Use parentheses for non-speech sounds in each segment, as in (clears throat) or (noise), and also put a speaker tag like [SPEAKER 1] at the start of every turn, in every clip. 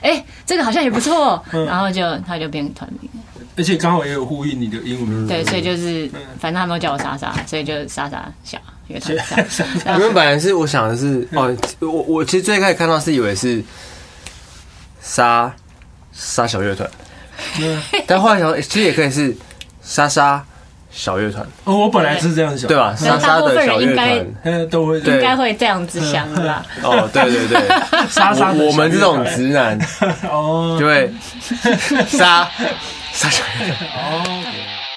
[SPEAKER 1] 哎，这个好像也不错，
[SPEAKER 2] 嗯
[SPEAKER 1] 然后就他就变团名。
[SPEAKER 3] 而且刚好也有呼应你的英文名字。 (laughs)
[SPEAKER 1] 对，所以就是
[SPEAKER 2] 嗯
[SPEAKER 1] 反正他们都叫我莎莎，所以就莎莎小乐团莎。啊
[SPEAKER 2] 因为本来是我想的是
[SPEAKER 1] 嗯
[SPEAKER 2] 哦，我我其实最开始看到是以为是沙沙小乐团，
[SPEAKER 1] 哎
[SPEAKER 2] 但后来想说，欸其实也可以是莎莎小乐团，
[SPEAKER 3] (laughs)
[SPEAKER 1] 嗯
[SPEAKER 3] 哦，我本来是这样想，
[SPEAKER 2] 对？吧？
[SPEAKER 1] 可能
[SPEAKER 2] 莎莎
[SPEAKER 1] 大部
[SPEAKER 2] 的
[SPEAKER 1] 嗯分
[SPEAKER 2] 小
[SPEAKER 1] 人
[SPEAKER 2] 乐
[SPEAKER 1] 应该
[SPEAKER 2] 团，
[SPEAKER 3] 嗯，都会
[SPEAKER 2] 对
[SPEAKER 1] 应该会这样子想的啦。
[SPEAKER 2] 哦，对对对，
[SPEAKER 1] (laughs)
[SPEAKER 3] (laughs) 莎莎的
[SPEAKER 2] 我我们这种
[SPEAKER 3] 小
[SPEAKER 2] 直男
[SPEAKER 3] 乐团哦，
[SPEAKER 2] 就会莎莎小乐团。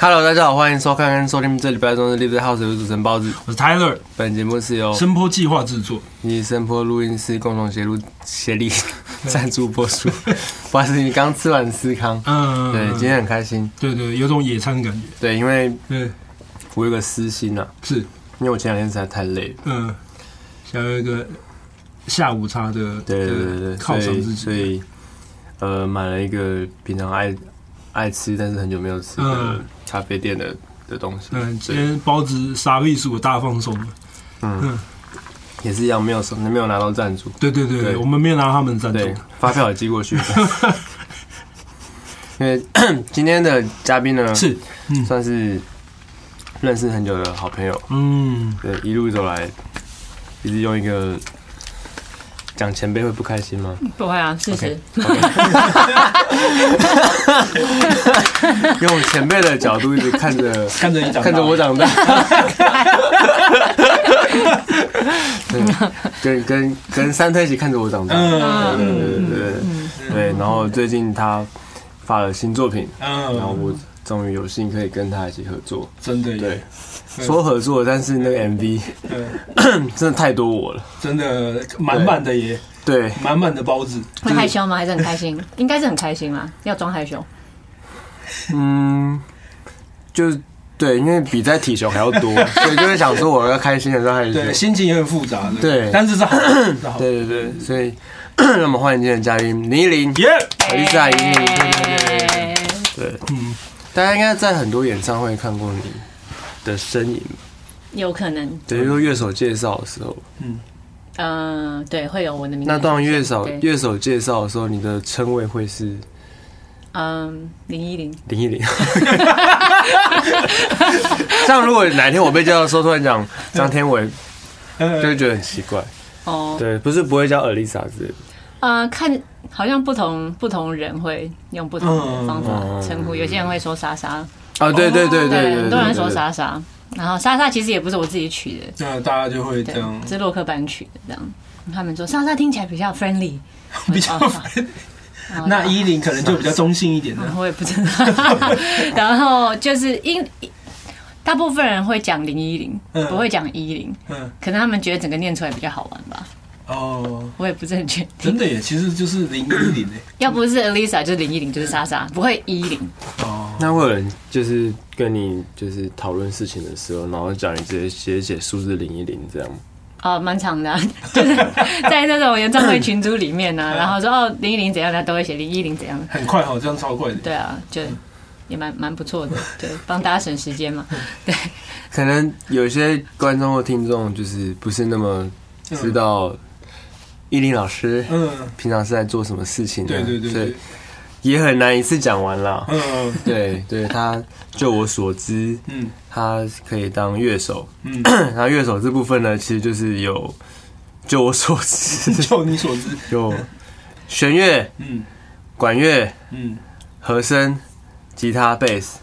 [SPEAKER 2] Hello，大家好，欢迎收看跟收听这礼拜中的 Live House，我是主持人包子。
[SPEAKER 3] 我是 Tyler，
[SPEAKER 2] 本节目是由
[SPEAKER 3] 声波计划制作，
[SPEAKER 2] 与声波录音师共同协助协力赞助播出。不好意思，你刚吃完司康，
[SPEAKER 3] 嗯，
[SPEAKER 2] 对，今天很开心，
[SPEAKER 3] 对对，有种野餐的感觉，
[SPEAKER 2] 对，因为
[SPEAKER 3] 对，
[SPEAKER 2] 我有个私心啊，
[SPEAKER 3] 是，
[SPEAKER 2] 因为我前两天实在太累了，
[SPEAKER 3] 嗯，想要一个下午茶的，
[SPEAKER 2] 对对对对，
[SPEAKER 3] 犒
[SPEAKER 2] 所
[SPEAKER 3] 赏
[SPEAKER 2] 以
[SPEAKER 3] 自己，
[SPEAKER 2] 所以呃买了一个平常爱爱吃但是很久没有吃的
[SPEAKER 3] 嗯
[SPEAKER 2] 咖啡店的的东西，
[SPEAKER 3] 嗯，今
[SPEAKER 2] 对
[SPEAKER 3] 天包子沙栗薯大放松了，
[SPEAKER 2] 也是一样没有收没有拿到赞助，
[SPEAKER 3] 对对对，
[SPEAKER 2] 对
[SPEAKER 3] 我们没有拿他们赞助，
[SPEAKER 2] 对，发票也寄过去
[SPEAKER 3] (laughs)
[SPEAKER 2] 了。因为 (coughs) 今天的嘉宾呢，
[SPEAKER 3] 是，
[SPEAKER 2] 算是认识很久的好朋友，
[SPEAKER 3] 嗯，
[SPEAKER 2] 对，一路走来，一直用一个讲前辈会不开心吗？
[SPEAKER 1] 不会啊，事实
[SPEAKER 2] OK，用 (laughs) 前辈的角度一直看着
[SPEAKER 3] 看着你 (laughs) 长大
[SPEAKER 2] 看着我
[SPEAKER 3] (laughs)
[SPEAKER 2] 长大，对，跟跟跟三特一起看着我长大，对
[SPEAKER 3] 嗯
[SPEAKER 2] 对对对对对对，然后最近他发了新作品，然后
[SPEAKER 3] 嗯，
[SPEAKER 2] 我终于有幸可以跟他一起合作，
[SPEAKER 3] 真的
[SPEAKER 2] 对
[SPEAKER 3] 耶，，
[SPEAKER 2] 说合作，但是那个 MV
[SPEAKER 3] 嗯，
[SPEAKER 2] 真的太多我了，
[SPEAKER 3] 真的满满的耶，
[SPEAKER 2] 对，
[SPEAKER 3] 满满的包子，
[SPEAKER 1] 会害羞吗？还是很开心？应该是很开心啦，要装害羞。
[SPEAKER 2] 嗯，就是对，因为比在体雄还要多，所以就会想说我要开心的时候还是
[SPEAKER 3] 对，心情也很复杂的，
[SPEAKER 2] 对
[SPEAKER 3] 但是是好的，是好的，
[SPEAKER 2] 对对对，所以那我们欢迎今天的嘉宾倪琳，
[SPEAKER 3] 耶，
[SPEAKER 2] 好意思啊，倪琳，
[SPEAKER 1] 哎
[SPEAKER 2] 对，
[SPEAKER 3] 嗯，
[SPEAKER 2] 大家应该在很多演唱会看过你的身影，
[SPEAKER 1] 有可能，
[SPEAKER 2] 等于说乐手介绍的时候，
[SPEAKER 1] 嗯，对，会有我的名字。
[SPEAKER 2] 那当然乐手
[SPEAKER 1] 对
[SPEAKER 2] 乐手介绍的时候，你的称谓会是
[SPEAKER 1] 嗯，零一零，
[SPEAKER 2] 林忆莲。像如果哪天我被叫的时候，突然讲张天伟，就
[SPEAKER 3] 呃
[SPEAKER 2] 会觉得很奇怪。
[SPEAKER 1] 哦，
[SPEAKER 2] 对，不是不会叫 Elisa 之类的。
[SPEAKER 1] 呃，看好像不同不同人会用不同的方
[SPEAKER 2] 嗯
[SPEAKER 1] 法称呼，有些人会说莎莎，
[SPEAKER 2] 啊，对对对对对，
[SPEAKER 1] 很多人说莎
[SPEAKER 2] 啥？
[SPEAKER 1] 莎，然后莎莎其实也不是我自己取的，
[SPEAKER 3] 那大家就会这
[SPEAKER 1] 对
[SPEAKER 3] 样，，
[SPEAKER 1] 是洛克班取的这样。他们说莎莎听起来比较 friendly，
[SPEAKER 3] (laughs) 比较
[SPEAKER 1] 哦好然后
[SPEAKER 3] (laughs) 那依林可能就比较中性一点的，
[SPEAKER 1] 我也不知
[SPEAKER 2] (laughs)
[SPEAKER 1] 道。然后就是因大部分人会讲零一零，
[SPEAKER 3] 嗯
[SPEAKER 1] 不会讲一零，
[SPEAKER 3] 嗯，
[SPEAKER 1] 可能他们觉得整个念出来比较好玩吧，
[SPEAKER 3] 哦，
[SPEAKER 1] 我也不是很确定。
[SPEAKER 3] 真的耶，其实就是零一零诶，
[SPEAKER 1] 要不是 Elisa 就是零一零，就是莎莎，不会一零。
[SPEAKER 3] 哦，
[SPEAKER 2] 那会有人就是跟你就是讨论事情的时候，然后讲你直接写写数字零一零这样吗？
[SPEAKER 1] 哦，蛮长的啊、就是 (laughs) 在那种演唱会群组里面呢、
[SPEAKER 2] 嗯
[SPEAKER 1] 然后说哦零一零怎样，他都会写零一零怎样。
[SPEAKER 3] 很快哦，这样超快的，
[SPEAKER 1] 对啊，就也蛮蛮不
[SPEAKER 2] (laughs)
[SPEAKER 1] 错的，对，帮大家省时间嘛。
[SPEAKER 2] 可能有些观众或听众就是不是那么知道依林老师
[SPEAKER 3] 嗯，
[SPEAKER 2] 平常是在做什么事情的，
[SPEAKER 3] 对对对
[SPEAKER 2] 所
[SPEAKER 3] 对
[SPEAKER 2] 以，也很难一次讲完啦。
[SPEAKER 3] 嗯
[SPEAKER 2] 对对，他就我所知，
[SPEAKER 3] 嗯
[SPEAKER 2] 他可以当乐手， (clears throat) (laughs)
[SPEAKER 3] 嗯，
[SPEAKER 2] 然后乐手这部分呢，其实就是有，就我所知 (laughs)
[SPEAKER 3] 就你所知，
[SPEAKER 2] 有弦乐、
[SPEAKER 3] 嗯
[SPEAKER 2] 管乐、
[SPEAKER 3] 嗯，
[SPEAKER 2] 和声、吉他、贝斯，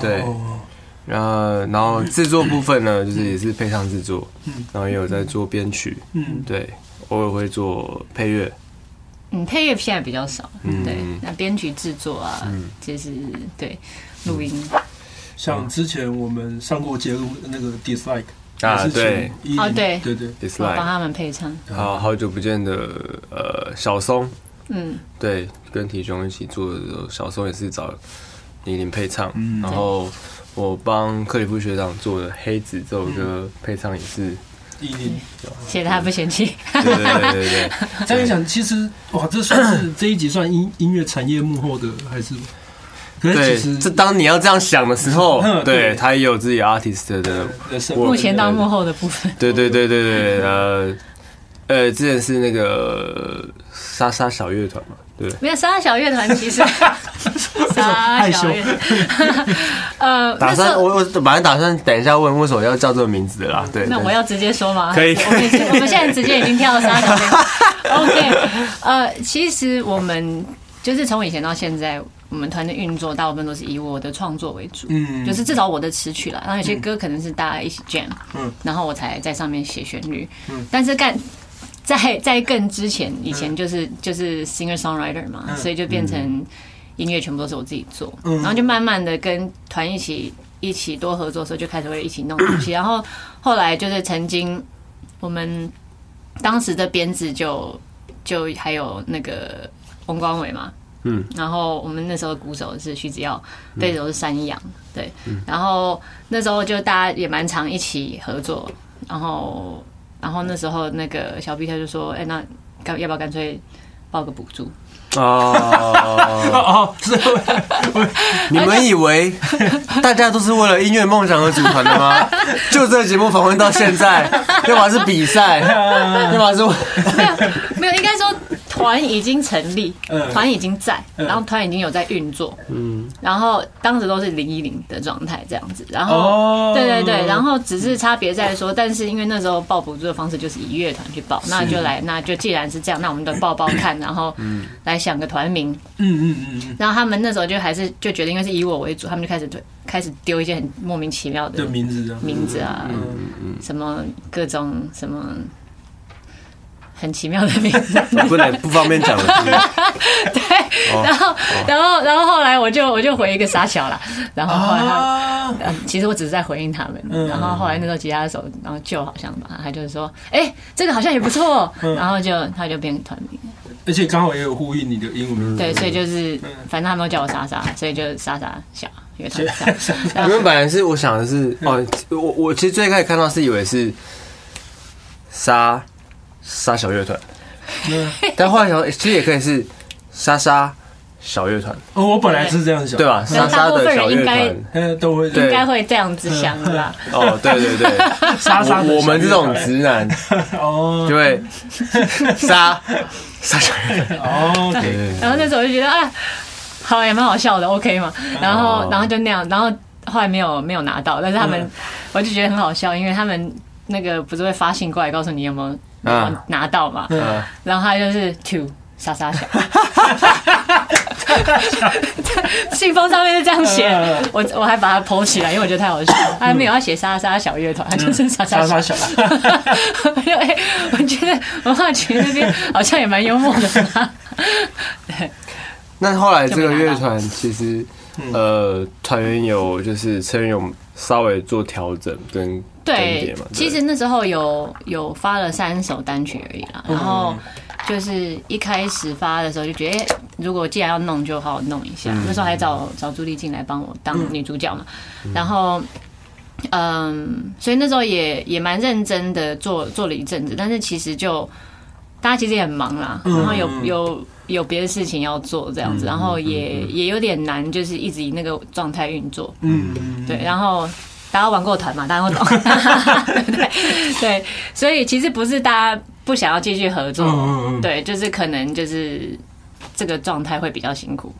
[SPEAKER 2] 对
[SPEAKER 3] 哦
[SPEAKER 2] 然后然后制作部分呢，就是也是配唱制作，然后也有在做编曲，
[SPEAKER 3] 嗯
[SPEAKER 2] 对，偶尔会做配乐，
[SPEAKER 1] 嗯，配乐现在比较少，
[SPEAKER 2] 嗯
[SPEAKER 1] 对，那编曲制作啊，就是对录音
[SPEAKER 2] 嗯
[SPEAKER 3] 像之前我们上过节目那个 dislike 也
[SPEAKER 2] 啊
[SPEAKER 3] 是
[SPEAKER 2] 对
[SPEAKER 3] 请依林
[SPEAKER 1] 哦对
[SPEAKER 3] 对对，
[SPEAKER 2] ，It's
[SPEAKER 1] 我帮
[SPEAKER 2] like
[SPEAKER 1] 他们配唱，
[SPEAKER 2] 好好久不见的呃小松，
[SPEAKER 1] 嗯，
[SPEAKER 2] 对，跟体兄一起做的时候，小松也是找李林配唱，
[SPEAKER 3] 嗯
[SPEAKER 2] 然后我帮克里夫学长做的《黑子》这首歌配唱也是
[SPEAKER 3] 一零。
[SPEAKER 1] 谢谢他不嫌弃。
[SPEAKER 2] 对对对对对，
[SPEAKER 3] 这样讲，其实哇，这算是这一集算音音乐产业幕后的，还是？可是其
[SPEAKER 2] 对，
[SPEAKER 3] 实
[SPEAKER 2] 这当你要这样想的时候，
[SPEAKER 3] 嗯
[SPEAKER 2] 对
[SPEAKER 3] 对
[SPEAKER 2] 他也有自己 artist 的
[SPEAKER 3] 的生
[SPEAKER 2] 嗯我
[SPEAKER 1] 目前到幕后的部分，
[SPEAKER 2] 对对对对对，呃呃，之前是那个莎莎小乐团嘛，对不对，
[SPEAKER 1] 没有沙小乐团，
[SPEAKER 2] (laughs)
[SPEAKER 1] 其实沙小乐团， (laughs) 呃，
[SPEAKER 2] 打
[SPEAKER 1] 那时
[SPEAKER 2] 算
[SPEAKER 1] 候
[SPEAKER 2] 我我本来打算等一下问为什么要叫这个名字的啦，对，
[SPEAKER 1] 那我
[SPEAKER 2] 但是
[SPEAKER 1] 要直接说吗？
[SPEAKER 2] 可以
[SPEAKER 1] 我们我们现在直接已经跳到沙小
[SPEAKER 2] (laughs)
[SPEAKER 1] 乐团。OK，呃，其实我们就是从以前到现在，我们团队运作大部分都是以我的创作为主，
[SPEAKER 3] 嗯，
[SPEAKER 1] 就是至少我的词曲啦，然后有些歌可能是大家一起 jam，
[SPEAKER 3] 嗯
[SPEAKER 1] 然后我才在上面写旋律，
[SPEAKER 3] 嗯
[SPEAKER 1] 但是干在在更之前，以前就是、就是 singer songwriter 嘛，
[SPEAKER 3] 嗯
[SPEAKER 1] 所以就变成音乐全部都是我自己做，
[SPEAKER 3] 嗯
[SPEAKER 1] 然后就慢慢的跟团一起一起多合作的时候，就开始会一起弄东西，然后后来就是曾经我们当时的编制就就还有那个翁光伟嘛，
[SPEAKER 2] 嗯，
[SPEAKER 1] 然后我们那时候的鼓手是徐子耀，贝手是山羊，对，然后那时候就大家也蛮常一起合作，然后然后那时候那个小 B 他就说，哎、那干要不要干脆报个补助？
[SPEAKER 2] 哦，
[SPEAKER 3] 哦，是
[SPEAKER 2] 你们以为大家都是为了音乐梦想而组团的吗？就这个节目访问到现在，要么是比赛，要么是
[SPEAKER 1] 没有 (laughs) 没有，应该说团已经成立，
[SPEAKER 3] 嗯
[SPEAKER 1] 团已经在，然后团已经有在运作，嗯，然后当时都是零一零的状态这样子，然后。
[SPEAKER 3] 哦，
[SPEAKER 1] 对对对，然后只是差别在说，但是因为那时候报补助的方式就是以乐团去报，那就来，那就既然是这样，那我们就报报看，然后来想个团名。
[SPEAKER 3] 嗯嗯嗯嗯，
[SPEAKER 1] 然后他们那时候就还是就决定，因为是以我为主，他们就开始对开始丢一些很莫名其妙的
[SPEAKER 3] 的名字这样，
[SPEAKER 1] 名字啊，
[SPEAKER 3] 嗯，
[SPEAKER 1] 什么各种什么很奇妙的名字。
[SPEAKER 2] 不能不方便讲了，是不是
[SPEAKER 1] (laughs) 然后，然后，然后后来我就我就回一个傻小啦，然后后来
[SPEAKER 2] 哦
[SPEAKER 1] 他。
[SPEAKER 3] 啊，
[SPEAKER 1] 嗯，其实我只是在回应他们，
[SPEAKER 3] 嗯
[SPEAKER 1] 然后后来那时候吉他手，然后就好像吧，他就是说，哎、这个好像也不错，
[SPEAKER 2] 嗯
[SPEAKER 1] 然后就他就变团名，
[SPEAKER 3] 而且刚好也有呼应你的英文名字，
[SPEAKER 1] 对，所以
[SPEAKER 2] 嗯
[SPEAKER 1] 就是反正他们都叫我莎莎，所以就莎莎小乐团小，然
[SPEAKER 2] 因
[SPEAKER 1] 后
[SPEAKER 2] 为本来是我想的是哦，我我其实最开始看到是以为是莎莎小乐团，
[SPEAKER 3] 嗯
[SPEAKER 2] 但后来想说，欸其实也可以是莎莎小乐团，
[SPEAKER 3] 哦，我本来是这样想，
[SPEAKER 2] 对？吧？
[SPEAKER 1] 可能
[SPEAKER 2] 莎莎
[SPEAKER 1] 大部
[SPEAKER 2] 的小乐
[SPEAKER 1] 分人
[SPEAKER 2] 团
[SPEAKER 1] 应，
[SPEAKER 3] 嗯，都会
[SPEAKER 1] 应
[SPEAKER 2] (laughs) 对
[SPEAKER 1] 该会这样子想吧，
[SPEAKER 2] 哦，对对 (laughs) 对，
[SPEAKER 3] 莎莎的小乐团
[SPEAKER 2] 我我们这种直男
[SPEAKER 3] 哦
[SPEAKER 1] (laughs)
[SPEAKER 2] 就会莎莎小乐团，
[SPEAKER 3] 哦
[SPEAKER 2] 对
[SPEAKER 3] ，OK，
[SPEAKER 2] 对对
[SPEAKER 1] 然后那时候我就觉得啊，好也蛮好笑的，OK 嘛，然后
[SPEAKER 2] 哦
[SPEAKER 1] 然后就那样，然后后来没有没有拿到，但是他们、
[SPEAKER 3] 嗯
[SPEAKER 1] 我就觉得很好笑，因为他们那个不是会发信过来告诉你有没有有没有
[SPEAKER 2] 嗯
[SPEAKER 1] 拿到嘛，
[SPEAKER 2] 嗯
[SPEAKER 1] 然后他就是 two 傻傻小，信封上面是这样写
[SPEAKER 3] 嗯，
[SPEAKER 1] 我我还把它剖起来，因为我觉得太好笑了。他还没有要写莎莎小乐团，他就是莎莎
[SPEAKER 3] 莎
[SPEAKER 1] (laughs) 小。
[SPEAKER 3] 莎小，
[SPEAKER 1] 我就哎， (laughs) 我觉得文化局那边好像也蛮幽默的。
[SPEAKER 2] 那后来这个乐团其实，呃，团员有就是成员有稍微做调整跟更
[SPEAKER 1] 对
[SPEAKER 2] 迭嘛，，
[SPEAKER 1] 其实那时候有有发了三首单曲而已啦，
[SPEAKER 3] 嗯
[SPEAKER 1] 然后就是一开始发的时候就觉得，哎，如果既然要弄，就好好弄一下。
[SPEAKER 3] 嗯
[SPEAKER 1] 那时候还找找朱丽静来帮我当女主角嘛，然后。嗯，所以那时候也也蛮认真的做做了一阵子，但是其实就大家其实也很忙啦，
[SPEAKER 3] 嗯
[SPEAKER 1] 然后有有有别的事情要做这样子，然后也也有点难，就是一直以那个状态运作。
[SPEAKER 3] 嗯，
[SPEAKER 1] 对，然后大家玩过团嘛，大家都
[SPEAKER 3] (laughs)
[SPEAKER 1] 懂，对不对？对，所以其实不是大家不想要继续合作，
[SPEAKER 3] 嗯嗯嗯
[SPEAKER 1] 对，就是可能就是。这个状态会比较辛苦，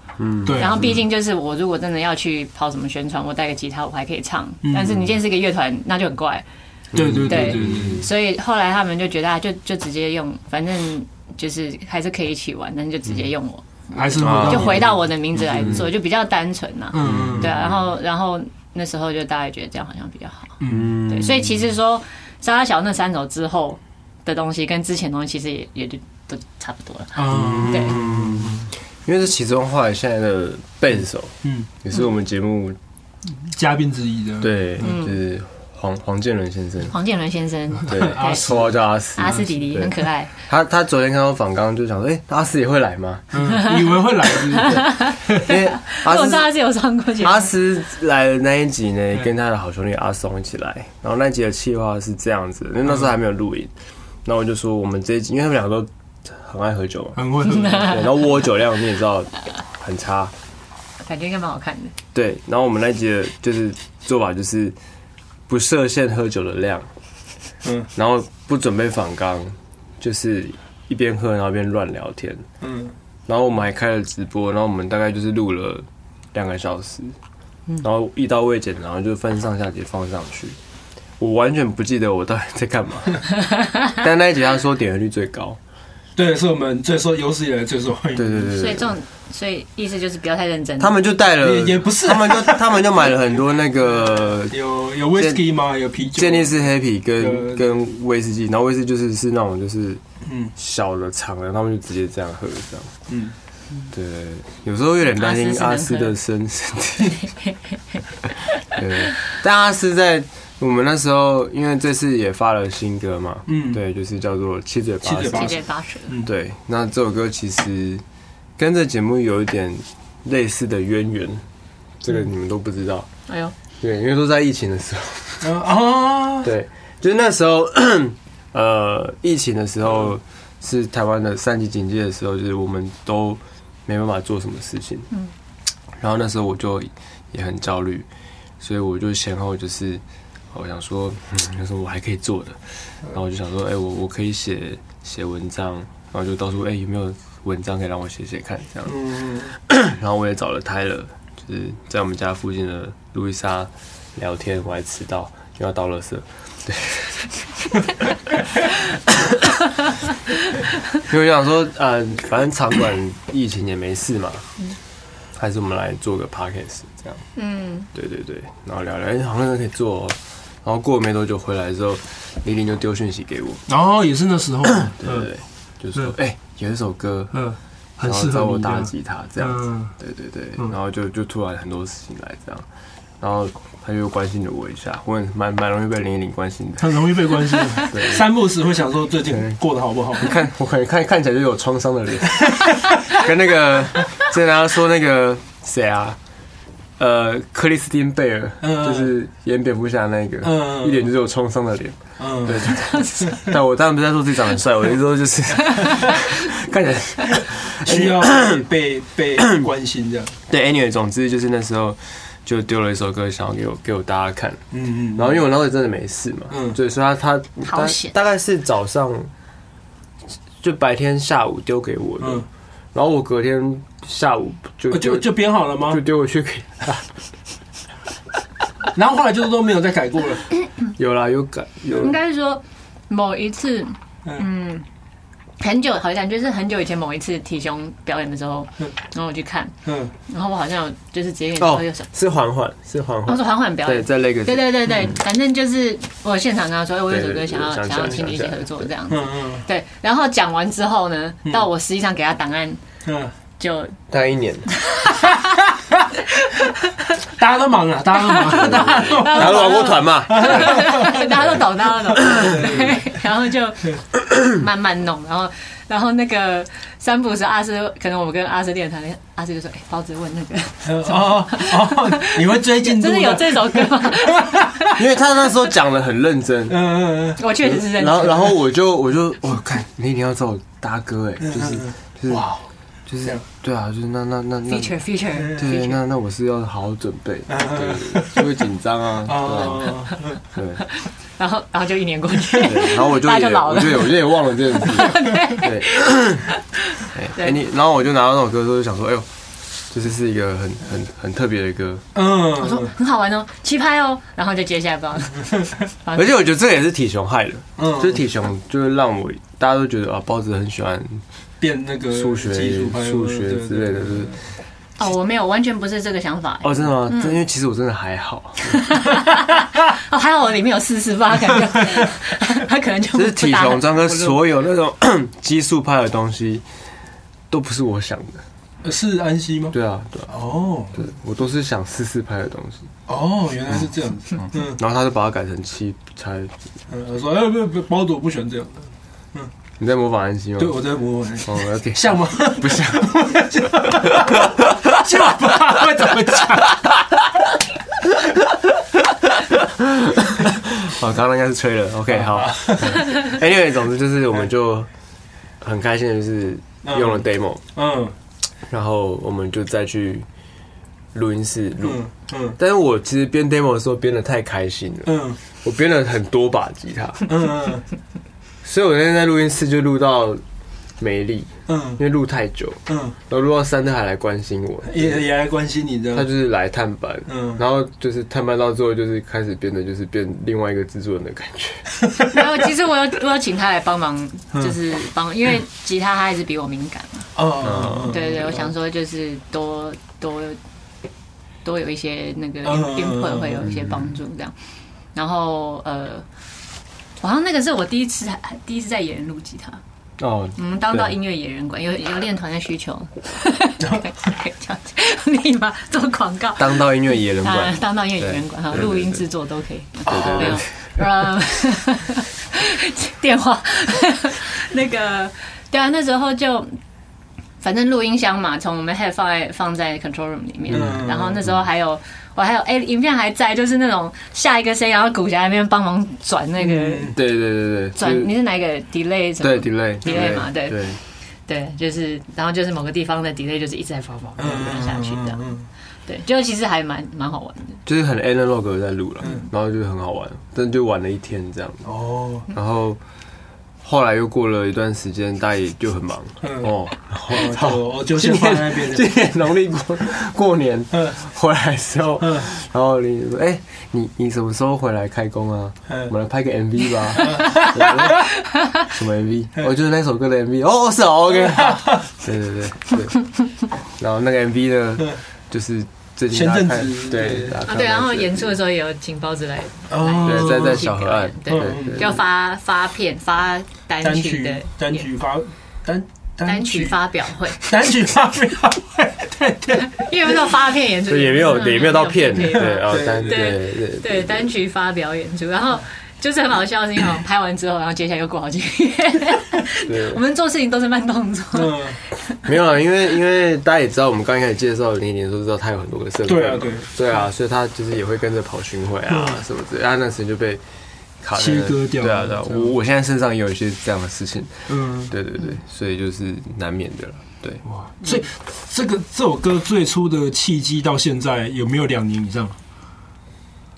[SPEAKER 3] 对，
[SPEAKER 1] 然后毕竟就是我如果真的要去跑什么宣传，我带个吉他我还可以唱，
[SPEAKER 3] 嗯
[SPEAKER 1] 但是你今天是一个乐团，那就很怪。
[SPEAKER 3] 对对对对
[SPEAKER 1] 所以后来他们就觉得啊，就就直接用，反正就是还是可以一起玩，但是就直接用我，
[SPEAKER 3] 对，还是回
[SPEAKER 2] 啊
[SPEAKER 3] 到
[SPEAKER 1] 就回到我的名字来做，就比较单纯呐、
[SPEAKER 3] 嗯
[SPEAKER 1] 对啊，然后然后那时候就大家觉得这样好像比较好。
[SPEAKER 3] 嗯
[SPEAKER 1] 对，所以其实说沙拉小那三首之后的东西，跟之前的东西其实也也就都差不多了。
[SPEAKER 3] 嗯
[SPEAKER 1] 对，
[SPEAKER 2] 因为这其中后来现在的贝斯手
[SPEAKER 3] 嗯
[SPEAKER 2] 也是我们节目
[SPEAKER 3] 嘉宾之一的，
[SPEAKER 1] 嗯
[SPEAKER 2] 对，就是黄黄建伦先生，
[SPEAKER 1] 黄建伦先
[SPEAKER 2] (laughs)
[SPEAKER 1] 生，
[SPEAKER 2] 对，
[SPEAKER 3] 阿斯
[SPEAKER 2] 绰号叫阿斯。
[SPEAKER 1] (laughs) 阿斯弟弟
[SPEAKER 2] 对
[SPEAKER 1] 很可爱，
[SPEAKER 2] 他他昨天看到访刚就想说，哎、阿斯也会来
[SPEAKER 1] (laughs)
[SPEAKER 2] 吗？
[SPEAKER 3] 嗯，以为会来是不是，
[SPEAKER 2] 因为阿
[SPEAKER 1] 我知
[SPEAKER 2] 斯
[SPEAKER 1] 道他是有上过节目
[SPEAKER 2] 阿斯来的那一集呢，跟他的好兄弟阿松一起来，然后那一集的企划是这样子，因为那时候还没有录影，然后我就说我们这一集，因为他们两个都很爱喝酒嘛，
[SPEAKER 3] 很会喝。
[SPEAKER 2] (laughs) 对然后我酒量你也知道很差，
[SPEAKER 1] 感觉应该蛮好看的。
[SPEAKER 2] 对，然后我们那一集的就是做法就是不设限喝酒的量，
[SPEAKER 3] 嗯，
[SPEAKER 2] 然后不准备反刚，就是一边喝然后一边乱聊天，
[SPEAKER 3] 嗯，
[SPEAKER 2] 然后我们还开了直播，然后我们大概就是录了两个小时，
[SPEAKER 1] 嗯
[SPEAKER 2] 然后一刀未剪，然后就分上下集放上去。我完全不记得我到底在干嘛，
[SPEAKER 1] (laughs)
[SPEAKER 2] 但那一集他说点阅率最高，
[SPEAKER 3] 对，是我们最受有史以来最受欢迎。
[SPEAKER 2] 对对对
[SPEAKER 1] 所以
[SPEAKER 2] 对
[SPEAKER 1] 这种，所以意思就是不要太认真。
[SPEAKER 2] 他们就带了，
[SPEAKER 3] 也也不是
[SPEAKER 2] 他们就他们就买了很多那个
[SPEAKER 3] 有有 whisky 吗？有啤酒？
[SPEAKER 2] 健力士黑啤跟
[SPEAKER 3] 对
[SPEAKER 2] 跟威士忌，然后威士忌就是是那种就是
[SPEAKER 3] 嗯
[SPEAKER 2] 小的厂的，他们就直接这样喝这样。
[SPEAKER 3] 嗯，
[SPEAKER 2] 对，有时候有点担心阿
[SPEAKER 1] 阿
[SPEAKER 2] 斯
[SPEAKER 1] 斯是能喝
[SPEAKER 2] 的身身体。对，但阿斯在我们那时候，因为这次也发了新歌嘛，
[SPEAKER 3] 嗯
[SPEAKER 2] 对，就是叫做《七嘴
[SPEAKER 3] 七
[SPEAKER 2] 八舌
[SPEAKER 3] 嘴》
[SPEAKER 1] 七
[SPEAKER 3] 八。
[SPEAKER 1] 嘴八舌，
[SPEAKER 2] 对，那这首歌其实跟这节目有一点类似的渊源，这个你们都不知道。
[SPEAKER 1] 哎呦，
[SPEAKER 2] 对，因为都在疫情的时候。
[SPEAKER 3] 嗯啊，
[SPEAKER 2] 对，就是那时候， (clears throat) 呃，疫情的时候是台湾的三级警戒的时候，就是我们都没办法做什么事情。
[SPEAKER 1] 嗯
[SPEAKER 2] 然后那时候我就也很焦虑，所以我就先后就是，我想说，嗯，那时候我还可以做的，然后我就想说，哎、我我可以写写文章，然后就到处哎、有没有文章可以让我写写看这样。
[SPEAKER 3] 嗯，
[SPEAKER 2] 然后我也找了 Tyler，就是在我们家附近的路易莎聊天，我还迟到，又要倒垃圾。对，因为我想说，呃，反正场馆疫情也没事嘛，还是我们来做个 podcast 这样。
[SPEAKER 1] 嗯，
[SPEAKER 2] 对对对，然后聊聊，哎、好像可以做、哦。然后过没多久回来之后，玲玲就丢讯息给我，
[SPEAKER 3] 然后也是那时候，
[SPEAKER 2] 对对对，就说，哎、有一首歌，
[SPEAKER 3] 嗯，
[SPEAKER 2] 然
[SPEAKER 3] 很
[SPEAKER 2] 后
[SPEAKER 3] 适合
[SPEAKER 2] 找
[SPEAKER 3] 你
[SPEAKER 2] 我
[SPEAKER 3] 这
[SPEAKER 2] 打
[SPEAKER 3] 样
[SPEAKER 2] 吉他这样子。
[SPEAKER 3] 嗯，
[SPEAKER 2] 对对对，
[SPEAKER 3] 嗯
[SPEAKER 2] 然后就就突然很多事情来这样，然后他就关心了我一下，我很蛮蛮容易被林依林关心的。 (laughs)
[SPEAKER 3] 很容易被关心。
[SPEAKER 2] 对
[SPEAKER 3] 三不时会想说最近过得好不好？
[SPEAKER 2] 看我可能看看起来就有创伤的脸， (laughs) 跟那个之前大家说那个谁啊，呃，克里斯汀贝尔，
[SPEAKER 3] 嗯
[SPEAKER 2] 就是演蝙蝠侠那个，
[SPEAKER 3] 嗯
[SPEAKER 2] 一脸就是有创伤的脸。
[SPEAKER 3] 嗯，
[SPEAKER 2] 对，但我当然不是在说自己长得很
[SPEAKER 3] (laughs)
[SPEAKER 2] 帅，我是说就是看起来
[SPEAKER 3] 需要被被被关心这样。
[SPEAKER 2] 对。Anyway，总之就是那时候就丢了一首歌，想要给我给我大家看，
[SPEAKER 3] 嗯嗯，
[SPEAKER 2] 然后因为我那时候真的没事嘛，
[SPEAKER 3] 嗯
[SPEAKER 2] 对，所以他他
[SPEAKER 1] 好
[SPEAKER 2] 大
[SPEAKER 1] 险
[SPEAKER 2] 大概是早上就白天下午丢给我的，
[SPEAKER 3] 嗯
[SPEAKER 2] 然后我隔天下午就
[SPEAKER 3] 呃就
[SPEAKER 2] 丢
[SPEAKER 3] 就编好了吗
[SPEAKER 2] 就？丢回去给
[SPEAKER 1] 嗯
[SPEAKER 3] 然后后来就都没有再改过了。
[SPEAKER 2] 有啦有改有
[SPEAKER 1] 应该是说某一次，
[SPEAKER 3] 嗯
[SPEAKER 1] 嗯，很久好像就是很久以前某一次体雄表演的时候，
[SPEAKER 3] 嗯
[SPEAKER 1] 然后我去看，
[SPEAKER 3] 嗯
[SPEAKER 1] 然后我好像有就是直接演
[SPEAKER 2] 哦
[SPEAKER 1] 后又想，
[SPEAKER 2] 是缓缓是缓
[SPEAKER 1] 我
[SPEAKER 2] 缓
[SPEAKER 1] 说哦缓缓表
[SPEAKER 2] 对
[SPEAKER 1] 演，
[SPEAKER 2] 在那个
[SPEAKER 1] 对对对对，反正就是我现场跟他说，哎我有一首
[SPEAKER 2] 对
[SPEAKER 1] 歌
[SPEAKER 2] 对
[SPEAKER 1] 想要
[SPEAKER 2] 对想起
[SPEAKER 1] 想要
[SPEAKER 2] 来
[SPEAKER 1] 请你一起
[SPEAKER 2] 想起来
[SPEAKER 1] 合作这样子，
[SPEAKER 3] 嗯
[SPEAKER 1] 对，然后讲完之后呢，
[SPEAKER 3] 嗯
[SPEAKER 1] 到我实际上给他档案
[SPEAKER 3] 嗯，
[SPEAKER 2] (laughs)
[SPEAKER 1] 就
[SPEAKER 2] 大概一年，
[SPEAKER 1] (laughs)
[SPEAKER 3] 大家都忙了，大家都
[SPEAKER 2] (laughs)
[SPEAKER 3] 忙，大家都忙。
[SPEAKER 2] 然后玩过团嘛，
[SPEAKER 1] 大家都懂，大家都懂。对， (laughs) 然后就慢慢弄，然后然后那个三浦是阿斯，可能我们跟阿斯练团，阿斯就说：“哎、包子问那
[SPEAKER 2] (laughs)
[SPEAKER 1] 个，
[SPEAKER 3] 哦哦，你会追进度
[SPEAKER 1] 真的有这首歌吗
[SPEAKER 2] 因为他那时候讲的很认真。
[SPEAKER 3] 嗯嗯？”
[SPEAKER 1] (laughs) 我确实是认真。
[SPEAKER 2] 然后，然后我就我就我看你一定要找我搭歌哎，就是就是
[SPEAKER 3] 哇
[SPEAKER 2] 就是
[SPEAKER 3] 嗯这样
[SPEAKER 2] 对啊，就是那那那那
[SPEAKER 1] feature feature，
[SPEAKER 2] 对，那那我是要好好准备，
[SPEAKER 3] 嗯嗯
[SPEAKER 2] 对，就会紧张啊，对啊
[SPEAKER 3] 哦，
[SPEAKER 2] 对
[SPEAKER 1] 然后然后就一年过去，
[SPEAKER 2] 对，然后我就
[SPEAKER 1] 大家
[SPEAKER 2] 也
[SPEAKER 1] 就老
[SPEAKER 2] 我
[SPEAKER 1] 了
[SPEAKER 2] 就。有我就也忘了这件事，对，哎，
[SPEAKER 1] 对
[SPEAKER 2] 哎你，然后我就拿到那首歌的时候就想说，哎呦，就是是一个很很很特别的歌，
[SPEAKER 3] 嗯，
[SPEAKER 1] 我说很好玩哦，七拍哦，然后就接下来包子。
[SPEAKER 2] 而且我觉得这个也是体雄害的，
[SPEAKER 3] 嗯
[SPEAKER 2] 就是体雄就是让我大家都觉得啊，包子很喜欢
[SPEAKER 3] 变那个
[SPEAKER 2] 数学
[SPEAKER 3] 技术呃派
[SPEAKER 2] 数学之类的，就是
[SPEAKER 1] 哦，我没有，完全不是这个想法。
[SPEAKER 2] 哦，真的吗？真因为其实我真的还好，
[SPEAKER 1] 哦，还好我里面有四十八，感觉他可能就
[SPEAKER 2] 就
[SPEAKER 1] 不
[SPEAKER 2] 是体
[SPEAKER 1] 打
[SPEAKER 2] 雄
[SPEAKER 1] 了。
[SPEAKER 2] (coughs) 张哥所有那种激素派的东西，都不是我想的。
[SPEAKER 3] 是安溪吗？
[SPEAKER 2] 对啊，对啊，
[SPEAKER 3] 哦
[SPEAKER 2] 对我都是想四四拍的东西，
[SPEAKER 3] 哦，原来是这样子。嗯
[SPEAKER 2] 然后他就把它改成七拍。
[SPEAKER 3] 嗯，我说哎不不，包子我不喜欢这样的。
[SPEAKER 2] 你在模仿安心吗？
[SPEAKER 3] 对，我在摸，哎
[SPEAKER 2] 哦，我要点
[SPEAKER 3] 像吗？
[SPEAKER 2] 不像， (laughs)
[SPEAKER 3] 像吧？会怎么讲？
[SPEAKER 2] 哦，刚刚应该是吹了。OK，好。Anyway，总之就是我们就很开心的就是用了 demo，
[SPEAKER 3] 嗯
[SPEAKER 2] 然后我们就再去录音室录。
[SPEAKER 3] 嗯嗯
[SPEAKER 2] 但是我其实编 demo 的时候编的太开心了，
[SPEAKER 3] 嗯
[SPEAKER 2] 我编了很多把吉他，
[SPEAKER 3] 嗯
[SPEAKER 2] 所以我那天在录音室就录到没力，
[SPEAKER 3] 嗯
[SPEAKER 2] 因为录太久，
[SPEAKER 3] 嗯，
[SPEAKER 2] 然后录到三特还来关心我，
[SPEAKER 3] 也也来关心你这
[SPEAKER 2] 他
[SPEAKER 3] 样
[SPEAKER 2] 就。是来探班，
[SPEAKER 3] 嗯
[SPEAKER 2] 然后就是探班到最后就是开始变得就是变另外一个制作人的感觉，
[SPEAKER 1] 然后其实我有我有请他来帮忙，就是帮，因为吉他他还是比我敏感嘛。
[SPEAKER 3] 哦，
[SPEAKER 1] 对对，我想说就是多多多有一些那个
[SPEAKER 3] 嗯嗯嗯
[SPEAKER 1] input 会有一些帮助这样。然后呃，我好像那个是我第一次第一次在野人录吉他，
[SPEAKER 2] 哦，
[SPEAKER 1] 我们嗯当到
[SPEAKER 2] 对
[SPEAKER 1] 音乐野人馆有有练团的需求， (laughs) 可以这样子，立马做广告。
[SPEAKER 2] 当到音乐野人
[SPEAKER 1] 啊
[SPEAKER 2] 馆，，
[SPEAKER 1] 当到音乐野人馆哈，
[SPEAKER 2] 对对对
[SPEAKER 1] 录音制作都可以。
[SPEAKER 2] 对对
[SPEAKER 1] 没
[SPEAKER 2] 对
[SPEAKER 1] 有，呃，电话，那个，对啊，那时候就反正录音箱嘛，从我们 head 放在放在 control room 里面，
[SPEAKER 3] 嗯
[SPEAKER 1] 然后那时候还有我还有哎、影片还在，就是那种下一个谁，然后鼓侠那边帮忙转那个
[SPEAKER 2] 对对嗯对对，
[SPEAKER 1] 转、
[SPEAKER 2] 就是
[SPEAKER 1] 你是哪一个 delay 什么？
[SPEAKER 2] 对 delay
[SPEAKER 1] delay 嘛对
[SPEAKER 2] 对，
[SPEAKER 1] 对就是然后就是某个地方的 delay 就是一直在跑跑跑下去的，
[SPEAKER 3] 嗯
[SPEAKER 1] 对，就其实还蛮蛮好玩的。
[SPEAKER 2] 就是很 analog 的在录了，然后就是很好玩，但就玩了一天这样，
[SPEAKER 3] 哦，
[SPEAKER 2] 然后后来又过了一段时间，大家也就很忙
[SPEAKER 3] 嗯
[SPEAKER 2] 哦，然后
[SPEAKER 3] 我就我就先放在那边
[SPEAKER 2] 今
[SPEAKER 3] 的。
[SPEAKER 2] 年农历过过年
[SPEAKER 3] 嗯
[SPEAKER 2] (laughs) 回来的时候，
[SPEAKER 3] 嗯
[SPEAKER 2] 然后林姐说：“哎、你你什么时候回来开工啊？
[SPEAKER 3] 嗯
[SPEAKER 2] 我们来拍个 MV 吧。我说”什么 MV？我
[SPEAKER 3] 嗯
[SPEAKER 2] 就是那首歌的 MV。哦，是哦，OK，好对对对对。然后那个 MV 呢，就是最近
[SPEAKER 3] 前
[SPEAKER 2] 大家
[SPEAKER 3] 阵
[SPEAKER 2] 看
[SPEAKER 3] 子
[SPEAKER 2] 对
[SPEAKER 3] 对
[SPEAKER 2] 大家
[SPEAKER 1] 啊，
[SPEAKER 2] 看
[SPEAKER 1] 对，然
[SPEAKER 2] 到
[SPEAKER 1] 后
[SPEAKER 2] 是
[SPEAKER 1] 演出的时候也有请包子来
[SPEAKER 3] 哦，
[SPEAKER 2] 对在在小河岸，
[SPEAKER 1] 对
[SPEAKER 2] 对对
[SPEAKER 1] 就
[SPEAKER 2] 对
[SPEAKER 1] 发发片、发单
[SPEAKER 3] 单
[SPEAKER 1] 曲的
[SPEAKER 3] 曲单曲发单
[SPEAKER 1] 单曲发表会，
[SPEAKER 3] 单曲发表会，对对
[SPEAKER 1] 因为没有发片演出，嗯
[SPEAKER 2] 所以也没有也没有到骗，
[SPEAKER 1] 对
[SPEAKER 2] 对啊，
[SPEAKER 3] 对
[SPEAKER 2] 但
[SPEAKER 1] 对
[SPEAKER 2] 对对
[SPEAKER 1] 对单曲发表演出，然后。就是很好笑，是因为我们拍完之后，然后接下来又过好几个月，
[SPEAKER 2] 对
[SPEAKER 1] (laughs) 我，们做事情都是慢动作。
[SPEAKER 3] 嗯，
[SPEAKER 2] (laughs) 没有啊，因为因为大家也知道，我们刚开始介绍林忆莲的时候，知道她有很多个身份，
[SPEAKER 3] 对啊对
[SPEAKER 2] 对啊，所以她就是也会跟着跑巡回啊什么之类的，她那时候就被卡在
[SPEAKER 3] 切割掉
[SPEAKER 2] 对啊对啊，
[SPEAKER 3] 这样
[SPEAKER 2] 我我现在身上也有一些这样的事情，
[SPEAKER 3] 嗯，
[SPEAKER 2] 对对对，所以就是难免的了，对，
[SPEAKER 3] 所以这个这首歌最初的契机到现在有没有两年以上？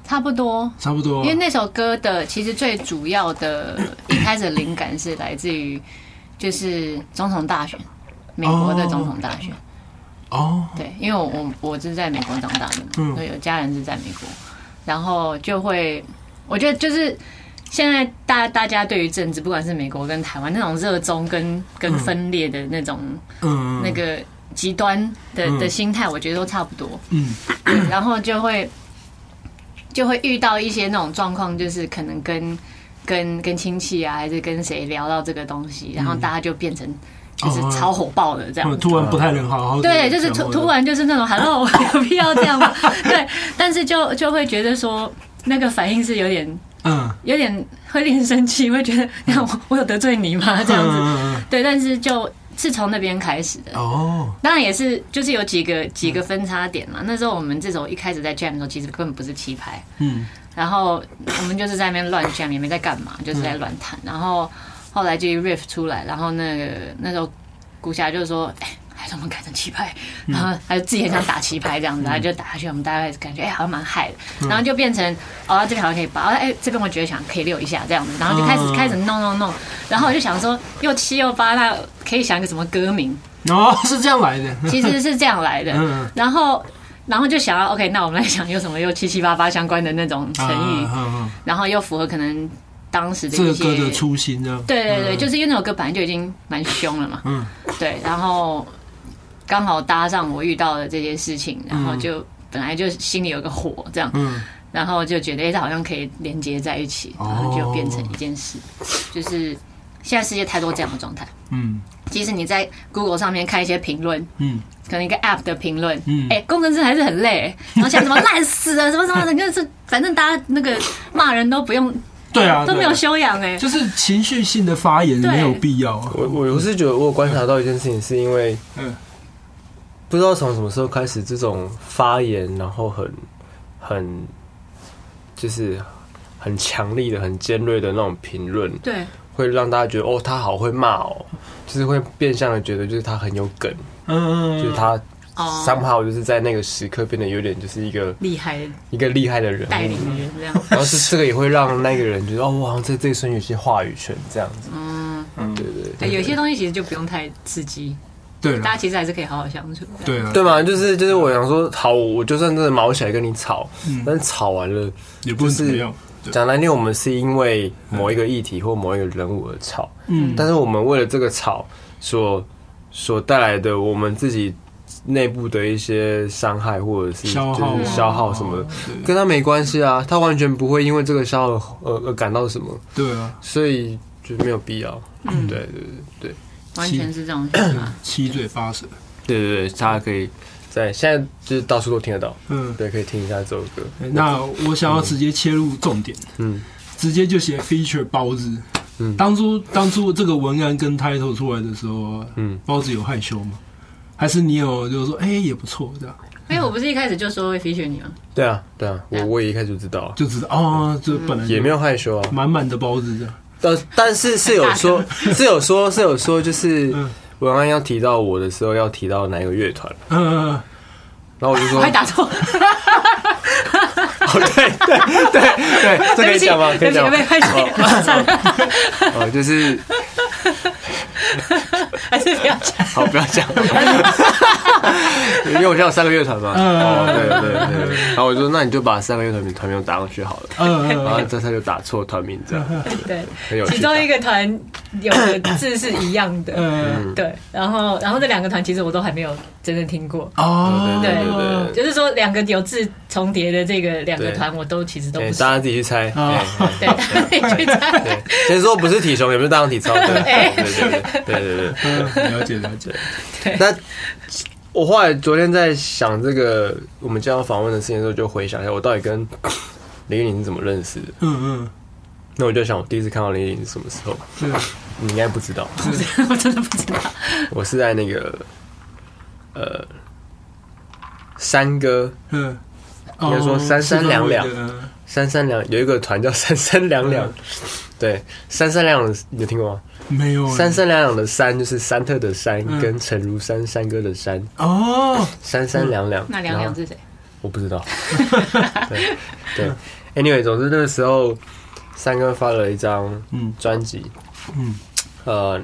[SPEAKER 1] 差不多，
[SPEAKER 3] 差不多
[SPEAKER 1] 因为，那首歌的其实最主要的一开始的灵感是来自于就是总统大选，美国的总统大选。
[SPEAKER 3] 哦，
[SPEAKER 1] 对，因为我我我就是在美国长大的嘛，
[SPEAKER 3] 嗯
[SPEAKER 1] 所以有家人是在美国，然后就会，我觉得就是现在大大家对于政治，不管是美国跟台湾那种热衷跟跟分裂的那种、
[SPEAKER 3] 嗯，
[SPEAKER 1] 那，个极端的
[SPEAKER 3] 嗯
[SPEAKER 1] 的心态，我觉得都差不多，
[SPEAKER 3] 嗯
[SPEAKER 1] 对 (coughs) 然后就会就会遇到一些那种状况，就是可能跟跟跟亲戚啊，还是跟谁聊到这个东西，然后大家就变成就是
[SPEAKER 3] 嗯哦
[SPEAKER 1] 超火爆的这样
[SPEAKER 3] 嗯，突然不太能好好地
[SPEAKER 1] 对，就是
[SPEAKER 3] 讲
[SPEAKER 1] 突
[SPEAKER 3] 话
[SPEAKER 1] 突，然就是那种 “hello”，有 (laughs) 必要这样吗？ (laughs) 对，但是就就会觉得说那个反应是有点
[SPEAKER 3] 嗯，
[SPEAKER 1] 有点会令人生气，会觉得那 (laughs) 我我有得罪你吗？这样子。
[SPEAKER 3] 子，
[SPEAKER 1] 对，但是就是从那边开始的，
[SPEAKER 3] 哦，
[SPEAKER 1] 当然也是就是有几个几个分叉点嘛。那时候我们这首一开始在 jam 的时候，其实根本不是七拍，
[SPEAKER 3] 嗯
[SPEAKER 1] 然后我们就是在那边乱 jam，也没在干嘛，就是在乱弹。然后后来就一 riff 出来，然后那个那时候古侠就说：“哎、还是我们改成七拍。”然后他就自己很想打七拍这样子，他就打下去。我们大概感觉哎、好像蛮嗨的，然后就变成哦这边好像可以八，哦哎、这边我觉得想可以六一下这样子，然后就开始、
[SPEAKER 3] 嗯
[SPEAKER 1] 开始弄弄弄。然后我就想说又七又八，那可以想一个什么歌名？
[SPEAKER 3] 哦，是这样来的，
[SPEAKER 1] 其实是这样来的。
[SPEAKER 3] 嗯，
[SPEAKER 1] 然后然后就想要 OK，那我们来想有什么又七七八八相关的那种成语。
[SPEAKER 3] 啊啊啊
[SPEAKER 1] 然后又符合可能当时的
[SPEAKER 3] 这
[SPEAKER 1] 一
[SPEAKER 3] 个
[SPEAKER 1] 些，
[SPEAKER 3] 歌的嗯初心这样，
[SPEAKER 1] 对对对，就是因为那首歌本来就已经蛮凶
[SPEAKER 3] (laughs)
[SPEAKER 1] 了嘛，
[SPEAKER 3] 嗯，
[SPEAKER 1] 对，然后刚好搭上我遇到的这些事情，然后就本来就心里有个火这样，
[SPEAKER 3] 嗯
[SPEAKER 1] 然后就觉得哎，这好像可以连接在一起，
[SPEAKER 3] 哦
[SPEAKER 1] 然后就变成一件事，就是现在世界太多这样的状态。
[SPEAKER 3] 嗯
[SPEAKER 1] 即使你在 Google 上面看一些评论，
[SPEAKER 3] 嗯，
[SPEAKER 1] 可能一个 App 的评论，
[SPEAKER 3] 嗯
[SPEAKER 1] 哎、工程师还是很累、然后想什么烂死 (laughs) 了，什么什么的，就是反正大家那个骂人都不用，
[SPEAKER 3] 对啊，
[SPEAKER 1] 都没
[SPEAKER 3] 对
[SPEAKER 1] 有
[SPEAKER 3] 啊
[SPEAKER 1] 修养哎、
[SPEAKER 3] 就是情绪性的发言
[SPEAKER 1] 对
[SPEAKER 3] 没有必要啊。
[SPEAKER 2] 我我我是觉得我有观察到一件事情，是因为
[SPEAKER 3] 嗯
[SPEAKER 2] 不知道从什么时候开始，这种发言然后很很就是很强力的、很尖锐的那种评论，
[SPEAKER 1] 对，
[SPEAKER 2] 会让大家觉得哦，他好会骂哦，就是会变相的觉得就是他很有梗，
[SPEAKER 3] 嗯，
[SPEAKER 2] 就是他
[SPEAKER 1] 哦
[SPEAKER 2] somehow 就是在那个时刻变得有点就是一个
[SPEAKER 1] 厉害的
[SPEAKER 2] 一个厉害的人
[SPEAKER 1] 带
[SPEAKER 2] 物
[SPEAKER 1] 领。人这样，
[SPEAKER 2] 然后是这个也会让那个人觉得哦，我好像在这个瞬间有些话语权这样子，
[SPEAKER 1] 嗯，
[SPEAKER 2] 对对
[SPEAKER 1] 对，啊有些东西其实就不用太刺激，
[SPEAKER 3] 对
[SPEAKER 1] 大
[SPEAKER 3] 了
[SPEAKER 1] 家，其实还是可以好好相处。
[SPEAKER 3] 对啊，
[SPEAKER 2] 对嘛，就是就是我想说，好，我就算真的毛起来跟你吵，
[SPEAKER 3] 嗯
[SPEAKER 2] 但是吵完了，
[SPEAKER 1] 嗯
[SPEAKER 3] 也不能怎么样。对
[SPEAKER 2] 讲难听，我们是因为某一个议题或某一个人物而吵，
[SPEAKER 3] 嗯，
[SPEAKER 2] 但是我们为了这个吵所所带来的我们自己内部的一些伤害或者是
[SPEAKER 3] 消耗
[SPEAKER 2] 就
[SPEAKER 3] 啊
[SPEAKER 2] 是消耗什么的，
[SPEAKER 3] 对
[SPEAKER 2] 跟他没关系啊，他完全不会因为这个消耗而而感到什么，
[SPEAKER 3] 对啊，
[SPEAKER 2] 所以就没有必要。对对对对
[SPEAKER 1] 完全是这 (clears throat) 种想法。
[SPEAKER 3] 七嘴八舌。
[SPEAKER 2] 对对对，大家可以在现在就是到处都听得到，
[SPEAKER 3] 嗯，
[SPEAKER 2] 对，可以听一下这首歌。
[SPEAKER 3] 那我想要直接切入重点，
[SPEAKER 2] 嗯
[SPEAKER 3] 直接就写 feature 包子。
[SPEAKER 2] 嗯
[SPEAKER 3] 当初当初这个文案跟 title 出来的时候啊，
[SPEAKER 2] 嗯，
[SPEAKER 3] 包子有害羞吗？还是你有就是说，哎、也不错这样，
[SPEAKER 1] 因为我不是一开始就说会 feature 你吗？
[SPEAKER 2] 对啊对啊，
[SPEAKER 1] 对
[SPEAKER 2] 我
[SPEAKER 1] 啊
[SPEAKER 2] 我也一开始就知道啊，
[SPEAKER 3] 就知道哦，这本来就
[SPEAKER 2] 也没有害羞啊，
[SPEAKER 3] 满满的包子这样。
[SPEAKER 2] 但呃但
[SPEAKER 1] (laughs)
[SPEAKER 2] 是是有说， (laughs) 是有说，是有说，就是
[SPEAKER 3] 嗯
[SPEAKER 2] 文安要提到我的时候，要提到哪一个乐团，
[SPEAKER 3] 嗯、呃，
[SPEAKER 2] 然后我就说，
[SPEAKER 1] 我还
[SPEAKER 2] 哦，
[SPEAKER 1] 打错，
[SPEAKER 2] 对对对对，
[SPEAKER 1] 对
[SPEAKER 2] 这可
[SPEAKER 1] 不
[SPEAKER 2] 以
[SPEAKER 1] 起，
[SPEAKER 2] 讲吗？可
[SPEAKER 1] 对
[SPEAKER 2] 以
[SPEAKER 1] 不起，
[SPEAKER 2] 讲吗
[SPEAKER 1] 没？关系，
[SPEAKER 2] 哦，就是
[SPEAKER 1] 还是不要讲。
[SPEAKER 2] 好，不要
[SPEAKER 1] (laughs)
[SPEAKER 2] 讲，因为我现在有三个乐团嘛，
[SPEAKER 3] 嗯
[SPEAKER 2] 哦，对对对，然后我就说，那你就把三个乐团名团名打上去好了，
[SPEAKER 3] 嗯嗯
[SPEAKER 2] 然后这他就打错团名，这样
[SPEAKER 1] 对，
[SPEAKER 2] 很有趣。
[SPEAKER 1] 其中一个团有的字是一样的，
[SPEAKER 3] 嗯，
[SPEAKER 1] 对，然后然后这两个团其实我都还没有真正听过。
[SPEAKER 3] 哦，
[SPEAKER 2] 对对对对
[SPEAKER 1] 就是说两个有字重叠的这个两个
[SPEAKER 2] 对
[SPEAKER 1] 团，我都其实都
[SPEAKER 2] 哎
[SPEAKER 1] 不
[SPEAKER 2] 大
[SPEAKER 1] 熟。
[SPEAKER 2] 家自己去猜。
[SPEAKER 3] 啊
[SPEAKER 2] 哎哎
[SPEAKER 1] 对，大家可以 (laughs) 去猜。
[SPEAKER 2] 对，先说不是体雄，也不是大量体
[SPEAKER 1] (laughs)
[SPEAKER 2] 操，对
[SPEAKER 1] 哎
[SPEAKER 2] 对对对对对对。
[SPEAKER 3] 嗯了解了解，
[SPEAKER 2] (laughs) 那我后来昨天在想这个我们今天要访问的事情的时候，就回想一下我到底跟 (coughs) 林依林是怎么认识的。
[SPEAKER 3] (laughs) 嗯嗯，
[SPEAKER 2] 那我就想，我第一次看到林依林是什么时候？
[SPEAKER 3] 对，
[SPEAKER 2] 你应该不知道，
[SPEAKER 1] (laughs) 我真的不知道。
[SPEAKER 2] 我是在那个呃山歌
[SPEAKER 3] 嗯，
[SPEAKER 2] 应该说三三两两
[SPEAKER 3] 哦是这么的
[SPEAKER 2] 三三两有一个团叫三三两两， (laughs) 对，三三两两的你有听过吗？
[SPEAKER 3] 没有
[SPEAKER 2] 三三两两的三就是三特的三
[SPEAKER 3] 嗯
[SPEAKER 2] 跟陈如山山歌的山，
[SPEAKER 3] 哦，
[SPEAKER 2] 三三两两。
[SPEAKER 1] 嗯那两两是谁？
[SPEAKER 2] 我不知道。 (laughs) 对对，anyway，总之那个时候，三哥发了一张
[SPEAKER 3] 嗯
[SPEAKER 2] 专辑，
[SPEAKER 3] 嗯
[SPEAKER 2] 呃，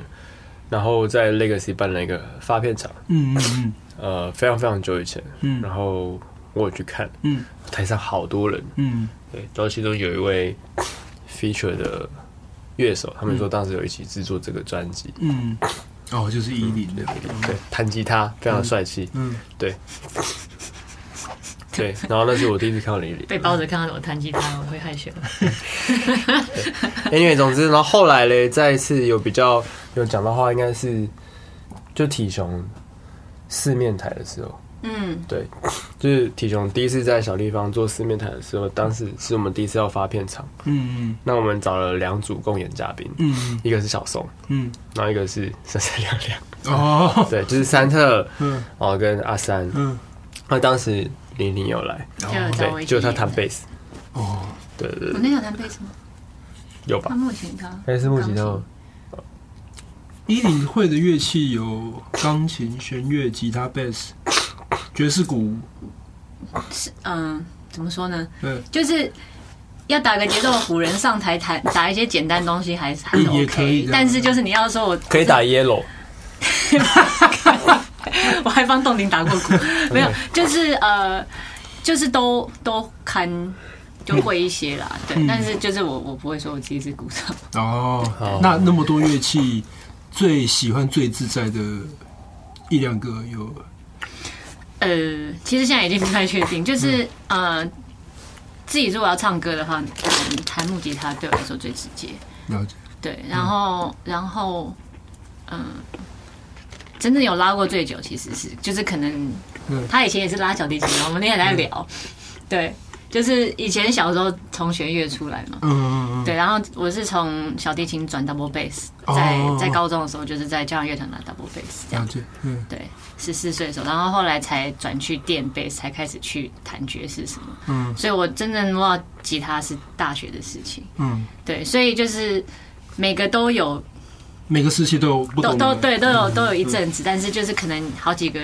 [SPEAKER 2] 然后在 Legacy 办了一个发片场，
[SPEAKER 3] 嗯嗯
[SPEAKER 2] 呃，非常非常久以前，
[SPEAKER 3] 嗯
[SPEAKER 2] 然后我有去看，
[SPEAKER 3] 嗯
[SPEAKER 2] 台上好多人，
[SPEAKER 3] 嗯
[SPEAKER 2] 对，然后其中有一位 feature 的乐手，他们说当时有一起制作这个专辑，
[SPEAKER 3] 嗯，哦，就是一零的，
[SPEAKER 2] 对，弹吉他非常帅气，
[SPEAKER 3] 嗯，
[SPEAKER 2] 对。对，然后那是我第一次看到李李，
[SPEAKER 1] 被包子看到我弹吉他，我会害羞。
[SPEAKER 2] Anyway，总之，然后后来嘞，再一次有比较有讲到话，应该是就体雄四面台的时候，
[SPEAKER 1] 嗯，
[SPEAKER 2] 对，就是体雄第一次在小地方做四面台的时候，当时是我们第一次要发片场，
[SPEAKER 3] 嗯
[SPEAKER 2] 那我们找了两组共演嘉宾，
[SPEAKER 3] 嗯嗯
[SPEAKER 2] 一个是小松，
[SPEAKER 3] 嗯，
[SPEAKER 2] 然后一个是三三两两，
[SPEAKER 3] 哦，
[SPEAKER 2] 对，就是三特
[SPEAKER 3] 嗯
[SPEAKER 2] 哦跟阿三，
[SPEAKER 3] 嗯，
[SPEAKER 2] 那当时玲玲有来，
[SPEAKER 1] 就有找我
[SPEAKER 2] 对，
[SPEAKER 1] 一起
[SPEAKER 2] 就他弹贝斯，
[SPEAKER 3] 哦，
[SPEAKER 2] 对对
[SPEAKER 1] 我
[SPEAKER 2] 对，
[SPEAKER 1] 那个弹贝斯吗？
[SPEAKER 2] 有吧？
[SPEAKER 1] 木琴他
[SPEAKER 2] 应该是目前到
[SPEAKER 3] 一零会的乐器有钢琴、弦乐、吉他、贝斯、爵士鼓，
[SPEAKER 1] 嗯，怎么说呢？
[SPEAKER 3] 嗯，
[SPEAKER 1] 就是要打个节奏，唬人上台弹打一些简单东西还是还是
[SPEAKER 3] 也可
[SPEAKER 1] OK，
[SPEAKER 3] 以这样
[SPEAKER 1] 但是就是你要说我
[SPEAKER 2] 可以打 yellow，
[SPEAKER 1] 我还帮冻龄打过鼓，没有，就是呃，就是都都看就会一些啦，对，但是就是我我不会说我自己是鼓手，
[SPEAKER 3] 哦，那那么多乐器，最喜欢最自在的一两个有，
[SPEAKER 1] 呃，其实现在已经不太确定，就是呃，自己如果要唱歌的话，嗯弹木吉他对我来说最直接，
[SPEAKER 3] 了解，
[SPEAKER 1] 对，然后然后嗯，真正有拉过最久其实是就是可能
[SPEAKER 3] 嗯
[SPEAKER 1] 他以前也是拉小提琴的，我们那天也在聊，对，就是以前小时候从弦乐出来嘛，
[SPEAKER 3] 嗯嗯
[SPEAKER 1] 对，然后我是从小提琴转 double bass，
[SPEAKER 3] 哦
[SPEAKER 1] 在在高中的时候就是在交响乐团拿 double bass 这
[SPEAKER 3] 嗯，了
[SPEAKER 1] 样，
[SPEAKER 3] 解，嗯
[SPEAKER 1] 对，十四岁的时候，然后后来才转去电 bass，才开始去弹爵士什么，
[SPEAKER 3] 嗯
[SPEAKER 1] 所以我真正摸到吉他是大学的事情，
[SPEAKER 3] 嗯，
[SPEAKER 1] 对，所以就是每个都有，
[SPEAKER 3] 每个时期都有不
[SPEAKER 1] 都
[SPEAKER 3] 同的嗯
[SPEAKER 1] 都对，都有都有一阵子，但是就是可能好几个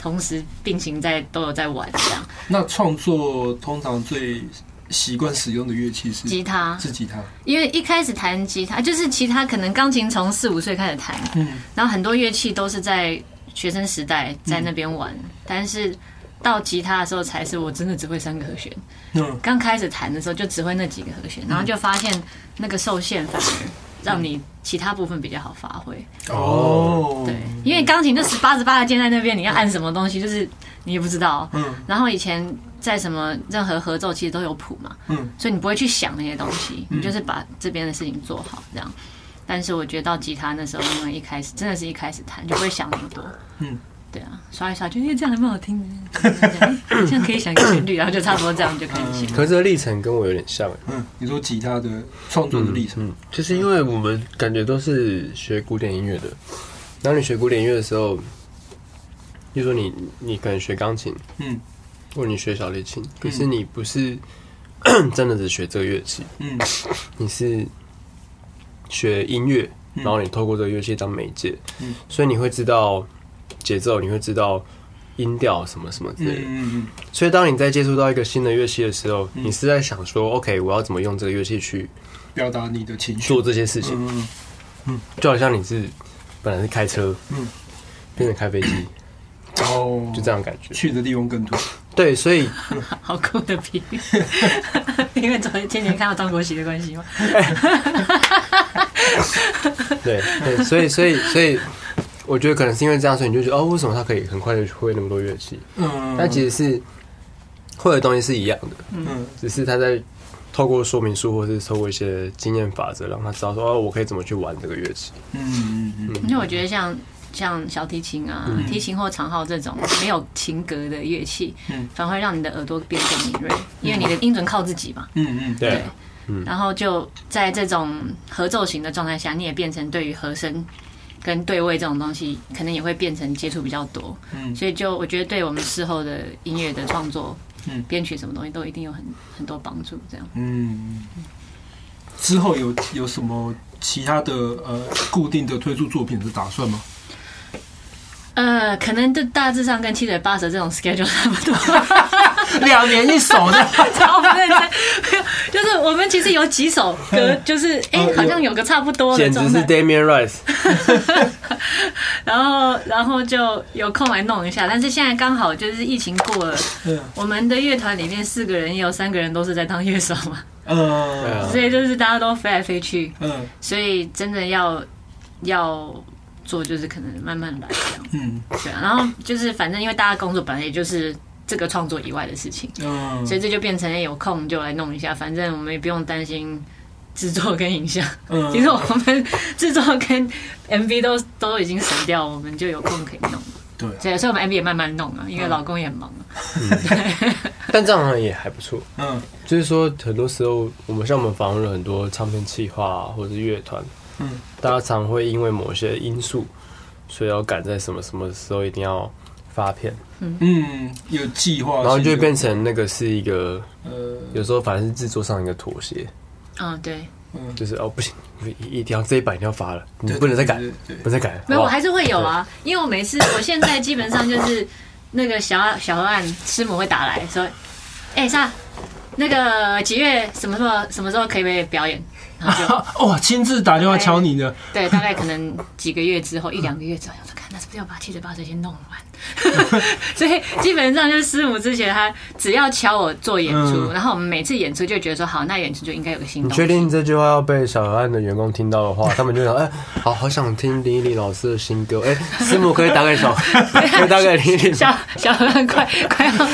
[SPEAKER 1] 同时并行在都有在玩这样，
[SPEAKER 3] 那创作通常最习惯使用的乐器是
[SPEAKER 1] 吉他，
[SPEAKER 3] 是吉他，
[SPEAKER 1] 因为一开始弹吉他，就是其他可能钢琴从四五岁开始弹，
[SPEAKER 3] 嗯
[SPEAKER 1] 然后很多乐器都是在学生时代在那边玩，但是到吉他的时候才是我真的只会三个和弦。
[SPEAKER 3] 嗯
[SPEAKER 1] 刚开始弹的时候就只会那几个和弦，然后就发现那个受限反而让你其他部分比较好发挥。
[SPEAKER 3] 哦，
[SPEAKER 1] 对，因为钢琴就十八十八个键在那边，你要按什么东西，就是你也不知道。
[SPEAKER 3] 嗯
[SPEAKER 1] 然后以前在什么任何合奏其实都有谱嘛，
[SPEAKER 3] 嗯
[SPEAKER 1] 所以你不会去想那些东西，你就是把这边的事情做好这样。但是我觉得到吉他那时候，因为一开始真的是一开始弹就不会想那么多，
[SPEAKER 3] 嗯，
[SPEAKER 1] 对啊，刷一刷就因为这样还蛮好听的，这样这样可以想一个旋律，然后就差不多这样就开始写。
[SPEAKER 2] 可是这个历程跟我有点像，欸
[SPEAKER 3] 嗯，你说吉他的创作的历程，
[SPEAKER 2] 嗯，就是因为我们感觉都是学古典音乐的，然后你学古典音乐的时候，就说你你可能学钢琴，
[SPEAKER 3] 嗯
[SPEAKER 2] 或者你学小提琴，可是你不是 (coughs) 真的只学这个乐器，
[SPEAKER 3] 嗯
[SPEAKER 2] 你是学音乐，
[SPEAKER 3] 嗯
[SPEAKER 2] 然后你透过这个乐器当媒介，
[SPEAKER 3] 嗯
[SPEAKER 2] 所以你会知道节奏，你会知道音调什么什么之类的。
[SPEAKER 3] 嗯嗯
[SPEAKER 2] 所以当你在接触到一个新的乐器的时候，
[SPEAKER 3] 嗯
[SPEAKER 2] 你是在想说，OK，我要怎么用这个乐器去
[SPEAKER 3] 嗯，表达你的情绪，
[SPEAKER 2] 做这些事情？
[SPEAKER 3] 嗯
[SPEAKER 2] 就好像你是本来是开车，
[SPEAKER 3] 嗯
[SPEAKER 2] 变成开 (coughs) 飞机，
[SPEAKER 3] 哦，
[SPEAKER 2] 就这样的感觉。
[SPEAKER 3] 去的地方更多，
[SPEAKER 2] 对，所以
[SPEAKER 1] 好酷的比喻， (laughs) 因为昨天前天看到张国喜的关系嘛，
[SPEAKER 2] 对对，所以所以所以，我觉得可能是因为这样，所以你就觉得哦，为什么他可以很快就会那么多乐器？
[SPEAKER 3] 嗯，
[SPEAKER 2] 但其实是会的东西是一样的，
[SPEAKER 3] 嗯
[SPEAKER 2] 只是他在透过说明书或是透过一些经验法则，让他知道说哦，我可以怎么去玩这个乐器。
[SPEAKER 3] 嗯嗯嗯
[SPEAKER 1] 因为我觉得像像小提琴啊、提琴或长号这种没有琴格的乐器，
[SPEAKER 3] 嗯
[SPEAKER 1] 反而会让你的耳朵变更敏锐，因为你的音准靠自己嘛。
[SPEAKER 3] 嗯嗯，
[SPEAKER 2] 对，
[SPEAKER 1] 然后就在这种合奏型的状态下，你也变成对于和声跟对位这种东西，可能也会变成接触比较多。
[SPEAKER 3] 嗯
[SPEAKER 1] 所以就我觉得对我们事后的音乐的创作
[SPEAKER 3] 嗯、
[SPEAKER 1] 编曲什么东西，都一定有很很多帮助。这样
[SPEAKER 3] 嗯，之后有有什么其他的呃固定的推出作品的打算
[SPEAKER 1] (laughs)
[SPEAKER 3] 吗？
[SPEAKER 1] 呃，可能就大致上跟七嘴八舌这种 schedule 差不多。
[SPEAKER 3] 两年一首的，
[SPEAKER 1] 超认真， (laughs) 就是我们其实有几首歌，就是哎、
[SPEAKER 3] 嗯有
[SPEAKER 1] 好像有个差不多的
[SPEAKER 2] 简直
[SPEAKER 1] 状
[SPEAKER 2] 是
[SPEAKER 1] 态，
[SPEAKER 2] Damian Rice，
[SPEAKER 1] 然后然后就有空来弄一下。但是现在刚好就是疫情过了，
[SPEAKER 3] 嗯
[SPEAKER 1] 我们的乐团里面四个人也有三个人都是在当乐手嘛，
[SPEAKER 2] 啊
[SPEAKER 3] 嗯
[SPEAKER 1] 所以就是大家都飞来飞去，
[SPEAKER 3] 嗯
[SPEAKER 1] 所以真的要要做就是可能慢慢来这样，
[SPEAKER 3] 嗯
[SPEAKER 1] 对啊。然后就是反正因为大家工作本来也就是这个创作以外的事情。
[SPEAKER 3] 嗯
[SPEAKER 1] 所以这就变成哎有空就来弄一下，反正我们也不用担心制作跟影像。(laughs)
[SPEAKER 3] 嗯
[SPEAKER 1] 其实我们制作跟 MV 都都已经省掉，我们就有空可以弄。
[SPEAKER 3] 对啊嗯
[SPEAKER 1] 对，所以我们 MV 也慢慢弄啊，因为老公也很忙啊。
[SPEAKER 2] 但这样好像也还不错。
[SPEAKER 3] 嗯
[SPEAKER 2] 就是说，很多时候我们像我们访问了很多唱片企划、啊、或者是乐团，
[SPEAKER 3] 嗯，
[SPEAKER 2] 大家常会因为某些因素，所以要赶在什么什么时候一定要发片，
[SPEAKER 3] 嗯，有计划性的，
[SPEAKER 2] 然后就会变成那个是一个
[SPEAKER 3] 呃
[SPEAKER 2] 有时候反正是制作上一个妥协，
[SPEAKER 1] 嗯，对，
[SPEAKER 3] 嗯，
[SPEAKER 2] 就是哦不行，一一定要这一版一定要发了，你不能再改，
[SPEAKER 3] 对对对
[SPEAKER 2] 不能再改，
[SPEAKER 1] 没有，
[SPEAKER 2] 好不好
[SPEAKER 1] 我还是会有啊，因为我每次我现在基本上就是那个小小河岸师母会打来说，哎、莎，那个几月什么时候什么时候可以表演？然后就
[SPEAKER 3] 啊哇，亲自打电话敲你的，
[SPEAKER 1] 对，大概可能几个月之后，一两个月之后，我说看那是不是要把七嘴八舌先弄完？ (laughs) 所以基本上就是师母之前，他只要敲我做演出，
[SPEAKER 3] 嗯
[SPEAKER 1] 然后我们每次演出就觉得说好，那演出就应该有个新
[SPEAKER 2] 你
[SPEAKER 1] 东西。
[SPEAKER 2] 确定这句话要被小河岸的员工听到的话， (laughs) 他们就想，哎、好好想听林依林老师的新歌，哎、师母可以打
[SPEAKER 1] (laughs)
[SPEAKER 2] 给小，可以打给林依林吗，
[SPEAKER 1] 小小何快
[SPEAKER 2] (laughs)
[SPEAKER 1] 快要，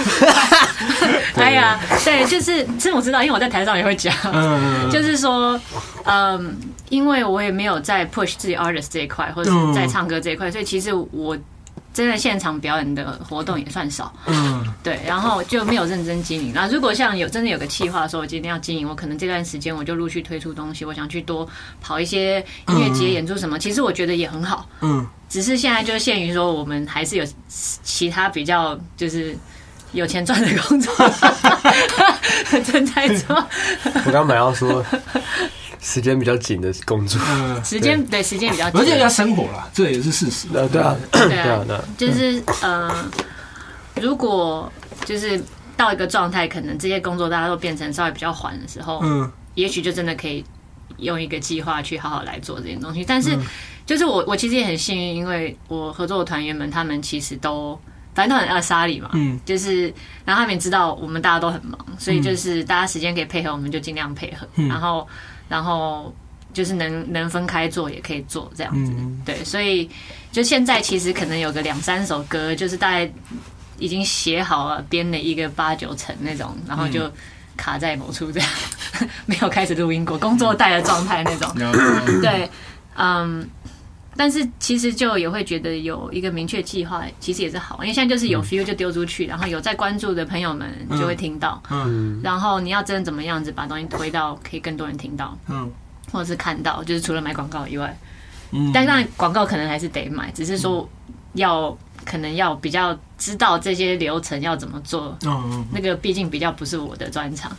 [SPEAKER 1] 哎呀，对，就是师母知道，因为我在台上也会讲，
[SPEAKER 3] 嗯，
[SPEAKER 1] 就是说，嗯，因为我也没有在 push 自己 artist 这一块，或者
[SPEAKER 2] 嗯
[SPEAKER 1] 是在唱歌这一块，所以其实我真的现场表演的活动也算少，
[SPEAKER 3] 嗯，
[SPEAKER 1] 对，然后就没有认真经营。那如果像有真的有个计划说，我今天要经营，我可能这段时间我就陆续推出东西，我想去多跑一些音乐节演出什么，其实我觉得也很好，
[SPEAKER 3] 嗯，
[SPEAKER 1] 只是现在就限于说我们还是有其他比较就是。有钱赚的工
[SPEAKER 3] (laughs)
[SPEAKER 1] 作正在做，
[SPEAKER 2] 我刚买到说时间比较紧的
[SPEAKER 3] (laughs)
[SPEAKER 2] 工作。
[SPEAKER 3] 呃，
[SPEAKER 1] 时间对时间比较紧，
[SPEAKER 3] 而且要生活啦，这也是事实。
[SPEAKER 2] 呃，对啊，
[SPEAKER 1] 对
[SPEAKER 2] 对
[SPEAKER 1] 啊
[SPEAKER 2] 啊，对啊，
[SPEAKER 1] 就是呃，如果就是到一个状态，可能这些工作大家都变成稍微比较缓的时候，
[SPEAKER 3] 嗯，
[SPEAKER 1] 也许就真的可以用一个计划去好好来做这件东西。但是，
[SPEAKER 3] 嗯
[SPEAKER 1] 就是我我其实也很幸运，因为我合作的团员们他们其实都反正都很爱沙里嘛，
[SPEAKER 3] 嗯，
[SPEAKER 1] 就是然后他们也知道我们大家都很忙，所以就是大家时间可以配合，我们就尽量配合，
[SPEAKER 3] 嗯
[SPEAKER 1] 然后然后就是能能分开做也可以做这样子，
[SPEAKER 3] 嗯
[SPEAKER 1] 对，所以就现在其实可能有个两三首歌，就是大概已经写好了，编了一个八九成那种，然后就卡在某处这样， (laughs) 没有开始录音过，工作带的状态那种。
[SPEAKER 3] 然后
[SPEAKER 1] 对，嗯，但是其实就也会觉得有一个明确计划，其实也是好，因为现在就是有 feel 就丢出去，然后有在关注的朋友们就会听到，
[SPEAKER 3] 嗯
[SPEAKER 1] 然后你要真的怎么样子把东西推到可以更多人听到
[SPEAKER 3] 嗯
[SPEAKER 1] 或者是看到，就是除了买广告以外，
[SPEAKER 3] 嗯，
[SPEAKER 1] 但当然广告可能还是得买，只是说要可能要比较知道这些流程要怎么做，
[SPEAKER 3] 嗯
[SPEAKER 1] 那个毕竟比较不是我的专长。
[SPEAKER 2] 嗯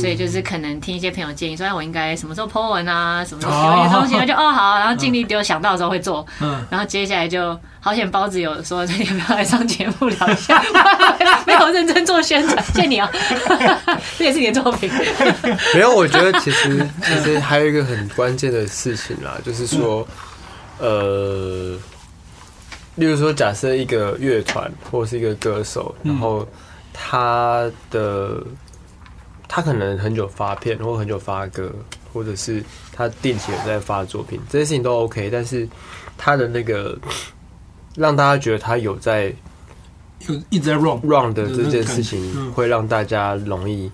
[SPEAKER 1] 所以就是可能听一些朋友建议，说哎我应该什么时候 po 文啊，什么时候丢一些东西，
[SPEAKER 3] 哦
[SPEAKER 1] 我就哦好，然后尽力丢，想到的时候会做，
[SPEAKER 3] 嗯
[SPEAKER 1] 然后接下来就好险包子有说你要不要来上节目聊一下， (laughs) 没有认真做宣传，谢谢你啊， (laughs) 这也是你的作品， (laughs)
[SPEAKER 2] 没有，我觉得其实其实还有一个很关键的事情啦，就是说，呃，例如说，假设一个乐团或者是一个歌手，然后他的他可能很久发片，或很久发歌，或者是他定期有在发作品，这些事情都 OK，但是他的那个让大家觉得他有在
[SPEAKER 3] 有一直在 run，
[SPEAKER 2] run 的这件事
[SPEAKER 3] 嗯
[SPEAKER 2] 情，会让大家容易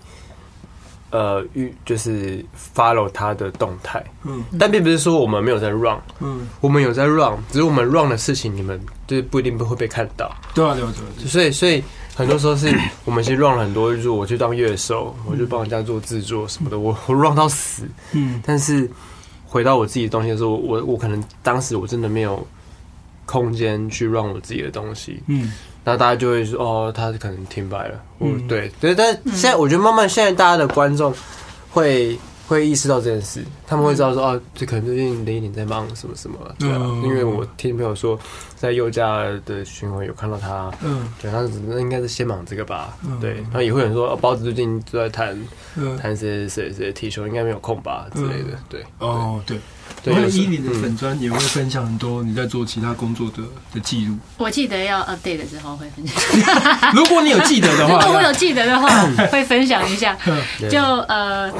[SPEAKER 2] 呃遇，就是 follow 他的动态。
[SPEAKER 3] 嗯
[SPEAKER 2] 但并不是说我们没有在 run，
[SPEAKER 3] 嗯，
[SPEAKER 2] 我们有在 run，只是我们 run 的事情，你们就是不一定会被看到。
[SPEAKER 3] 对啊对啊对啊，
[SPEAKER 2] 所以，所以很多时候是我们先 run 了很多，就是我去当乐手，我去帮人家做制作什么的，我我 run 到死，
[SPEAKER 3] 嗯
[SPEAKER 2] 但是回到我自己的东西的时候，我我可能当时我真的没有空间去 run 我自己的东西，
[SPEAKER 3] 嗯
[SPEAKER 2] 那大家就会说哦，他可能停摆了，
[SPEAKER 3] 嗯
[SPEAKER 2] 嗯，对对，但现在我觉得慢慢现在大家的观众会会意识到这件事，他们会知道
[SPEAKER 1] 嗯
[SPEAKER 2] 说哦，这可能最近林忆莲在忙什么什么，对啊，
[SPEAKER 3] 嗯
[SPEAKER 2] 因为我听朋友说在佑家的巡回有看到他。
[SPEAKER 3] 嗯
[SPEAKER 2] 对，他那应该是先忙这个吧，
[SPEAKER 3] 嗯
[SPEAKER 2] 对，然后也会有人说，哦，包子最近都在谈
[SPEAKER 3] 嗯，
[SPEAKER 2] 谈谁谁谁谁踢球，应该没有空吧之类的，对，
[SPEAKER 3] 哦对，
[SPEAKER 2] 对，
[SPEAKER 3] 因为
[SPEAKER 2] 有时
[SPEAKER 3] 伊林的
[SPEAKER 2] 嗯
[SPEAKER 3] 粉砖也会分享很多你在做其他工作的的记录，
[SPEAKER 1] 我记得要 update 的时候会分享。
[SPEAKER 3] 如果你有记得的
[SPEAKER 1] 如
[SPEAKER 3] 话，
[SPEAKER 1] (laughs) 果我有记得的话，会分享一下
[SPEAKER 3] 嗯。
[SPEAKER 1] 就呃，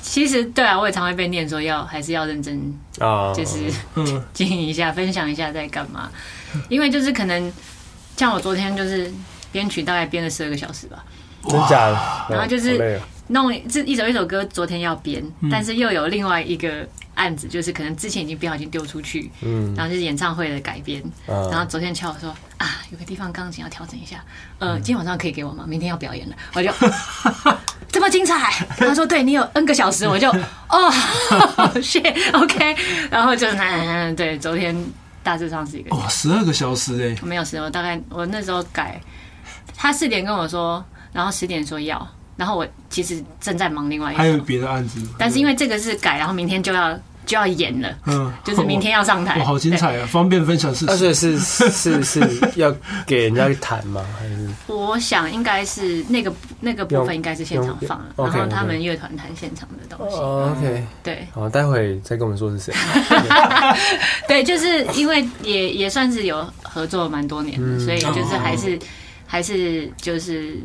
[SPEAKER 1] 其实对啊，我也常会被念说要还是要认真，
[SPEAKER 2] 啊，
[SPEAKER 1] 就是
[SPEAKER 3] 嗯
[SPEAKER 1] 经营一下，分享一下在干嘛。因为就是可能像我昨天就是编曲大概编了十二个小时吧，
[SPEAKER 2] 真假的，
[SPEAKER 1] 然后就是
[SPEAKER 2] 好累哦
[SPEAKER 1] 弄这一首一首歌，昨天要编，但是又有另外一个案子，就是可能之前已经编好，已经丢出去，
[SPEAKER 2] 嗯
[SPEAKER 1] 然后就是演唱会的改编。
[SPEAKER 2] 嗯
[SPEAKER 1] 然后昨天敲我说啊，有个地方钢琴要调整一下，呃，今天晚上可以给我吗？明天要表演了，我就 (laughs) 这么精彩。他说对你有 N 个小时，我就哦 (laughs) shit OK，然后就 (laughs) 嗯对，昨天大致上是一个
[SPEAKER 3] 哇，十二个小时哎，
[SPEAKER 1] 没有时间，我大概我那时候改，他四点跟我说，然后十点说要，然后我其实正在忙另外一
[SPEAKER 3] 还有
[SPEAKER 1] 首，
[SPEAKER 3] 别的案子，
[SPEAKER 1] 但是因为这个是改，然后明天就要就要演了，
[SPEAKER 3] 嗯，
[SPEAKER 1] 就是明天要上台，
[SPEAKER 3] (laughs) 哇，好精彩啊！方便分享事
[SPEAKER 2] (laughs) 那所
[SPEAKER 3] 情，
[SPEAKER 2] 以是是是要给人家谈 (laughs) 吗？还是
[SPEAKER 1] 对。我想应该是那个那个部分应该是现场放了，
[SPEAKER 2] 用
[SPEAKER 1] 然
[SPEAKER 2] 用
[SPEAKER 1] 后他们乐团弹现场的东西，
[SPEAKER 2] 哦，OK，
[SPEAKER 1] 对
[SPEAKER 2] 好，待会再跟我们说是谁。
[SPEAKER 1] 对，就是因为也也算是有合作蛮多年的，
[SPEAKER 2] 嗯
[SPEAKER 1] 所以就是还
[SPEAKER 3] 哦
[SPEAKER 1] 是还是就是。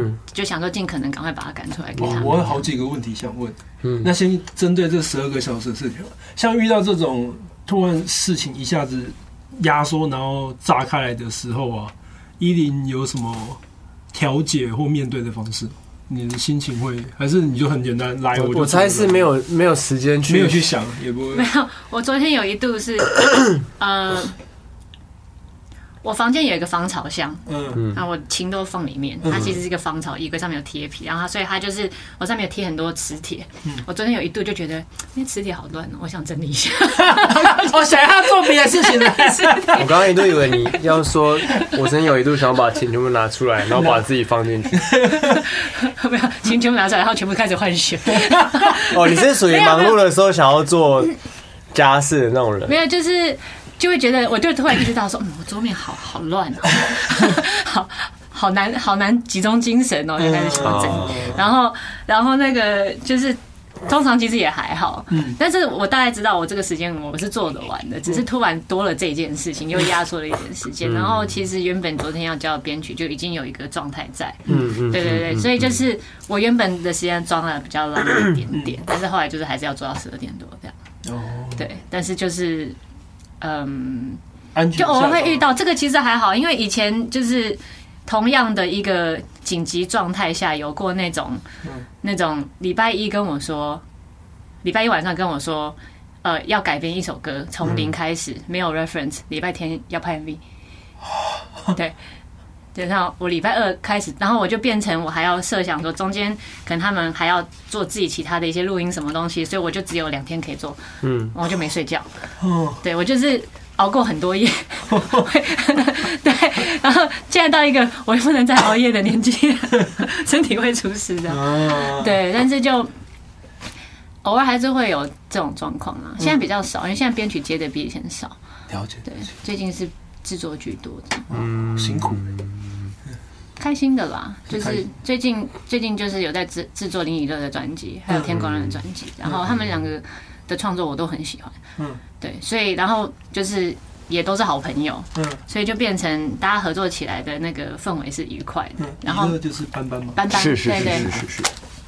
[SPEAKER 3] (clears throat)
[SPEAKER 1] 就想说尽可能赶快把它赶出来给
[SPEAKER 3] 哇
[SPEAKER 1] 他
[SPEAKER 3] 我有
[SPEAKER 1] 们。
[SPEAKER 3] 好几个问题想问，
[SPEAKER 2] 嗯
[SPEAKER 3] 那先针对这十二个小时的事情，像遇到这种突然事情一下子压缩，然后炸开来的时候啊，依林有什么调解或面对的方式？你的心情会，还是你就很简单来？
[SPEAKER 2] 我
[SPEAKER 3] 我
[SPEAKER 2] 我猜是没有没有时间去，
[SPEAKER 3] 没有去想，也不会
[SPEAKER 1] 没。有，我昨天有一度是，呃，我房间有一个防潮箱，
[SPEAKER 3] 嗯
[SPEAKER 1] 然后我琴都放里面，它其实是一个芳草衣柜，上面有贴皮，然后它所以它就是我上面有贴很多磁铁。我昨天有一度就觉得那磁铁好乱哦，我想整理一下。 (laughs)
[SPEAKER 3] 哦
[SPEAKER 2] 我想要做别的事情了。我刚刚一度以为你要说，我曾经有一度想把钱全部拿出来，然后把自己放进去。
[SPEAKER 1] 不要，琴全部拿出来，然后全部开始换血。
[SPEAKER 2] (laughs) 哦，你是属于忙碌的时候想要做家事的那种人
[SPEAKER 1] 没。有，就是就会觉得，我就突然意识到说，嗯，我桌面好好乱哦，
[SPEAKER 2] (laughs)
[SPEAKER 1] 好好难好难集中精神
[SPEAKER 2] 嗯
[SPEAKER 1] 哦，就开始想要整理。然后然后那个就是。通常其实也还好，
[SPEAKER 2] 嗯
[SPEAKER 1] 但是我大概知道我这个时间我是做得完的，只是突然多了这件事情，又压缩了一点时
[SPEAKER 2] 嗯
[SPEAKER 1] 间。然后其实原本昨天要交编曲就已经有一个状态在，
[SPEAKER 2] 嗯嗯，
[SPEAKER 1] 对对对，所以就是我原本的时间装的比较浪一点点，但是后来就是还是要做到十二点多这样。
[SPEAKER 3] 哦，
[SPEAKER 1] 对，但是就是，嗯，
[SPEAKER 3] 安全
[SPEAKER 1] 就偶尔会遇
[SPEAKER 3] 到
[SPEAKER 1] 到这个，其实还好，因为以前就是同样的一个紧急状态下，有过那种、
[SPEAKER 3] 嗯
[SPEAKER 1] 那种礼拜一跟我说，礼拜一晚上跟我说，呃，要改编一首歌，从零开始，没有 reference，礼拜天要拍 MV，对。对然后我礼拜二开始，然后我就变成我还要设想说，中间可能他们还要做自己其他的一些录音什么东西，所以我就只有两天可以做，
[SPEAKER 2] 嗯，
[SPEAKER 1] 我就没睡觉。
[SPEAKER 3] 哦，
[SPEAKER 1] 对我就是熬过很多
[SPEAKER 3] (laughs)
[SPEAKER 1] 夜，对，然后现在到一个我不能再熬夜的年纪了，身体会出事的。
[SPEAKER 3] 啊，
[SPEAKER 1] 对，但是就偶尔还是会有这种状况
[SPEAKER 3] 嗯
[SPEAKER 1] 啊。现在比较少，因为现在编曲接的比以前少。
[SPEAKER 3] 了解，
[SPEAKER 1] 对，最近是制作居多的，
[SPEAKER 2] 嗯
[SPEAKER 3] 辛苦，
[SPEAKER 1] 开心的啦。就
[SPEAKER 3] 开
[SPEAKER 1] 是
[SPEAKER 3] 心
[SPEAKER 1] 最近最近就是有在制制作林以乐的专辑，还有天狗人的专辑，然后他们两个的创作我都很喜欢。
[SPEAKER 3] 嗯
[SPEAKER 1] 对，所以然后就是也都是好朋友。
[SPEAKER 3] 嗯
[SPEAKER 1] 所以就变成大家合作起来的那个氛围是愉快的。
[SPEAKER 3] 嗯，
[SPEAKER 1] 然后
[SPEAKER 3] 一个就是班班嘛，
[SPEAKER 1] 班班，
[SPEAKER 2] 是是
[SPEAKER 1] 对
[SPEAKER 2] 是
[SPEAKER 1] 对
[SPEAKER 2] 是，是是，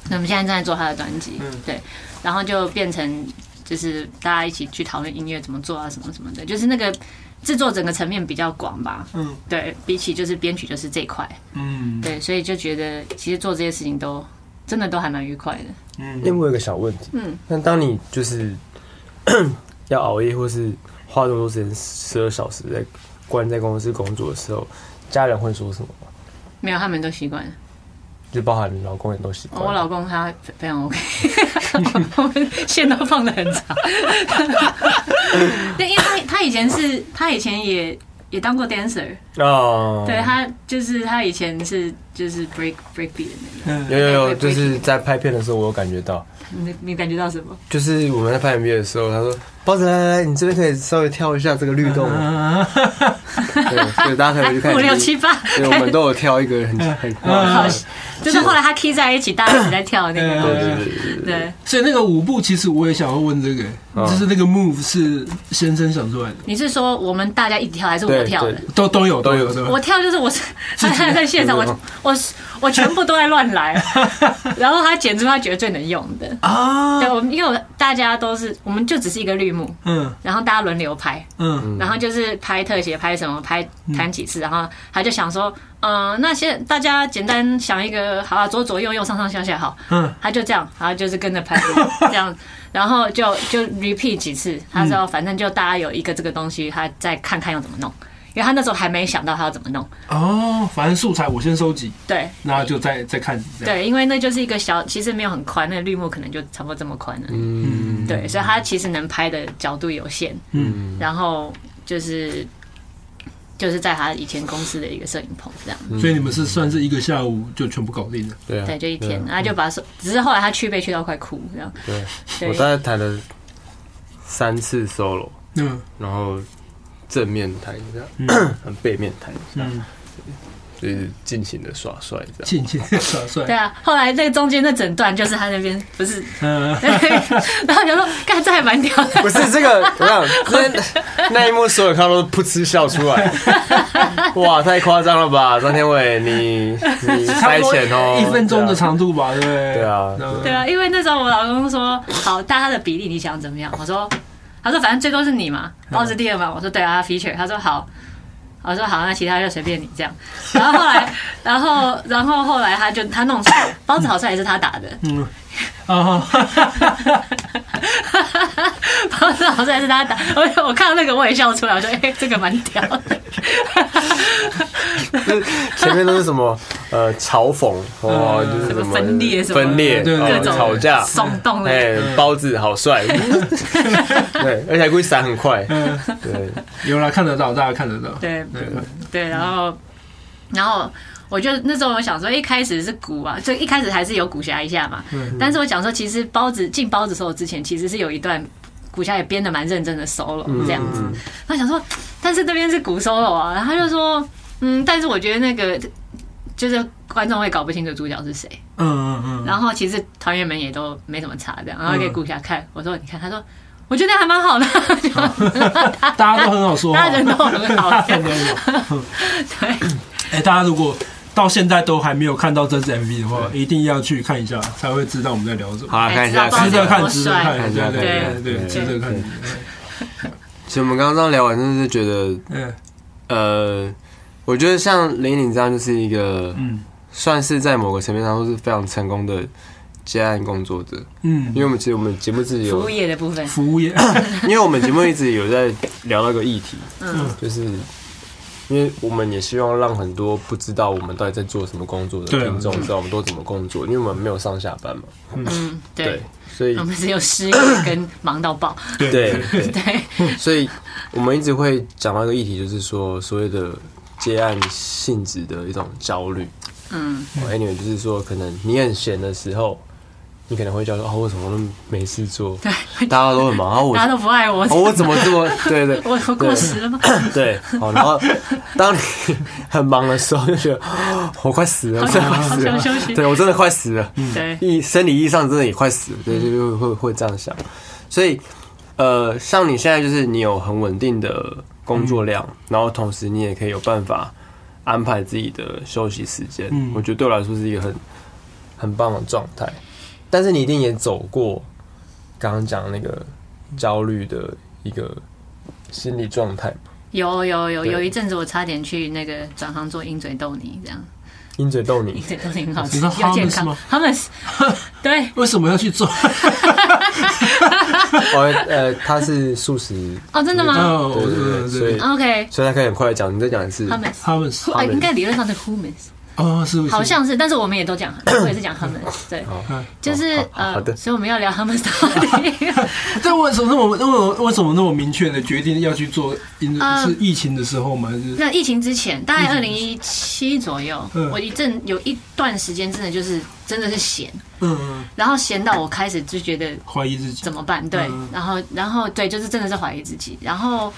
[SPEAKER 1] 那我们现在正在做他的专辑
[SPEAKER 3] 嗯，
[SPEAKER 1] 对，然后就变成就是大家一起去讨论音乐怎么做啊，什么什么的，就是那个制作整个层面比较广吧。
[SPEAKER 3] 嗯
[SPEAKER 1] 对，比起就是编曲就是这一块，
[SPEAKER 3] 嗯
[SPEAKER 1] 对，所以就觉得其实做这些事情都真的都还蛮愉快的。
[SPEAKER 3] 嗯
[SPEAKER 2] 因为我有个小问题，
[SPEAKER 1] 嗯，
[SPEAKER 2] 那当你就是 (coughs) 要熬夜或是花这么多时间十二小时在关在公司工作的时候，家人会说什么吗？
[SPEAKER 1] 没有，他们都习惯了。
[SPEAKER 2] 就包含老公也都习惯。
[SPEAKER 1] 哦我老公他非常 OK，我们线都放的很长。 (laughs) 对，因为他他以前是，他以前也也当过 dancer，
[SPEAKER 2] 哦，
[SPEAKER 1] 对他就是他以前是就是 break break beat 的那
[SPEAKER 2] 有
[SPEAKER 3] 嗯
[SPEAKER 2] 有有，就是在拍片的时候，我有感觉到，
[SPEAKER 1] 个，你你感觉到什么？。
[SPEAKER 2] 就是我们在拍 MV 的时候，他说：“包子，来来来，你这边可以稍微跳一下这个律动。
[SPEAKER 3] 啊，”
[SPEAKER 2] 对，所以大家可以去看
[SPEAKER 1] 啊 (laughs) 五六七
[SPEAKER 2] 对，
[SPEAKER 1] 八，
[SPEAKER 2] 我们都有跳一个很很
[SPEAKER 1] 嗯好
[SPEAKER 3] 好，
[SPEAKER 1] 就是后来他 key 在一起，大家一起在跳那个
[SPEAKER 2] 嗯对
[SPEAKER 1] 东
[SPEAKER 2] 对
[SPEAKER 1] 西。
[SPEAKER 2] 对对对
[SPEAKER 1] 对，
[SPEAKER 3] 所以那个舞步其实我也想要问这个，
[SPEAKER 2] 啊
[SPEAKER 3] 就是那个 move 是先生想出来的，
[SPEAKER 1] 你是说我们大家一起跳，还是我
[SPEAKER 2] 对
[SPEAKER 1] 跳的
[SPEAKER 2] 对？
[SPEAKER 3] 都都有
[SPEAKER 2] 都有
[SPEAKER 3] 都有，
[SPEAKER 1] 我跳就是我
[SPEAKER 2] (laughs)
[SPEAKER 1] 是他他在现场，我我我全部都在乱
[SPEAKER 2] (laughs)
[SPEAKER 1] 来，然后他剪出他觉得最能用的。
[SPEAKER 3] 啊，
[SPEAKER 1] 对，我们因为我大家都是，我们就只是一个绿幕，
[SPEAKER 3] 嗯
[SPEAKER 1] 然后大家轮流拍，
[SPEAKER 3] 嗯
[SPEAKER 1] 然后就是拍特写，拍什么，拍弹几次，然后他就想说，嗯、那先大家简单想一个，好啊，左左右右，上上下下，好，
[SPEAKER 3] 嗯
[SPEAKER 1] 他就这样，然后就是跟着拍这样，然后就就 repeat 几次，他说反正就大家有一个这个东西，他再看看要怎么弄，因为他那时候还没想到他要怎么弄，
[SPEAKER 3] 哦，反正素材我先收集，
[SPEAKER 1] 对。
[SPEAKER 3] 然后就再再看，这样，
[SPEAKER 1] 对，因为那就是一个小，其实没有很宽，那个绿幕可能就差不多这么宽了。
[SPEAKER 2] 嗯，
[SPEAKER 1] 对，所以他其实能拍的角度有限。
[SPEAKER 3] 嗯
[SPEAKER 1] 然后就是就是在他以前公司的一个摄影棚这样，
[SPEAKER 3] 所以你们是算是一个下午就全部搞定了，
[SPEAKER 2] 对啊
[SPEAKER 1] 对，就一天，
[SPEAKER 2] 对啊
[SPEAKER 1] 然后就把手，只是后来他去被去到快哭这样，
[SPEAKER 2] 对，
[SPEAKER 1] 对
[SPEAKER 2] 我大概弹了三次 solo，
[SPEAKER 3] 嗯
[SPEAKER 2] 然后正面弹一下， (coughs)
[SPEAKER 3] 嗯
[SPEAKER 2] 背面弹一下，
[SPEAKER 3] 嗯，
[SPEAKER 2] 就是尽情的耍帅这
[SPEAKER 3] (laughs)
[SPEAKER 2] 样。
[SPEAKER 3] 尽情地耍
[SPEAKER 1] 对
[SPEAKER 3] 帅，
[SPEAKER 1] 啊，后来那中间那整段就是他那边不是， (laughs)
[SPEAKER 3] 嗯，
[SPEAKER 1] 然后就说，干这还蛮屌的，
[SPEAKER 2] 不是这个， (laughs) 我想那那一幕，所有看到都噗嗤笑出来，哇，太夸张了吧！张天伟，你你
[SPEAKER 3] 差
[SPEAKER 2] 塞
[SPEAKER 3] 不多
[SPEAKER 2] 钱哦，
[SPEAKER 3] 一分钟的长度吧，对不对？
[SPEAKER 2] 对啊
[SPEAKER 3] 嗯
[SPEAKER 1] 对啊，因为那时候我老公说，好，大家的比例你想
[SPEAKER 3] 嗯
[SPEAKER 1] 怎么样？我说，他说反正最多是你嘛，包子第二嘛，我说对啊，他 feature，他说好。我说好，那其他就随便你这样。然后后
[SPEAKER 3] (laughs)
[SPEAKER 1] 来，然后然后后来他就他弄错，包子好像也是他打的，
[SPEAKER 3] 嗯，啊， (laughs)
[SPEAKER 1] 包子好像也是他打。我我看到那个我也笑出来，我说哎、这个蛮屌的。
[SPEAKER 2] 前面都是什么呃嘲讽哦，
[SPEAKER 3] 嗯
[SPEAKER 2] 就是
[SPEAKER 1] 什
[SPEAKER 2] 什
[SPEAKER 1] 么
[SPEAKER 2] 么
[SPEAKER 1] 分裂什么
[SPEAKER 2] 分裂，
[SPEAKER 3] (laughs) 对啊嗯
[SPEAKER 2] 哦
[SPEAKER 3] 各种
[SPEAKER 2] 吵架，
[SPEAKER 1] 耸动的
[SPEAKER 2] 哎，包子
[SPEAKER 3] (laughs)
[SPEAKER 2] 好帅，对，而且还故意闪很快，
[SPEAKER 3] 嗯，
[SPEAKER 2] 对，
[SPEAKER 3] 有啦，看得到，大家看得到，
[SPEAKER 1] 对
[SPEAKER 3] 对，
[SPEAKER 1] 对，然后然后我就那时候我想说，一开始是鼓啊，就一开始还是有鼓侠一下嘛。但是我讲说，其实包子进包子手之前，其实是有一段鼓侠也编的蛮认真的 solo 这样子。他想说，但是这边是鼓 solo 啊，然后他就说，嗯，但是我觉得那个就是观众会搞不清楚主角是谁。
[SPEAKER 3] 嗯嗯嗯，
[SPEAKER 1] 然后其实团员们也都没怎么查这样，然后给鼓侠看，我说你看，他说。我觉得还蛮好的， (laughs)
[SPEAKER 3] 大家都很好说话
[SPEAKER 1] 大家，人都很好，
[SPEAKER 3] (laughs)
[SPEAKER 1] 这样 (laughs) 对。
[SPEAKER 3] 哎，大家如果到现在都还没有看到这支 MV 的话，一定要去看一下，才会知道我们在聊什么。
[SPEAKER 2] 好，啊看一下，
[SPEAKER 1] 哎知道
[SPEAKER 3] 值得看，值得
[SPEAKER 2] 看
[SPEAKER 3] 看，
[SPEAKER 2] 一下
[SPEAKER 3] 对对
[SPEAKER 2] 对
[SPEAKER 3] 对，
[SPEAKER 2] 对
[SPEAKER 3] 值得看。
[SPEAKER 2] 其实我们刚刚这样聊完，真的是觉得，
[SPEAKER 3] 嗯
[SPEAKER 2] 呃，我觉得像林岭这样就是一个，
[SPEAKER 3] 嗯
[SPEAKER 2] 算是在某个层面上都是非常成功的接案工作者，因
[SPEAKER 3] 嗯，
[SPEAKER 2] 为我们其实我们节目自己
[SPEAKER 1] 服
[SPEAKER 2] 有
[SPEAKER 1] 务，业的部分，
[SPEAKER 3] 服务业，
[SPEAKER 2] 因为我们节目一直有在聊那个议题，
[SPEAKER 1] 嗯，
[SPEAKER 2] 就是因为我们也希望让很多不知道我们到底在做什么工作的
[SPEAKER 3] 对啊
[SPEAKER 2] 听众知道我们都怎么工作，因为我们没有上下班嘛，
[SPEAKER 1] 嗯，
[SPEAKER 2] 对
[SPEAKER 1] 对，，
[SPEAKER 2] 所以
[SPEAKER 1] 我们只有失业跟忙到爆，
[SPEAKER 3] 对
[SPEAKER 2] 对，
[SPEAKER 1] 对，
[SPEAKER 2] 所以我们一直会讲到一个议题，就是说所谓的接案性质的一种焦虑。
[SPEAKER 1] 嗯，
[SPEAKER 2] 哎，你们就是说，可能你很闲的时候，你可能会叫说，哦，为什么我都没事做？
[SPEAKER 1] 对，
[SPEAKER 2] 大家都
[SPEAKER 1] (laughs)
[SPEAKER 2] 很忙，啊，我
[SPEAKER 1] 大家都不爱我，
[SPEAKER 2] 哦，我怎么
[SPEAKER 1] (laughs)
[SPEAKER 2] 这么对对
[SPEAKER 1] 我我过时了吗？
[SPEAKER 2] (laughs) 对，好，然后当你 (laughs) 很忙的时候，就觉得哦我快死了，我
[SPEAKER 1] 好
[SPEAKER 2] 真的
[SPEAKER 1] 想
[SPEAKER 2] 快
[SPEAKER 1] 好
[SPEAKER 2] 死
[SPEAKER 1] 想
[SPEAKER 2] 了，
[SPEAKER 1] 休息，
[SPEAKER 2] 对我真的快死了，
[SPEAKER 1] 对，
[SPEAKER 2] 意生理意义上真的也快死了，对，就就会会这样想。所以，呃，像你现在就是你有很稳定的工
[SPEAKER 3] 嗯
[SPEAKER 2] 作量，然后同时你也可以有办法安排自己的休息时间，
[SPEAKER 3] 嗯
[SPEAKER 2] 我觉得对我来说是一个很很棒的状态。但是你一定也走过刚刚讲那个焦虑的一个心理状态，
[SPEAKER 1] 有有有
[SPEAKER 2] 对
[SPEAKER 1] 有一阵子我差点去那个转行做鹰嘴豆泥，这样
[SPEAKER 2] 鹰嘴豆
[SPEAKER 3] (laughs)
[SPEAKER 2] 泥
[SPEAKER 1] 鹰。嘴豆泥很好吃，
[SPEAKER 3] 你说
[SPEAKER 1] 又健
[SPEAKER 3] hummus
[SPEAKER 1] 康
[SPEAKER 3] 吗，
[SPEAKER 1] 他
[SPEAKER 2] (laughs)
[SPEAKER 1] 们是，对，
[SPEAKER 3] 为什么要去做？
[SPEAKER 2] 哦，呃，他是素食，
[SPEAKER 1] 哦，真的吗
[SPEAKER 3] 哦，
[SPEAKER 2] 对对对，
[SPEAKER 3] 对
[SPEAKER 2] 所
[SPEAKER 3] 对
[SPEAKER 2] 以
[SPEAKER 3] 对，
[SPEAKER 1] ？OK，
[SPEAKER 2] 所以他可以很快地讲，你再讲一次
[SPEAKER 1] 他，们是。
[SPEAKER 3] 他们是
[SPEAKER 1] 哎，应该理论上是 humans，
[SPEAKER 3] 哦，是不
[SPEAKER 1] (laughs)
[SPEAKER 3] 是？
[SPEAKER 1] 好像是，但是我们也都讲，我也是讲 humans，对，
[SPEAKER 3] 嗯
[SPEAKER 1] 就是
[SPEAKER 2] 好好好
[SPEAKER 1] 呃
[SPEAKER 2] 的，
[SPEAKER 1] 所以我们要聊 humans 到
[SPEAKER 2] (laughs)
[SPEAKER 1] 底。
[SPEAKER 3] 但为什么那么那么为什么那么明确的决定要去做？因
[SPEAKER 1] 嗯
[SPEAKER 3] 是疫情的时候吗？还是
[SPEAKER 1] 那疫情之前，大概二零一七左右
[SPEAKER 3] 嗯，
[SPEAKER 1] 我一阵有一段时间真的就是真的是闲，
[SPEAKER 3] 嗯嗯
[SPEAKER 1] 然后闲到我开始就觉得
[SPEAKER 3] 怀疑自己？
[SPEAKER 1] 怎么办？对
[SPEAKER 3] 嗯，
[SPEAKER 1] 然后然后对，就是真的是怀疑自己，然后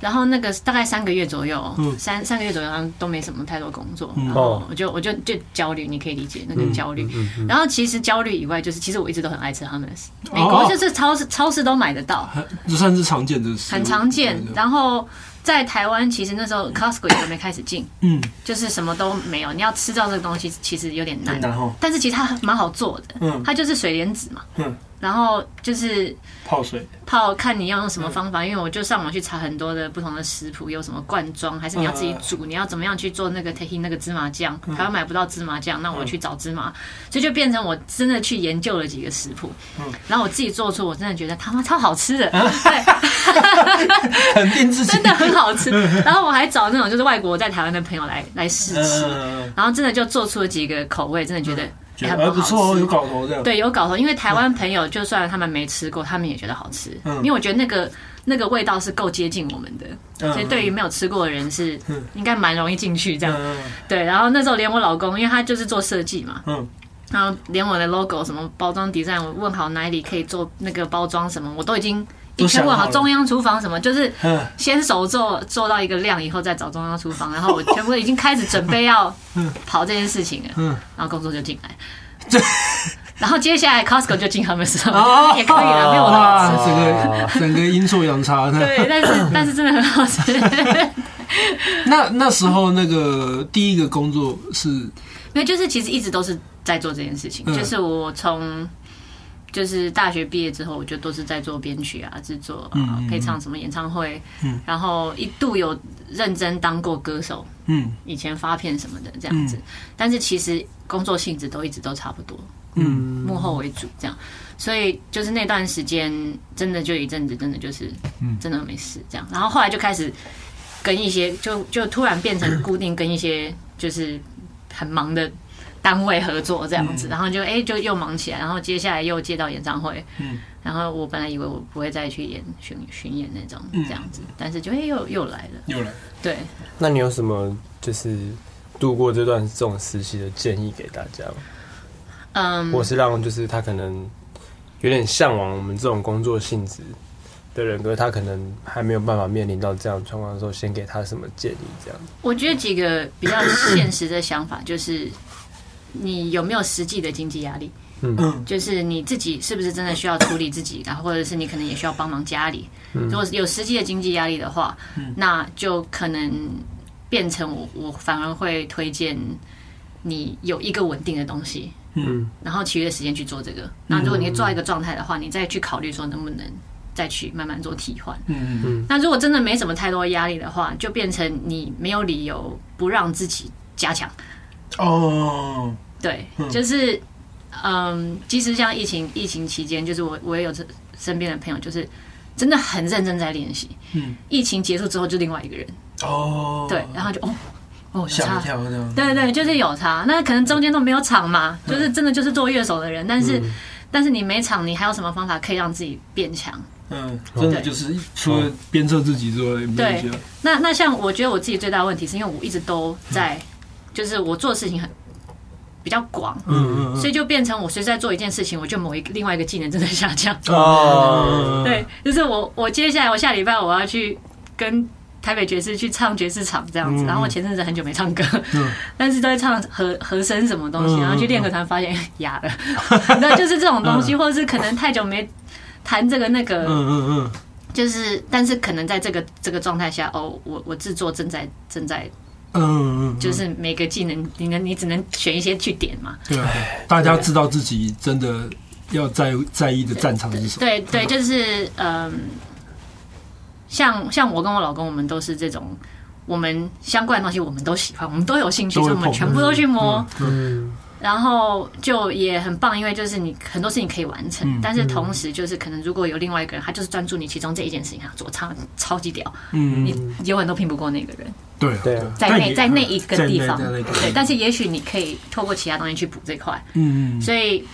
[SPEAKER 1] 然后那个大概三个月左右
[SPEAKER 3] 嗯，
[SPEAKER 1] 三三个月左右好像都没什么太多工作，
[SPEAKER 3] 嗯
[SPEAKER 1] 然后我就我就就焦虑，你可以理解那个焦
[SPEAKER 2] 嗯
[SPEAKER 1] 虑。然后其实焦虑以外，就是其实我一直都很爱吃 hummus，美
[SPEAKER 3] 哦
[SPEAKER 1] 国就是超市超市都买得到，
[SPEAKER 3] 很这算是常见的事，
[SPEAKER 1] 很常见
[SPEAKER 3] 对。对
[SPEAKER 1] 然后在台湾，其实那时候 Costco 也还没开始进。
[SPEAKER 3] 嗯，
[SPEAKER 1] 就是什么都没有，你要吃到这个东西其实有点难，
[SPEAKER 3] 然后
[SPEAKER 1] 但是其实它蛮好做的，
[SPEAKER 3] 嗯
[SPEAKER 1] 它就是水莲子嘛，
[SPEAKER 3] 嗯
[SPEAKER 1] 然后就是
[SPEAKER 3] 泡水，
[SPEAKER 1] 泡看你要用什么方
[SPEAKER 3] 嗯
[SPEAKER 1] 法，因为我就上网去查很多的不同的食谱，有什么罐装，还是你要自己
[SPEAKER 3] 嗯
[SPEAKER 1] 煮，你要怎么样去做那个 taking 那个芝麻酱，台湾买不到芝麻酱，
[SPEAKER 3] 嗯
[SPEAKER 1] 那我去找芝麻，所以就变成我真的去研究了几个食谱，
[SPEAKER 3] 嗯
[SPEAKER 1] 然后我自己做出，我真的觉得他妈超好吃的，对。
[SPEAKER 3] 肯定自
[SPEAKER 1] (laughs)
[SPEAKER 3] 己
[SPEAKER 1] 真的很好吃。然后我还找那种就是外国在台湾的朋友来来试吃，
[SPEAKER 3] 嗯，
[SPEAKER 1] 然后真的就做出了几个口味，真的觉得哎
[SPEAKER 3] 觉
[SPEAKER 1] 还
[SPEAKER 3] 得还不错，哦，有
[SPEAKER 1] 吃。
[SPEAKER 3] 搞头这样。
[SPEAKER 1] 对，有搞头，因为台湾朋友就算他们没吃过，他们也觉得好吃，
[SPEAKER 3] 嗯
[SPEAKER 1] 因为我觉得那个那个味道是够接近我们的，
[SPEAKER 3] 嗯，
[SPEAKER 1] 所以对于没有吃过的人是
[SPEAKER 3] 嗯
[SPEAKER 1] 应该蛮容易进去这样。
[SPEAKER 3] 嗯
[SPEAKER 1] 对，然后那时候连我老公，因为他就是做设计嘛，
[SPEAKER 3] 嗯
[SPEAKER 1] 然后连我的 logo 什么包装 design，我问好哪里可以做那个包装什么，我都已经一
[SPEAKER 3] 都想
[SPEAKER 1] 圈问
[SPEAKER 3] 好
[SPEAKER 1] 好
[SPEAKER 3] 了
[SPEAKER 1] 中央厨房什么，就是
[SPEAKER 3] 嗯
[SPEAKER 1] 先手做做到一个量以后，再找中央厨房，然后我全部已经开始准备
[SPEAKER 3] (laughs)
[SPEAKER 1] 要跑这件事情了，
[SPEAKER 3] 嗯
[SPEAKER 1] 然后工作就进来，然后接下来 Costco 就进他们手
[SPEAKER 3] 哦
[SPEAKER 1] 也可以了，没有那么
[SPEAKER 3] 哇
[SPEAKER 1] 吃。，
[SPEAKER 3] 整个 (laughs) 整个阴错阳差。那
[SPEAKER 1] 对，但是但是真的很好吃。
[SPEAKER 3] 那那时候那个第一个工作是
[SPEAKER 1] 因为就是其实一直都是在做这件事情，
[SPEAKER 3] 嗯
[SPEAKER 1] 就是我从就是大学毕业之后，我就都是在做编曲啊、制作啊、
[SPEAKER 3] 嗯嗯嗯
[SPEAKER 1] 配唱什么演唱会，
[SPEAKER 3] 嗯
[SPEAKER 1] 然后一度有认真当过歌手，
[SPEAKER 3] 嗯
[SPEAKER 1] 以前发片什么的这样子，但是其实工作性质都一直都差不多，
[SPEAKER 3] 嗯，
[SPEAKER 1] 幕后为主这样，所以就是那段时间真的就一阵子真的就是，
[SPEAKER 3] 嗯
[SPEAKER 1] 真的没事这样，然后后来就开始跟一些就就突然变成固定跟一些就是很忙的单位合作这
[SPEAKER 3] 嗯
[SPEAKER 1] 样子，然后就哎、就又忙起来，然后接下来又接到演唱会，
[SPEAKER 3] 嗯
[SPEAKER 1] 然后我本来以为我不会再去演巡巡演那种这样子，但是就哎、又又来了，
[SPEAKER 3] 嗯又来，
[SPEAKER 1] 对，
[SPEAKER 2] 那你有什么就是度过这段这种实习的建议给大家吗？
[SPEAKER 1] 嗯，
[SPEAKER 2] 或是让就是他可能有点向往我们这种工作性质的人，可是他可能还没有办法面临到这样的状况的时候，先给他什么建议？这样
[SPEAKER 1] 我觉得几个比较现实的想法就是，你有没有实际的经济压力？
[SPEAKER 3] 嗯，
[SPEAKER 1] 就是你自己是不是真的需要处理自己，然后或者是你可能也需要帮忙家里。如果有实际的经济压力的话，那就可能变成我，我反而会推荐你有一个稳定的东西，
[SPEAKER 3] 嗯，
[SPEAKER 1] 然后其余的时间去做这个。那如果你做到一个状态的话，你再去考虑说能不能再去慢慢做替换。
[SPEAKER 3] 嗯嗯
[SPEAKER 1] 那如果真的没什么太多压力的话，就变成你没有理由不让自己加强。
[SPEAKER 3] 哦，
[SPEAKER 1] 对，
[SPEAKER 3] 嗯
[SPEAKER 1] 就是嗯，即使像疫情疫情期间，就是我我也有这身边的朋友，就是真的很认真在练习。
[SPEAKER 3] 嗯，
[SPEAKER 1] 疫情结束之后就另外一个人，
[SPEAKER 3] 哦，
[SPEAKER 1] 对，然后就哦哦有
[SPEAKER 3] 吓
[SPEAKER 1] 差
[SPEAKER 3] 一，跳这样，
[SPEAKER 1] 对对，就是有差。那可能中间都没有场嘛，
[SPEAKER 3] 嗯
[SPEAKER 1] 就是真的就是做乐手的人，但是、但是你没场，你还有什么方法可以让自己变强？
[SPEAKER 3] 嗯，真的就是除了鞭策自己之外，也没有一些
[SPEAKER 1] 那那像我觉得我自己最大的问题是因为我一直都在，
[SPEAKER 3] 嗯
[SPEAKER 1] 就是我做的事情很比较广，
[SPEAKER 3] 嗯嗯
[SPEAKER 1] 所以就变成我随时在做一件事情，我就某一个另外一个技能正在下降。
[SPEAKER 3] 嗯
[SPEAKER 1] (laughs)
[SPEAKER 2] 哦，
[SPEAKER 1] 对，就是我我接下来我下礼拜我要去跟台北爵士去唱爵士场这样
[SPEAKER 3] 嗯
[SPEAKER 1] 子，然后我前阵子很久没唱歌， (laughs) 但是都在唱和和声什么东
[SPEAKER 3] 嗯
[SPEAKER 1] 西，然后去练歌才发现 (laughs) 哑了，那就是这种东西，或者是可能太久没弹这个那个，
[SPEAKER 3] 嗯嗯
[SPEAKER 1] 就是，但是可能在这个这个状态下，哦，我我制作正在正在，
[SPEAKER 3] 嗯嗯嗯，
[SPEAKER 1] 就是每个技能，你能你只能选一些去点嘛。
[SPEAKER 3] 对啊，大家知道自己真的要在在意的战场是什么，
[SPEAKER 1] 对对，就是嗯，像像我跟我老公，我们都是这种，我们相关的东西我们都喜欢，我们都有兴趣，
[SPEAKER 3] 都
[SPEAKER 1] 所
[SPEAKER 3] 会
[SPEAKER 1] 以我们
[SPEAKER 3] 碰
[SPEAKER 1] 全部都去摸，
[SPEAKER 2] 嗯，
[SPEAKER 1] 然后就也很棒，因为就是你很多事情可以完
[SPEAKER 3] 嗯
[SPEAKER 1] 成，但是同时就是可能如果有另外一个人，他就是专注你其中这一件事情，他做超超级屌，
[SPEAKER 3] 嗯，
[SPEAKER 1] 你永远都拼不过那个人。
[SPEAKER 3] 对
[SPEAKER 2] 对啊
[SPEAKER 1] 在那在那一个地方，对，
[SPEAKER 3] 对，
[SPEAKER 1] 但是也许你可以透过其他东西去补这块，
[SPEAKER 3] 嗯嗯
[SPEAKER 1] 所以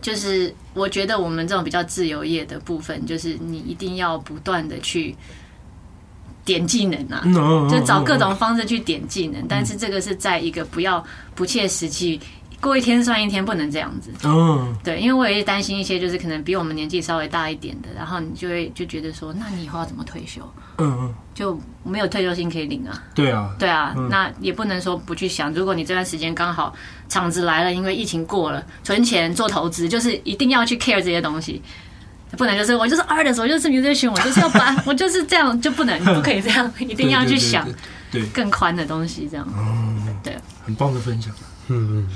[SPEAKER 1] 就是我觉得我们这种比较自由业的部分，就是你一定要不断的去点技能啊，
[SPEAKER 3] 嗯，
[SPEAKER 1] 就找各种方式去点技能，但是这个是在一个不要不切实际，过一天算一天，不能这样子。
[SPEAKER 3] 嗯
[SPEAKER 1] 对，因为我也是担心一些，就是可能比我们年纪稍微大一点的，然后你就会就觉得说，那你以后要怎么退休？
[SPEAKER 3] 嗯嗯，
[SPEAKER 1] 就没有退休金可以领啊。
[SPEAKER 3] 对啊，
[SPEAKER 1] 对啊，
[SPEAKER 2] 嗯
[SPEAKER 1] 那也不能说不去想。如果你这段时间刚好厂子来了，因为疫情过了，存钱做投资，就是一定要去 care 这些东西。不能就是我就是 artist，我就是 musician，我就是要把我就是这样，就不能不可以这样，一定要去想
[SPEAKER 3] 对，
[SPEAKER 1] 更宽的东西。这样，
[SPEAKER 3] 很棒的分享。
[SPEAKER 2] 嗯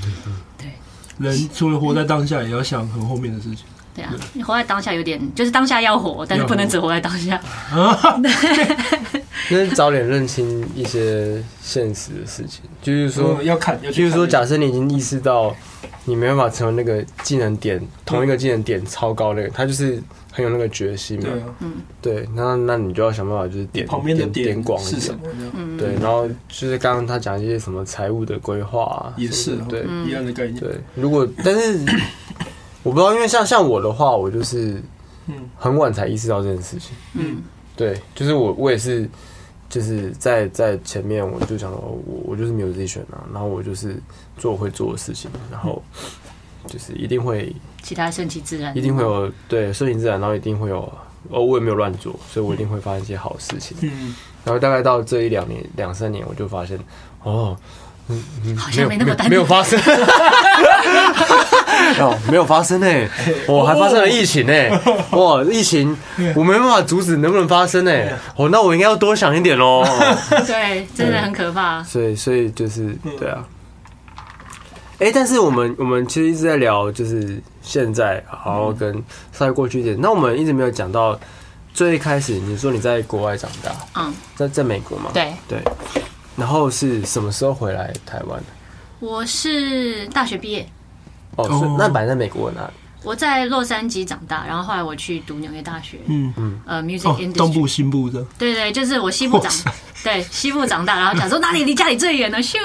[SPEAKER 3] 人除了活在当下，也要想很后面的事情。
[SPEAKER 1] 对啊，你活在当下有点，就是当下要活，但是不能只活在当下。
[SPEAKER 2] 那早点认清一些现实的事情，就是
[SPEAKER 1] 嗯
[SPEAKER 2] 说，
[SPEAKER 3] 要看，
[SPEAKER 2] 比如说，假设你已经意识到你没办法成为那个技能点同一个技能点超高那个，他就是很有那个决心嘛。
[SPEAKER 3] 对啊，
[SPEAKER 2] 对，那那你就要想办法，就是点
[SPEAKER 3] 旁边的
[SPEAKER 2] 点点广一
[SPEAKER 3] 是
[SPEAKER 2] 点
[SPEAKER 3] 什。么？
[SPEAKER 1] 嗯，
[SPEAKER 2] 对，然后就是刚刚他讲一些什么财务的规划啊，
[SPEAKER 3] 也是哦
[SPEAKER 2] 什么的
[SPEAKER 3] 一样的概念
[SPEAKER 2] 对。对。如果但是我不知道，因为像像我的话，我就是
[SPEAKER 3] 嗯
[SPEAKER 2] 很晚才意识到这件事情。
[SPEAKER 1] 嗯，
[SPEAKER 2] 对，就是我我也是，就是在在前面我就想说，哦我我就是没有自己选啊，然后我就是做我会做的事情，然后就是一定会
[SPEAKER 1] 其他顺其自然，
[SPEAKER 2] 一定会有对顺其自啊然，然后一定会有哦，我也没有乱做，所以我一定会发现一些好事情。
[SPEAKER 3] 嗯，
[SPEAKER 2] 然后大概到这一两年、两三年，我就发现，哦，
[SPEAKER 1] 好
[SPEAKER 2] 没
[SPEAKER 1] 像
[SPEAKER 2] 有
[SPEAKER 1] 没那么单
[SPEAKER 2] 没有发生， (laughs) 哦，没有发生呢、我、哦还发生了疫情呢、哇，疫情我没办法阻止，能不能发生呢、哦，那我应该要多想一点喽。
[SPEAKER 1] (laughs) 对，真的很可怕。
[SPEAKER 2] (laughs) 所以，所以就是对啊。哎、但是我们我们其实一
[SPEAKER 1] 嗯
[SPEAKER 2] 直在聊，就是现在，然后跟稍微过去一点。那我们一直没有讲到，最一开始你说你在国外长大，
[SPEAKER 1] 嗯，
[SPEAKER 2] 在在美国嘛？
[SPEAKER 1] 对，
[SPEAKER 2] 对。然后是什么时候回来台湾？
[SPEAKER 1] 我是大学毕业，
[SPEAKER 2] 哦，是
[SPEAKER 3] 哦
[SPEAKER 2] 那本来在美国哪里？
[SPEAKER 1] 我在洛杉矶长大，然后后来我去读纽约大学，
[SPEAKER 3] 嗯，
[SPEAKER 1] 呃，music
[SPEAKER 3] 哦，东
[SPEAKER 1] industry，、
[SPEAKER 3] 部新部的，
[SPEAKER 1] 对对，就是我西部长
[SPEAKER 3] 哇塞，
[SPEAKER 1] 对西部长大，然
[SPEAKER 3] (laughs)
[SPEAKER 1] 后想说哪里离家里最远呢？咻，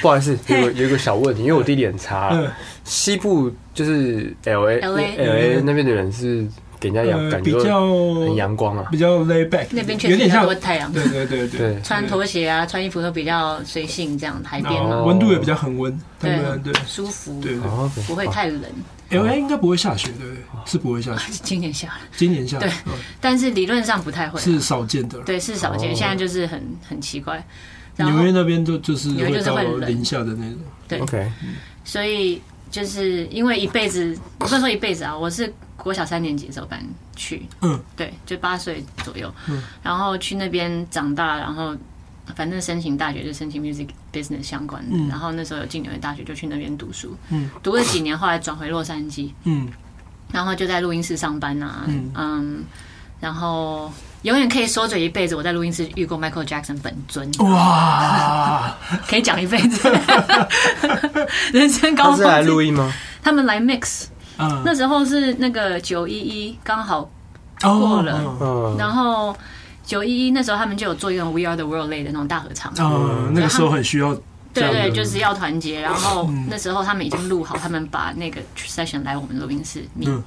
[SPEAKER 2] 不好意 (laughs) 思，有个有一个小问题，因为我地理很差
[SPEAKER 3] 嗯，
[SPEAKER 2] 西部就是 L A 嗯
[SPEAKER 1] LA
[SPEAKER 2] L A 那边的人是给
[SPEAKER 1] 哎
[SPEAKER 2] 人家阳，
[SPEAKER 3] 呃，
[SPEAKER 2] 感
[SPEAKER 3] 比
[SPEAKER 2] 觉
[SPEAKER 3] 较
[SPEAKER 2] 很阳光啊。
[SPEAKER 3] 比较 lay back，
[SPEAKER 1] 那边确
[SPEAKER 3] 有
[SPEAKER 1] 实比
[SPEAKER 3] 点
[SPEAKER 1] 较
[SPEAKER 3] 像
[SPEAKER 1] 多，太阳，
[SPEAKER 3] 对对对对，
[SPEAKER 2] 对，
[SPEAKER 1] 穿拖鞋啊，穿衣服都比较随性，这样海边
[SPEAKER 3] 然
[SPEAKER 1] 嘛，
[SPEAKER 3] 后温度也比较恒温，他
[SPEAKER 1] 对
[SPEAKER 3] 们对
[SPEAKER 1] 舒服，
[SPEAKER 3] 哦对对
[SPEAKER 2] 哦，
[SPEAKER 1] 不会太冷，
[SPEAKER 3] ，L A 应该不会下雪，对不对？是不会下
[SPEAKER 1] (laughs)
[SPEAKER 3] 雪，
[SPEAKER 1] 今年下了，
[SPEAKER 3] 今年下雪
[SPEAKER 1] 对
[SPEAKER 3] 嗯
[SPEAKER 1] 但是理论上不太会，
[SPEAKER 3] 是少见的了。
[SPEAKER 1] 对，是少见，现在就是很很奇怪，然后
[SPEAKER 3] 纽约那边就就是
[SPEAKER 1] 纽约就
[SPEAKER 3] 会
[SPEAKER 1] 是
[SPEAKER 3] 到
[SPEAKER 1] 会冷
[SPEAKER 3] 零下的那种，
[SPEAKER 1] 对
[SPEAKER 2] OK，
[SPEAKER 1] 所以就是因为一辈子，我不能说一辈子啊，我是国小三年级的时候搬去，
[SPEAKER 3] 嗯，
[SPEAKER 1] 对，就八岁左右，
[SPEAKER 3] 嗯，
[SPEAKER 1] 然后去那边长大，然后反正申请大学就申请 music business 相关的，
[SPEAKER 3] 嗯
[SPEAKER 1] 然后那时候有进纽约大学，就去那边读书，
[SPEAKER 3] 嗯，
[SPEAKER 1] 读了几年，后来转回洛杉矶，
[SPEAKER 3] 嗯，
[SPEAKER 1] 然后就在录音室上班啊，
[SPEAKER 3] 嗯
[SPEAKER 1] 然后永远可以说嘴一辈子，我在录音室遇过 Michael Jackson 本尊，
[SPEAKER 3] 嗯哦
[SPEAKER 1] (laughs)
[SPEAKER 3] 哇，
[SPEAKER 1] 可以讲一辈子， (laughs) 人生高
[SPEAKER 2] 他
[SPEAKER 1] 峰
[SPEAKER 2] 是
[SPEAKER 1] 之。
[SPEAKER 2] 来录音吗？
[SPEAKER 1] 他们来 mix，
[SPEAKER 3] 嗯，
[SPEAKER 1] 那时候是那个九一一刚好，
[SPEAKER 3] 哦
[SPEAKER 1] 过了
[SPEAKER 2] 嗯，
[SPEAKER 1] 然后九一一那时候他们就有做一个 We Are the World 类的那种大合唱，
[SPEAKER 3] 嗯，那个时候很需要，
[SPEAKER 1] 对
[SPEAKER 2] 这样
[SPEAKER 1] 对，
[SPEAKER 2] 的
[SPEAKER 1] 就是要团结。然后
[SPEAKER 3] 嗯
[SPEAKER 1] 那时候他们已经录好，他们把那个 session 来我们录音室密
[SPEAKER 3] 嗯。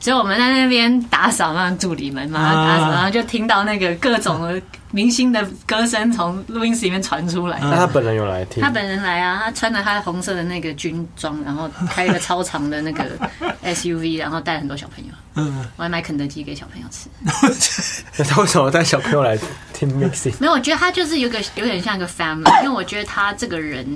[SPEAKER 1] 所以我们在那边打扫嘛，助理们嘛
[SPEAKER 3] 啊
[SPEAKER 1] 打扫，然后就听到那个各种的明星的歌声从录音室里面传出来。
[SPEAKER 2] 那他本人有来听？
[SPEAKER 1] 他
[SPEAKER 2] (laughs)
[SPEAKER 1] 本人来啊，他穿了他红色的那个军装，然后开一个超长的那个 (laughs) SUV，然后带很多小朋友。
[SPEAKER 3] 嗯，
[SPEAKER 1] 我还买肯德基给小朋友吃。
[SPEAKER 2] 他为什么带小朋友来听 (laughs) mixing？
[SPEAKER 1] 没有，我觉得他就是有个有点像一个 family，因为我 (coughs) 觉得他这个人，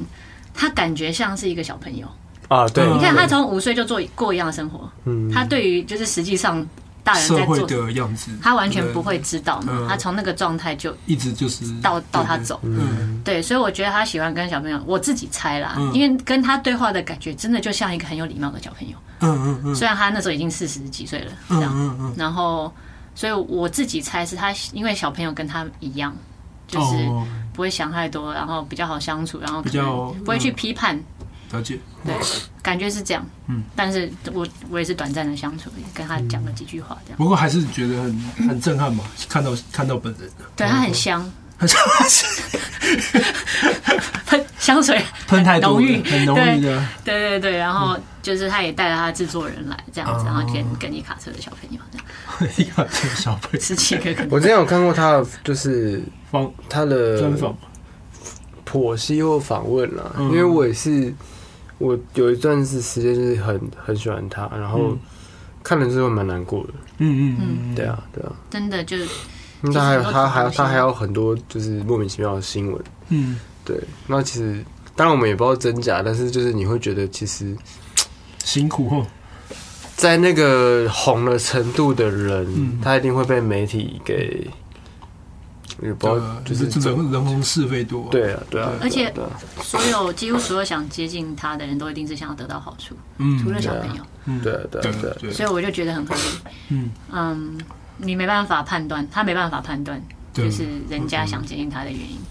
[SPEAKER 1] 他感觉像是一个小朋友。
[SPEAKER 2] 啊，对，
[SPEAKER 3] 你
[SPEAKER 1] 你看他从五岁就做过一样的生活，
[SPEAKER 2] 嗯
[SPEAKER 1] 他对于就是实际上大人
[SPEAKER 3] 社
[SPEAKER 1] 在
[SPEAKER 3] 会
[SPEAKER 1] 做，
[SPEAKER 3] 的样子，
[SPEAKER 1] 他完全不会知道嘛
[SPEAKER 3] 嗯。
[SPEAKER 1] 他从那个状态就
[SPEAKER 3] 一直就是
[SPEAKER 1] 到到他，走。
[SPEAKER 3] 嗯，
[SPEAKER 1] 对，所以我觉得他喜欢跟小朋友，我自己猜啦，
[SPEAKER 3] 嗯
[SPEAKER 1] 因为跟他对话的感觉真的就像一个很有礼貌的小朋友。
[SPEAKER 3] 嗯嗯嗯
[SPEAKER 1] 虽然他那时候已经四十几岁了，这样，
[SPEAKER 3] 嗯嗯
[SPEAKER 1] 然后，所以我自己猜是他，因为小朋友跟他一样，就
[SPEAKER 3] 嗯，
[SPEAKER 1] 是
[SPEAKER 3] 哦，
[SPEAKER 1] 不会想太多，然后比较好相处，然后可
[SPEAKER 3] 比较
[SPEAKER 1] 能不会去批判，
[SPEAKER 3] 了解，
[SPEAKER 1] 感觉是这样。
[SPEAKER 3] 嗯，
[SPEAKER 1] 但是我我也是短暂的相处，跟他讲了几句话，这样。
[SPEAKER 3] 不过还是觉得很很震撼嘛，看到看到本
[SPEAKER 1] (laughs)
[SPEAKER 3] 人的，
[SPEAKER 1] 对他很香，
[SPEAKER 3] 很震撼
[SPEAKER 1] 喷 (laughs) 香水，
[SPEAKER 3] 喷太多
[SPEAKER 1] 浓郁
[SPEAKER 3] 了，很浓郁的，
[SPEAKER 1] 对对对，然后就是他也带了他制作人来这样子，然后跟跟一卡车的小朋友这样，
[SPEAKER 3] (laughs) 一个小朋友
[SPEAKER 1] 十几个可能
[SPEAKER 2] 我之前有看过他，的，就是
[SPEAKER 3] 方
[SPEAKER 2] 他的
[SPEAKER 3] 专访，
[SPEAKER 2] 剖析或访问啦，
[SPEAKER 3] 嗯
[SPEAKER 2] 因为我也是，我有一段是时间就是很很喜欢他，然后
[SPEAKER 3] 嗯
[SPEAKER 2] 看了之后蛮难过的。
[SPEAKER 3] 嗯嗯嗯，
[SPEAKER 2] 对，啊，对啊，
[SPEAKER 1] (laughs) 真的就
[SPEAKER 2] 那嗯他还有
[SPEAKER 1] 很多
[SPEAKER 2] 他还有
[SPEAKER 1] 东西
[SPEAKER 2] 他还有很多就是莫名其妙的新闻。
[SPEAKER 3] 嗯，
[SPEAKER 2] 对，那其实当然我们也不知道真假，但是就是你会觉得其实，
[SPEAKER 3] 辛苦哦，
[SPEAKER 2] 在那个红的程度的人，
[SPEAKER 3] 嗯
[SPEAKER 2] 他一定会被媒体给，也啊不知道
[SPEAKER 3] 呃，
[SPEAKER 2] 就是
[SPEAKER 3] 这种人红是非多，，
[SPEAKER 2] 对啊，对啊，
[SPEAKER 1] 而且
[SPEAKER 2] 对啊
[SPEAKER 1] 所有几乎所有想接近他的人都一定是想要得到好处，
[SPEAKER 3] 嗯，
[SPEAKER 1] 除了小朋友，
[SPEAKER 3] 嗯
[SPEAKER 2] 对啊对啊对啊对啊
[SPEAKER 3] 对
[SPEAKER 1] 所以我就觉得很合理。
[SPEAKER 3] 嗯
[SPEAKER 1] 嗯，你没办法判断，他没办法判断，
[SPEAKER 3] 对
[SPEAKER 1] 就是人家想接近他的原因。
[SPEAKER 3] 嗯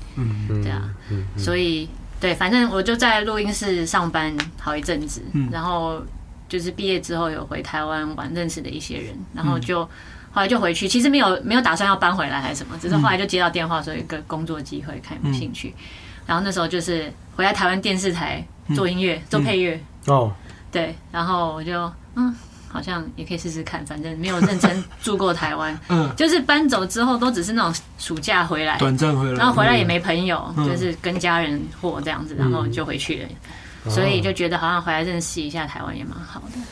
[SPEAKER 2] 嗯
[SPEAKER 1] 对啊，
[SPEAKER 2] 嗯
[SPEAKER 1] 所以对，反正我就在录音室上班好一阵子，
[SPEAKER 3] 嗯
[SPEAKER 1] 然后就是毕业之后有回台湾玩，认识的一些人，然
[SPEAKER 3] 嗯
[SPEAKER 1] 后就。后来就回去，其实没有没有打算要搬回来还是什么，
[SPEAKER 3] 嗯
[SPEAKER 1] 只是后来就接到电话说有一个工作机会，看有没有兴趣。然后那时候就是回来台湾电视台做音
[SPEAKER 3] 嗯
[SPEAKER 1] 乐、做配乐，
[SPEAKER 2] 哦，
[SPEAKER 1] 对。然后我就嗯，好像也可以试试看，反正没有认真住过台湾，
[SPEAKER 3] (laughs) 嗯，
[SPEAKER 1] 就是搬走之后都只是那种暑假回来，
[SPEAKER 3] 短暂回来，
[SPEAKER 1] 然后回来也没朋友，
[SPEAKER 3] 嗯
[SPEAKER 1] 就是跟家人或这样子，然后就回去了。
[SPEAKER 3] 哦
[SPEAKER 1] 所以就觉得好像回来认识一下台湾也蛮好的。
[SPEAKER 3] (laughs)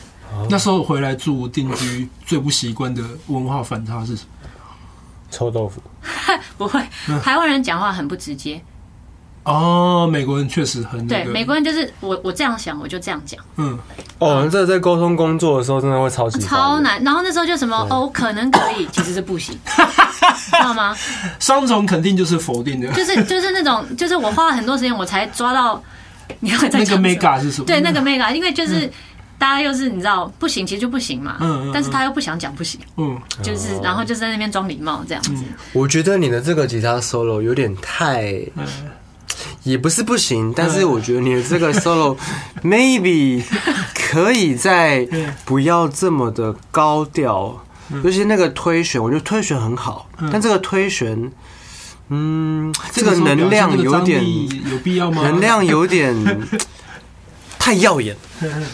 [SPEAKER 3] 那时候回来住定居，最不习惯的文化反差是什么？
[SPEAKER 2] 臭豆腐，
[SPEAKER 1] 不会，
[SPEAKER 3] 嗯
[SPEAKER 1] 台湾人讲话很不直接。
[SPEAKER 3] 哦，美国人确实很那
[SPEAKER 1] 对，
[SPEAKER 3] 个，
[SPEAKER 1] 美国人就是我我这样想我就这样讲，
[SPEAKER 3] 嗯，
[SPEAKER 2] 哦，这在沟通工作的时候真的会超级
[SPEAKER 1] 超
[SPEAKER 2] 烦的。
[SPEAKER 1] 难。然后那时候就什么哦，可能可以，其实是不
[SPEAKER 3] (laughs)
[SPEAKER 1] 行，知道吗？
[SPEAKER 3] 双重肯定就是否定的，
[SPEAKER 1] 就是就是那种，就是我花了很多时间我才抓到你要在
[SPEAKER 3] 那
[SPEAKER 1] 讲什
[SPEAKER 3] 个
[SPEAKER 1] 么
[SPEAKER 3] mega 嗯是什么？
[SPEAKER 1] 对那个 mega，因为就是。大家又是你知道不行，其实就不行嘛。
[SPEAKER 3] 嗯嗯嗯
[SPEAKER 1] 但是他又不想讲不行，
[SPEAKER 3] 嗯，
[SPEAKER 1] 就是
[SPEAKER 4] 哦
[SPEAKER 1] 然后就在那边装礼貌这样子。
[SPEAKER 2] 我觉得你的这个吉他 solo 有点太，
[SPEAKER 3] 哎
[SPEAKER 2] 也不是不行，
[SPEAKER 3] 嗯
[SPEAKER 2] 但是我觉得你的这
[SPEAKER 3] (laughs)
[SPEAKER 2] 个 solo maybe 可以再
[SPEAKER 3] 哎
[SPEAKER 2] 不要这么的高调，
[SPEAKER 3] 嗯
[SPEAKER 2] 尤其那个推旋，我觉得推旋很好，但这个推旋，嗯，这个
[SPEAKER 3] 时候表
[SPEAKER 2] 能
[SPEAKER 3] 现
[SPEAKER 2] 量
[SPEAKER 3] 嗯这个
[SPEAKER 2] 有
[SPEAKER 3] 张
[SPEAKER 2] 点，
[SPEAKER 3] 力有必要吗？
[SPEAKER 2] 能
[SPEAKER 3] (laughs)
[SPEAKER 2] 量有点太耀眼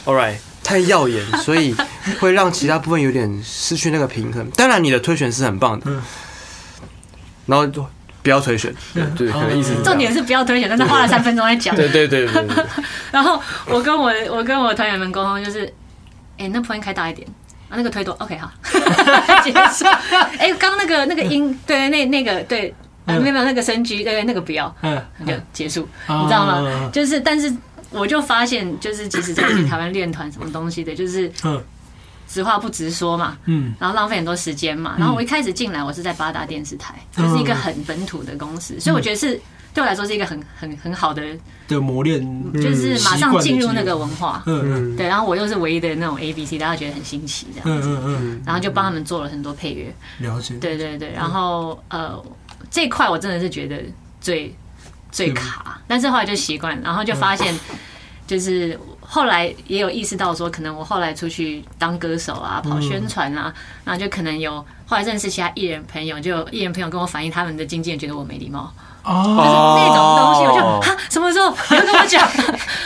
[SPEAKER 2] ，all
[SPEAKER 3] 哎
[SPEAKER 2] right。太耀眼，所以会让其他部分有点失去那个平衡。当然，你的推选是很棒的
[SPEAKER 3] 嗯，
[SPEAKER 2] 然后就不要推选，对
[SPEAKER 3] 嗯
[SPEAKER 2] 对，可能意思是这
[SPEAKER 1] 重
[SPEAKER 2] 样。
[SPEAKER 1] 点是不要推选，但是花了三分钟在讲。
[SPEAKER 4] 对对对对对，
[SPEAKER 1] (laughs) 然后我跟我我跟我团员们沟通就是，哎、那破音开大一点。啊，那个推多，OK，好， (laughs) 结束。哎、刚刚那个那个音，对，那那个对，啊
[SPEAKER 3] 嗯
[SPEAKER 1] 没有没有那个升 G，对，那个不要，
[SPEAKER 3] 嗯，
[SPEAKER 1] 就结束，
[SPEAKER 3] 啊
[SPEAKER 1] 你知道吗？
[SPEAKER 4] 嗯
[SPEAKER 1] 就是，但是我就发现，就是即使在台湾练团什么东西的，就是
[SPEAKER 3] 嗯
[SPEAKER 1] 直话不直说嘛，
[SPEAKER 3] 嗯
[SPEAKER 1] 然后浪费很多时间嘛。
[SPEAKER 4] 嗯
[SPEAKER 1] 然后我一开始进来，我是在八大电视台，就是一个很本土的公司，所以我觉得是对我来说是一个很很很好的，
[SPEAKER 3] 的磨练，
[SPEAKER 1] 就是马
[SPEAKER 3] 嗯习惯
[SPEAKER 1] 上
[SPEAKER 3] 的
[SPEAKER 1] 进入
[SPEAKER 3] 技
[SPEAKER 1] 那
[SPEAKER 3] 能
[SPEAKER 1] 个文化。
[SPEAKER 3] 嗯嗯
[SPEAKER 1] 对，然后我又是唯一的那种 A B C，大家觉得很新奇这样，
[SPEAKER 3] 嗯嗯嗯，
[SPEAKER 1] 然后就帮他们做了很多配乐。
[SPEAKER 3] 了解。
[SPEAKER 1] 对对对，然后呃，这一块我真的是觉得最最卡，但是后来就习惯，然后就发现，
[SPEAKER 3] 嗯
[SPEAKER 1] (laughs) 就是后来也有意识到说，可能我后来出去当歌手啊，
[SPEAKER 3] 嗯
[SPEAKER 1] 跑宣传啊，然后就可能有后来认识其他艺人朋友，就有艺人朋友跟我反映他们的经纪人觉得我没礼貌，
[SPEAKER 3] 哦，
[SPEAKER 1] 就是那种东西，我就
[SPEAKER 2] 哦
[SPEAKER 1] 哈什么时候你要跟我讲？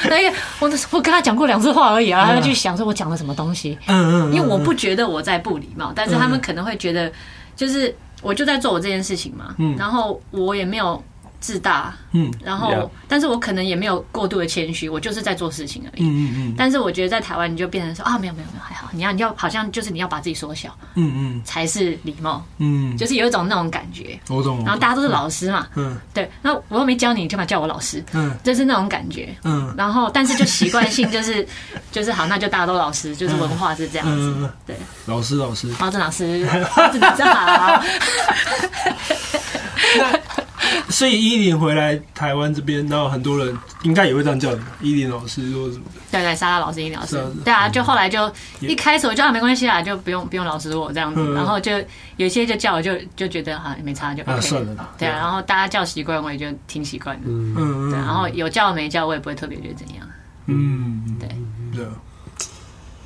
[SPEAKER 1] (laughs) 那个我我跟他讲过两次话而已
[SPEAKER 3] 嗯
[SPEAKER 1] 啊，他就想说我讲了什么东西。
[SPEAKER 3] 嗯嗯，
[SPEAKER 1] 因为我不觉得我在不礼貌，但是他们可能会觉得，就是我就在做我这件事情嘛，
[SPEAKER 3] 嗯
[SPEAKER 1] 然后我也没有自大，
[SPEAKER 3] 嗯
[SPEAKER 1] 然后
[SPEAKER 4] Yeah
[SPEAKER 1] 但是我可能也没有过度的谦虚，我就是在做事情而已。
[SPEAKER 3] 嗯嗯嗯
[SPEAKER 1] 但是我觉得在台湾，你就变成说啊，没有没有没有，还好，你要你要好像就是你要把自己缩小
[SPEAKER 3] 嗯
[SPEAKER 1] 才是礼貌，
[SPEAKER 3] 嗯嗯，
[SPEAKER 1] 就是有一种那种感觉。
[SPEAKER 3] 我懂。
[SPEAKER 1] 然后大家都是老师嘛，
[SPEAKER 3] 嗯
[SPEAKER 1] 对，那我又没教你，你干嘛叫我老师？
[SPEAKER 3] 嗯
[SPEAKER 1] 就是那种感觉。
[SPEAKER 3] 嗯
[SPEAKER 1] 然后，但是就习惯性就是 (laughs) 就是好，那就大家都老师，就是文化是这样子，
[SPEAKER 3] 嗯，
[SPEAKER 1] 对。
[SPEAKER 3] 老师老师，
[SPEAKER 1] 包正老
[SPEAKER 3] (laughs)
[SPEAKER 1] 师，包正老师好。
[SPEAKER 3] 所以依林回来台湾这边，然后很多人应该也会这样叫你，依林老师或什么
[SPEAKER 1] 对对，莎拉老师、英老师
[SPEAKER 3] 是啊是啊，
[SPEAKER 1] 对啊，就后来就
[SPEAKER 3] 也
[SPEAKER 1] 一开始我就啊没关系啦，就不用不用老师我这样子，
[SPEAKER 3] 嗯
[SPEAKER 1] 然后就有些就叫我就就觉得啊没差就
[SPEAKER 3] 啊，算
[SPEAKER 1] OK，
[SPEAKER 3] 了啦，
[SPEAKER 1] 对啊，然后大家叫习惯我也就挺习惯的，
[SPEAKER 3] 嗯嗯，
[SPEAKER 1] 对，然后有叫没叫我也不会特别觉得怎样，
[SPEAKER 3] 嗯，对。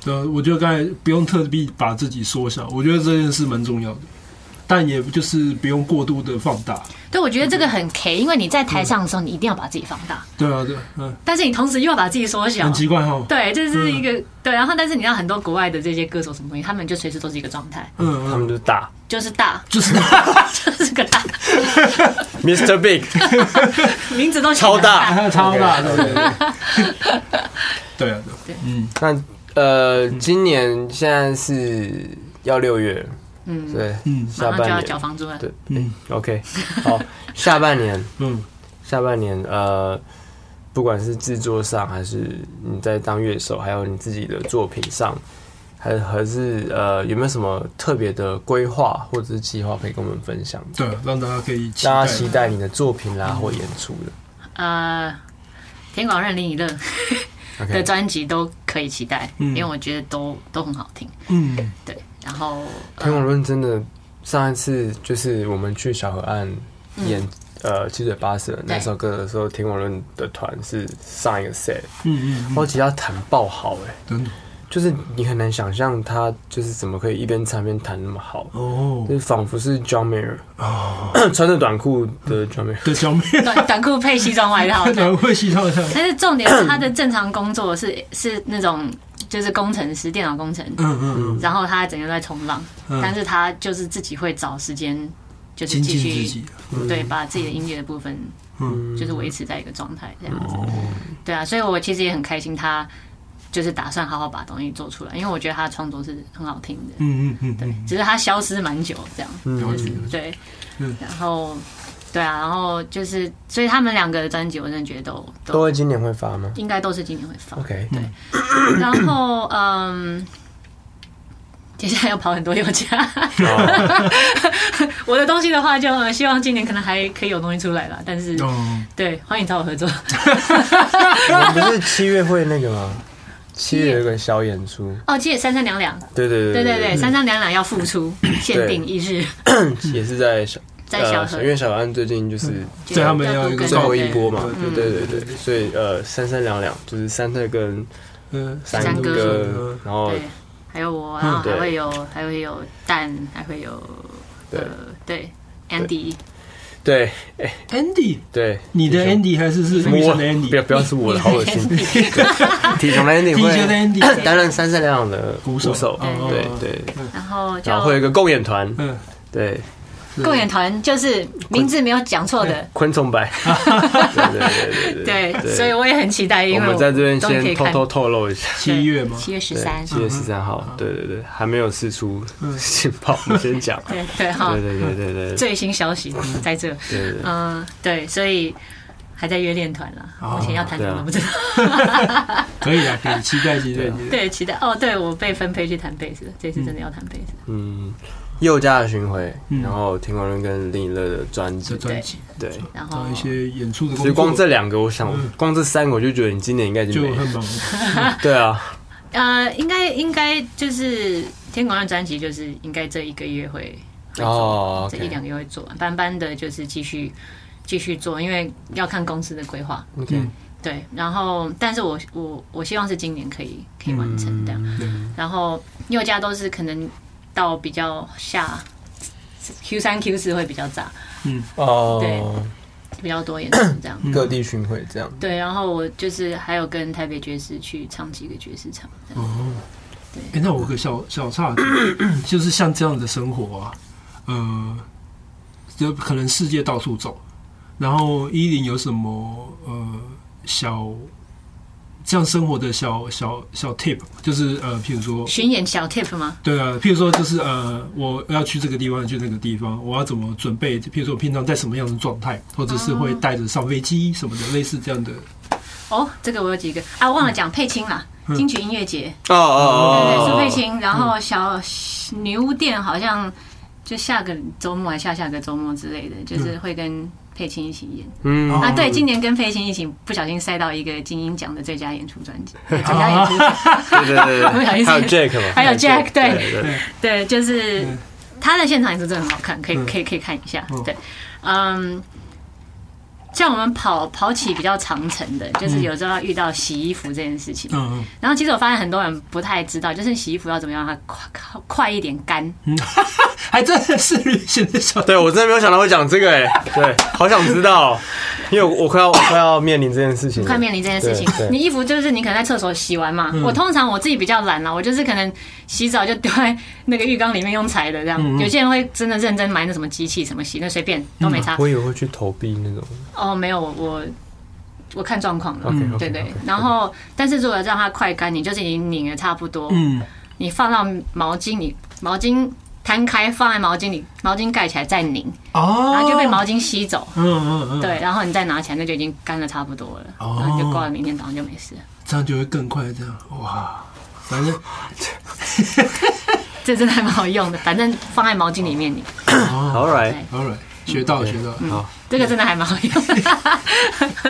[SPEAKER 3] 呃，我觉得刚才不用特地把自己缩小，我觉得这件事蛮重要的，但也就是不用过度的放大。
[SPEAKER 1] 对，我觉得这个
[SPEAKER 3] 嗯
[SPEAKER 1] 很 K，因为你在台上的时候你一定要把自己放大，
[SPEAKER 3] 对啊，对，嗯，
[SPEAKER 1] 但是你同时又要把自己缩小
[SPEAKER 3] 很。奇怪哈。
[SPEAKER 1] 对，这是一
[SPEAKER 3] 嗯
[SPEAKER 1] 个对，然后但是你知道很多国外的这些歌手什么东西，他们就随时都是一个状态，
[SPEAKER 3] 嗯
[SPEAKER 4] 他
[SPEAKER 3] 嗯，
[SPEAKER 4] 们就是大
[SPEAKER 1] 就是大， (laughs)
[SPEAKER 3] 就是
[SPEAKER 1] 就是个大，
[SPEAKER 4] Mr. Big
[SPEAKER 1] 名字都写得
[SPEAKER 4] 超
[SPEAKER 1] 很
[SPEAKER 4] 大，
[SPEAKER 3] 超大，对
[SPEAKER 4] OK，
[SPEAKER 3] 对对。对啊，对，嗯，
[SPEAKER 4] (laughs) 那呃，今年现在是要六月，
[SPEAKER 1] 嗯
[SPEAKER 4] 对，
[SPEAKER 3] 嗯
[SPEAKER 4] 下
[SPEAKER 1] 马上
[SPEAKER 4] 半
[SPEAKER 1] 就要缴
[SPEAKER 4] 年，
[SPEAKER 1] 房租了。
[SPEAKER 4] 对，
[SPEAKER 3] 嗯
[SPEAKER 4] 嗯，OK，好，
[SPEAKER 1] (laughs)
[SPEAKER 4] 下半年，
[SPEAKER 3] 嗯
[SPEAKER 4] 下半年，呃，不管是制作上，还是你在当乐手，还有你自己的作品上，还还是呃，有没有什么特别的规划或者是计划可以跟我们分享？
[SPEAKER 3] 对，让大家可以期
[SPEAKER 4] 大家
[SPEAKER 3] 待。
[SPEAKER 4] 期待你的作品啦，
[SPEAKER 1] 嗯
[SPEAKER 4] 或演出的。
[SPEAKER 1] 呃，田广任、林以乐的
[SPEAKER 4] OK，
[SPEAKER 1] 专辑都可以期待，
[SPEAKER 3] 嗯
[SPEAKER 1] 因为我觉得都都很好听。
[SPEAKER 3] 嗯
[SPEAKER 1] 对，然后
[SPEAKER 4] 田广润真的，上一次就是我们去小河岸演、呃七嘴八舌那首歌的时候，田广润的团是上一个 set，
[SPEAKER 3] 嗯嗯，
[SPEAKER 4] 我吉他弹爆好哎、
[SPEAKER 3] 真的
[SPEAKER 4] 就是你很难想象他就是怎么可以一边唱一边弹那么好，
[SPEAKER 3] 哦
[SPEAKER 4] 就是仿佛是 John Mayer (coughs) 穿着短裤的 John Mayer，
[SPEAKER 3] 的小妹，
[SPEAKER 1] 短短裤配西装外套。
[SPEAKER 3] (laughs) 难会洗头的。
[SPEAKER 1] 但是重点是他的正常工作是是那种就是工程师、电脑工程，
[SPEAKER 3] 嗯嗯
[SPEAKER 1] 然后他整天都在冲浪，
[SPEAKER 3] 嗯，
[SPEAKER 1] 但是他就是自己会找时间就是
[SPEAKER 3] 精
[SPEAKER 1] 继
[SPEAKER 3] 进自己
[SPEAKER 1] 续。对把自己的音乐的部分
[SPEAKER 3] 嗯
[SPEAKER 1] 就是维持在一个状态这样子。对啊，所以我其实也很开心，他就是打算好好把东西做出来，因为我觉得他的创作是很好听的，
[SPEAKER 3] 嗯嗯
[SPEAKER 1] 对
[SPEAKER 3] 嗯，
[SPEAKER 1] 只是他消失蛮久这样，就是对
[SPEAKER 3] 嗯，
[SPEAKER 1] 然后对啊，然后就是，所以他们两个的专辑，我真的觉得都
[SPEAKER 4] 都
[SPEAKER 1] 都
[SPEAKER 4] 会今年会发吗
[SPEAKER 1] 应该都是今年会
[SPEAKER 3] 哦
[SPEAKER 1] 放。
[SPEAKER 4] ？OK，
[SPEAKER 1] 然后嗯，接下来要跑很多油家，
[SPEAKER 4] 哦
[SPEAKER 1] 我的东西的话就，呃希望今年可能还可以有东西出来啦，但是
[SPEAKER 3] 嗯，哦， (laughs)
[SPEAKER 1] 对，欢迎找我合作。
[SPEAKER 4] 你们不是七月会那个吗？
[SPEAKER 2] 七月有一个小演出，
[SPEAKER 1] 哦，记得三三两两，
[SPEAKER 2] 对对
[SPEAKER 1] 对
[SPEAKER 2] 对
[SPEAKER 1] 对对，三三两两要付出，限定一日，
[SPEAKER 2] 对，也是在小
[SPEAKER 1] 在小河
[SPEAKER 2] 呃，因为小安最近就是
[SPEAKER 3] 在他们要一个
[SPEAKER 1] 对
[SPEAKER 2] 最后一波嘛，
[SPEAKER 3] 嗯对
[SPEAKER 2] 对对对，所以呃三三两两就是三特跟
[SPEAKER 3] 嗯，
[SPEAKER 1] 三
[SPEAKER 2] 三
[SPEAKER 1] 哥
[SPEAKER 2] 哥，然后
[SPEAKER 1] 对，还有
[SPEAKER 2] 嗯
[SPEAKER 1] 我，然后还会有还会有蛋，还会有
[SPEAKER 2] 对
[SPEAKER 1] 呃对 Andy，
[SPEAKER 2] 对
[SPEAKER 3] Andy，
[SPEAKER 2] 对，
[SPEAKER 3] 你的 Andy 还是是女
[SPEAKER 2] 我
[SPEAKER 3] 生的
[SPEAKER 2] 不要
[SPEAKER 3] Andy？
[SPEAKER 2] 不要是我了，好恶
[SPEAKER 1] (laughs)
[SPEAKER 2] 心。
[SPEAKER 5] 体重的 Andy
[SPEAKER 3] 第一届的
[SPEAKER 5] 会
[SPEAKER 3] Andy，
[SPEAKER 2] (coughs) 担任三三两两的鼓
[SPEAKER 3] 手
[SPEAKER 2] 手，
[SPEAKER 1] 对
[SPEAKER 2] 对
[SPEAKER 3] 哦
[SPEAKER 2] 对，
[SPEAKER 1] 然后
[SPEAKER 2] 然后会有一
[SPEAKER 1] 就
[SPEAKER 2] 个共演团，
[SPEAKER 3] 嗯，
[SPEAKER 2] 对，
[SPEAKER 1] 共演团就是名字没有讲错的，
[SPEAKER 2] 昆
[SPEAKER 3] (laughs)
[SPEAKER 2] 虫白，对对
[SPEAKER 1] 对
[SPEAKER 2] 对对，对，
[SPEAKER 1] 所以我也很期待，因
[SPEAKER 2] 我
[SPEAKER 1] 为
[SPEAKER 2] 们在这边
[SPEAKER 1] 终于可
[SPEAKER 2] 先
[SPEAKER 1] 以
[SPEAKER 2] 偷
[SPEAKER 1] 看
[SPEAKER 2] 偷透露一下，
[SPEAKER 3] 七月嘛，
[SPEAKER 1] 七月十
[SPEAKER 2] 对
[SPEAKER 1] 三，
[SPEAKER 2] 七月十三
[SPEAKER 3] 嗯
[SPEAKER 2] 号，对对对，还没有释出情报，我们
[SPEAKER 1] (laughs)
[SPEAKER 2] 先讲，
[SPEAKER 1] 对对哈
[SPEAKER 2] 对，对对对对对
[SPEAKER 1] 最新消
[SPEAKER 2] (laughs)
[SPEAKER 1] 息在这，
[SPEAKER 2] 对对，
[SPEAKER 1] 嗯，对，所以还在约练团啦，目前要谈什
[SPEAKER 2] 对
[SPEAKER 1] 么
[SPEAKER 2] 啊
[SPEAKER 1] 不知道。
[SPEAKER 3] 可以啊，可以期待期待期待。
[SPEAKER 1] 对，期待哦，对我被分配去弹贝斯了，这次真的要弹贝斯。
[SPEAKER 2] 嗯，佑嘉的巡回，
[SPEAKER 3] 嗯
[SPEAKER 2] 然后田广润跟林以乐的专
[SPEAKER 3] 这
[SPEAKER 2] 辑，
[SPEAKER 3] 专辑
[SPEAKER 2] 对，
[SPEAKER 1] 然后
[SPEAKER 3] 找一些演出的
[SPEAKER 2] 所以
[SPEAKER 3] 工
[SPEAKER 2] 光
[SPEAKER 3] 作
[SPEAKER 2] 这两个，我嗯想光这三个，我就觉得你今年应该已经
[SPEAKER 3] 就
[SPEAKER 2] 没了
[SPEAKER 3] 很，忙。
[SPEAKER 2] (laughs) 对 (laughs) 啊，
[SPEAKER 1] 呃，应该应该就是天广亮专辑，就是应该这一个月会会做完
[SPEAKER 2] 哦
[SPEAKER 1] 这
[SPEAKER 2] OK
[SPEAKER 1] 一两个月会做完。班班的就是继续继续做，因为要看公司的规划。
[SPEAKER 2] ，OK，
[SPEAKER 1] 对，然后但是我我我希望是今年可以可以完成
[SPEAKER 2] 嗯
[SPEAKER 1] 这样。然后佑家都是可能到比较下 Q 三 Q 四会比较杂，
[SPEAKER 2] 哦，
[SPEAKER 1] 对比较多演出这样。
[SPEAKER 2] 各地巡回这样，
[SPEAKER 1] 对，然后我就是还有跟台北爵士去唱几个爵士场，这样
[SPEAKER 3] 哎，那我有个小小岔题，就是像这样的生活啊，呃，就可能世界到处走，然后依林有什么呃小这样生活的小小小 tip，就是呃，譬如说
[SPEAKER 1] 巡演小 tip 吗？
[SPEAKER 3] 对啊，譬如说就是呃，我要去这个地方，去那个地方，我要怎么准备？譬如说我平常在什么样的状态，或者是会带着上飞机什么的，类似这样的。
[SPEAKER 1] 哦，这个我有几个啊，忘了讲佩青啦，金曲音乐节，对对
[SPEAKER 2] 哦哦
[SPEAKER 1] 对，
[SPEAKER 2] 哦，
[SPEAKER 1] 苏佩青，然后小女巫店好像就下个周末还下下个周末之类的，就是会跟佩青一起演
[SPEAKER 2] 嗯
[SPEAKER 1] 啊。对，今年跟佩青一起不小心塞到一个金鹰奖的最佳演出专辑，对最佳演出专辑，
[SPEAKER 2] 对对对
[SPEAKER 1] 不小意
[SPEAKER 2] 对，
[SPEAKER 1] 思
[SPEAKER 2] 还有 Jack 嘛，
[SPEAKER 1] (laughs) 还有 Jack，对
[SPEAKER 2] 对对，
[SPEAKER 1] 对，就是他的现场演出真的很好看，可以
[SPEAKER 3] 嗯
[SPEAKER 1] 可以可以看一下
[SPEAKER 3] 嗯。
[SPEAKER 1] 对，嗯，像我们跑跑起比较长程的，就是有时候要遇到洗衣服这件事情。
[SPEAKER 3] 嗯
[SPEAKER 1] 然后其实我发现很多人不太知道，就是洗衣服要怎么样让它快快一点干。
[SPEAKER 3] 嗯，还真的是现在小
[SPEAKER 2] 对我真的没有想到会讲这个哎、对，好想知道，因为我我快要我快要面临这件事情了，
[SPEAKER 1] 快面临这件事情
[SPEAKER 2] 对，对
[SPEAKER 1] 你衣服就是你可能在厕所洗完嘛。我通常我自己比较懒啦，我就是可能洗澡就丢在那个浴缸里面用踩的这样。有些人会真的认真买那什么机器什么洗，那随便都没差。
[SPEAKER 2] 我以为会去投币那种，
[SPEAKER 1] 哦，没有，我我我看状况了。嗯
[SPEAKER 2] OK，OK，OK
[SPEAKER 1] 对对，然后但是如果让它快干，你就是已经拧的差不多，
[SPEAKER 3] 嗯
[SPEAKER 1] 你放到毛巾里，毛巾摊开放在毛巾里，毛巾盖起来再拧，
[SPEAKER 3] 哦，
[SPEAKER 1] 然后就被毛巾吸走。
[SPEAKER 3] 嗯嗯嗯，，
[SPEAKER 1] 对，然后你再拿起来，那就已经干的差不多了，
[SPEAKER 3] 哦
[SPEAKER 1] 然后你就挂了，明天早上就没事了。
[SPEAKER 3] 这样就会更快这样哇。反 (coughs) 正哦
[SPEAKER 1] 这真的还蛮好用的，反正放在毛巾里面拧，
[SPEAKER 2] ，All right，
[SPEAKER 1] 对嗯
[SPEAKER 3] all right，学到了学到了，
[SPEAKER 2] 好，
[SPEAKER 1] 这个真的还蛮好用的。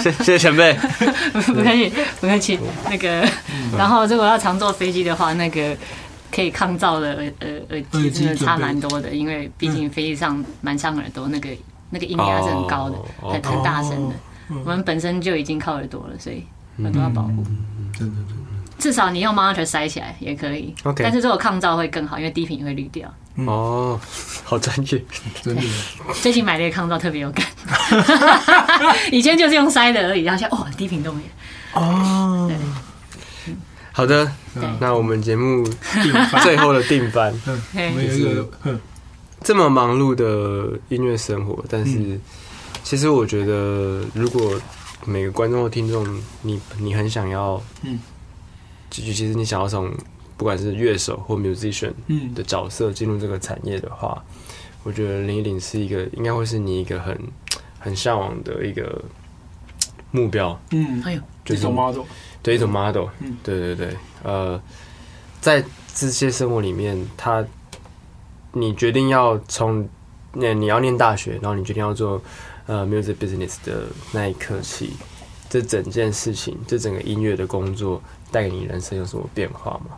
[SPEAKER 2] 谢谢谢前辈，
[SPEAKER 1] (laughs) 不客气，不客气。那个，
[SPEAKER 3] 嗯
[SPEAKER 1] (laughs) 然后如果要常坐飞机的话，那个可以抗噪的耳耳耳
[SPEAKER 3] 耳
[SPEAKER 1] 机
[SPEAKER 3] 机
[SPEAKER 1] 真的差
[SPEAKER 3] 准备嗯
[SPEAKER 1] 蛮多的，因为毕竟飞机上蛮伤耳朵，那个那个音压是很高的
[SPEAKER 2] 哦，
[SPEAKER 1] 很
[SPEAKER 2] 哦
[SPEAKER 1] 很大声的
[SPEAKER 3] 哦。嗯
[SPEAKER 1] 我们本身就已经靠耳朵了，所以耳朵要保护。
[SPEAKER 3] 真的真的，
[SPEAKER 1] 至少你用 monitor 塞起来也可以
[SPEAKER 2] OK
[SPEAKER 1] 但是如果抗噪会更好，因为低频会滤掉。
[SPEAKER 2] 哦，好专业，
[SPEAKER 3] 真的，
[SPEAKER 1] 最近买了一个抗噪特别有
[SPEAKER 3] (laughs)
[SPEAKER 1] 感，以前就是用塞的而已，然后现在哦低频都没了。
[SPEAKER 3] 哦，
[SPEAKER 2] (laughs) 好的
[SPEAKER 1] 对，
[SPEAKER 2] 那我们节目
[SPEAKER 3] 定番
[SPEAKER 2] (laughs) 最后的定番，
[SPEAKER 3] 嗯， (laughs) 我
[SPEAKER 1] 对
[SPEAKER 3] 们有一个，嗯
[SPEAKER 2] 这么忙碌的音乐生活，但
[SPEAKER 3] 嗯
[SPEAKER 2] 是其实我觉得，如果每个观众或听众，你你很想要，
[SPEAKER 3] 嗯，
[SPEAKER 2] 就就其实你想要从不管是乐手或 musician
[SPEAKER 3] 嗯
[SPEAKER 2] 的角色进入这个产业的话，我觉得林依林是一个应该会是你一个很很向往的一个目标，
[SPEAKER 3] 嗯，
[SPEAKER 1] 哎呦，
[SPEAKER 3] 这
[SPEAKER 2] 就是
[SPEAKER 3] 种 model，
[SPEAKER 2] 对一种 model，
[SPEAKER 3] 嗯
[SPEAKER 2] 对对对，呃，在这些生活里面，他你决定要从那你要念大学，然后你决定要做呃 music business 的那一刻起，这整件事情，这整个音乐的工作带给你人生有什么变化吗？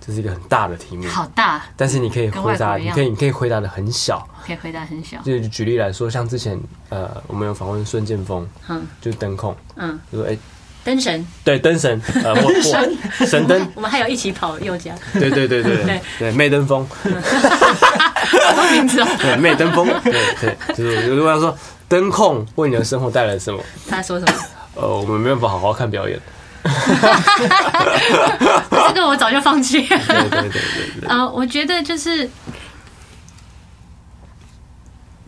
[SPEAKER 2] 这是一个很大的题
[SPEAKER 3] 嗯
[SPEAKER 2] 目，
[SPEAKER 1] 好大，
[SPEAKER 2] 但是你可以
[SPEAKER 1] 跟
[SPEAKER 2] 回
[SPEAKER 1] 外
[SPEAKER 2] 答，
[SPEAKER 1] 国一
[SPEAKER 2] 你
[SPEAKER 1] 样
[SPEAKER 2] 可以你可以回答的很小。
[SPEAKER 1] 可以回答很小。
[SPEAKER 2] 就举例来说，像之前呃，我们有访问孙剑锋，
[SPEAKER 1] 嗯
[SPEAKER 2] 就是灯控，
[SPEAKER 1] 嗯，
[SPEAKER 2] 就说哎、
[SPEAKER 1] 灯神，
[SPEAKER 2] 对灯神，呃，或或神灯，
[SPEAKER 1] (laughs) 我们还有一起跑右家， (laughs)
[SPEAKER 2] 对对对对对
[SPEAKER 1] 对
[SPEAKER 2] 对，魅登峰，
[SPEAKER 1] 什么名字哦？
[SPEAKER 2] 对魅登峰，对对，就是如果要说灯控为你的生活带来什么，
[SPEAKER 1] 他说什
[SPEAKER 2] (laughs)
[SPEAKER 1] 么？
[SPEAKER 2] 呃，我们没办法好好看表演，
[SPEAKER 1] 这个我早就放弃 (laughs) 了。
[SPEAKER 2] 对对对对对，
[SPEAKER 1] 呃，我觉得就是，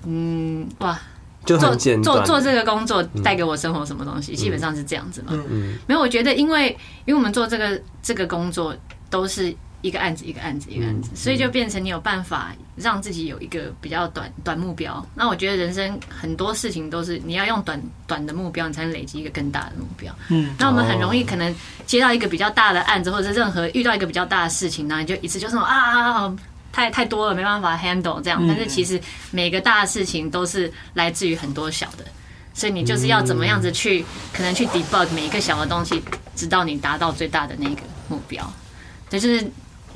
[SPEAKER 1] 嗯，哇，
[SPEAKER 2] 就
[SPEAKER 1] 做
[SPEAKER 2] 很简
[SPEAKER 1] 做
[SPEAKER 2] 短，
[SPEAKER 1] 做这个工作带给我生活什么东西，基本上是这样子嘛。
[SPEAKER 2] 嗯
[SPEAKER 1] 没有，我觉得因为因为我们做这个这个工作都是一个案子一个案子一个
[SPEAKER 2] 嗯
[SPEAKER 1] 案子，所以就变成你有办法让自己有一个比较短短目标。那我觉得人生很多事情都是你要用短短的目标，你才能累积一个更大的目标。
[SPEAKER 3] 嗯，
[SPEAKER 1] 那我们很容易可能接到一个比较大的案子，或者是任何遇到一个比较大的事情，然后你就一次就说啊啊啊啊，太太多了，没办法 handle 这样。但是其实每个大的事情都是来自于很多小的，所以你就是要怎么样子去，可能去 debug 每一个小的东西，直到你达到最大的那个目标。对，就是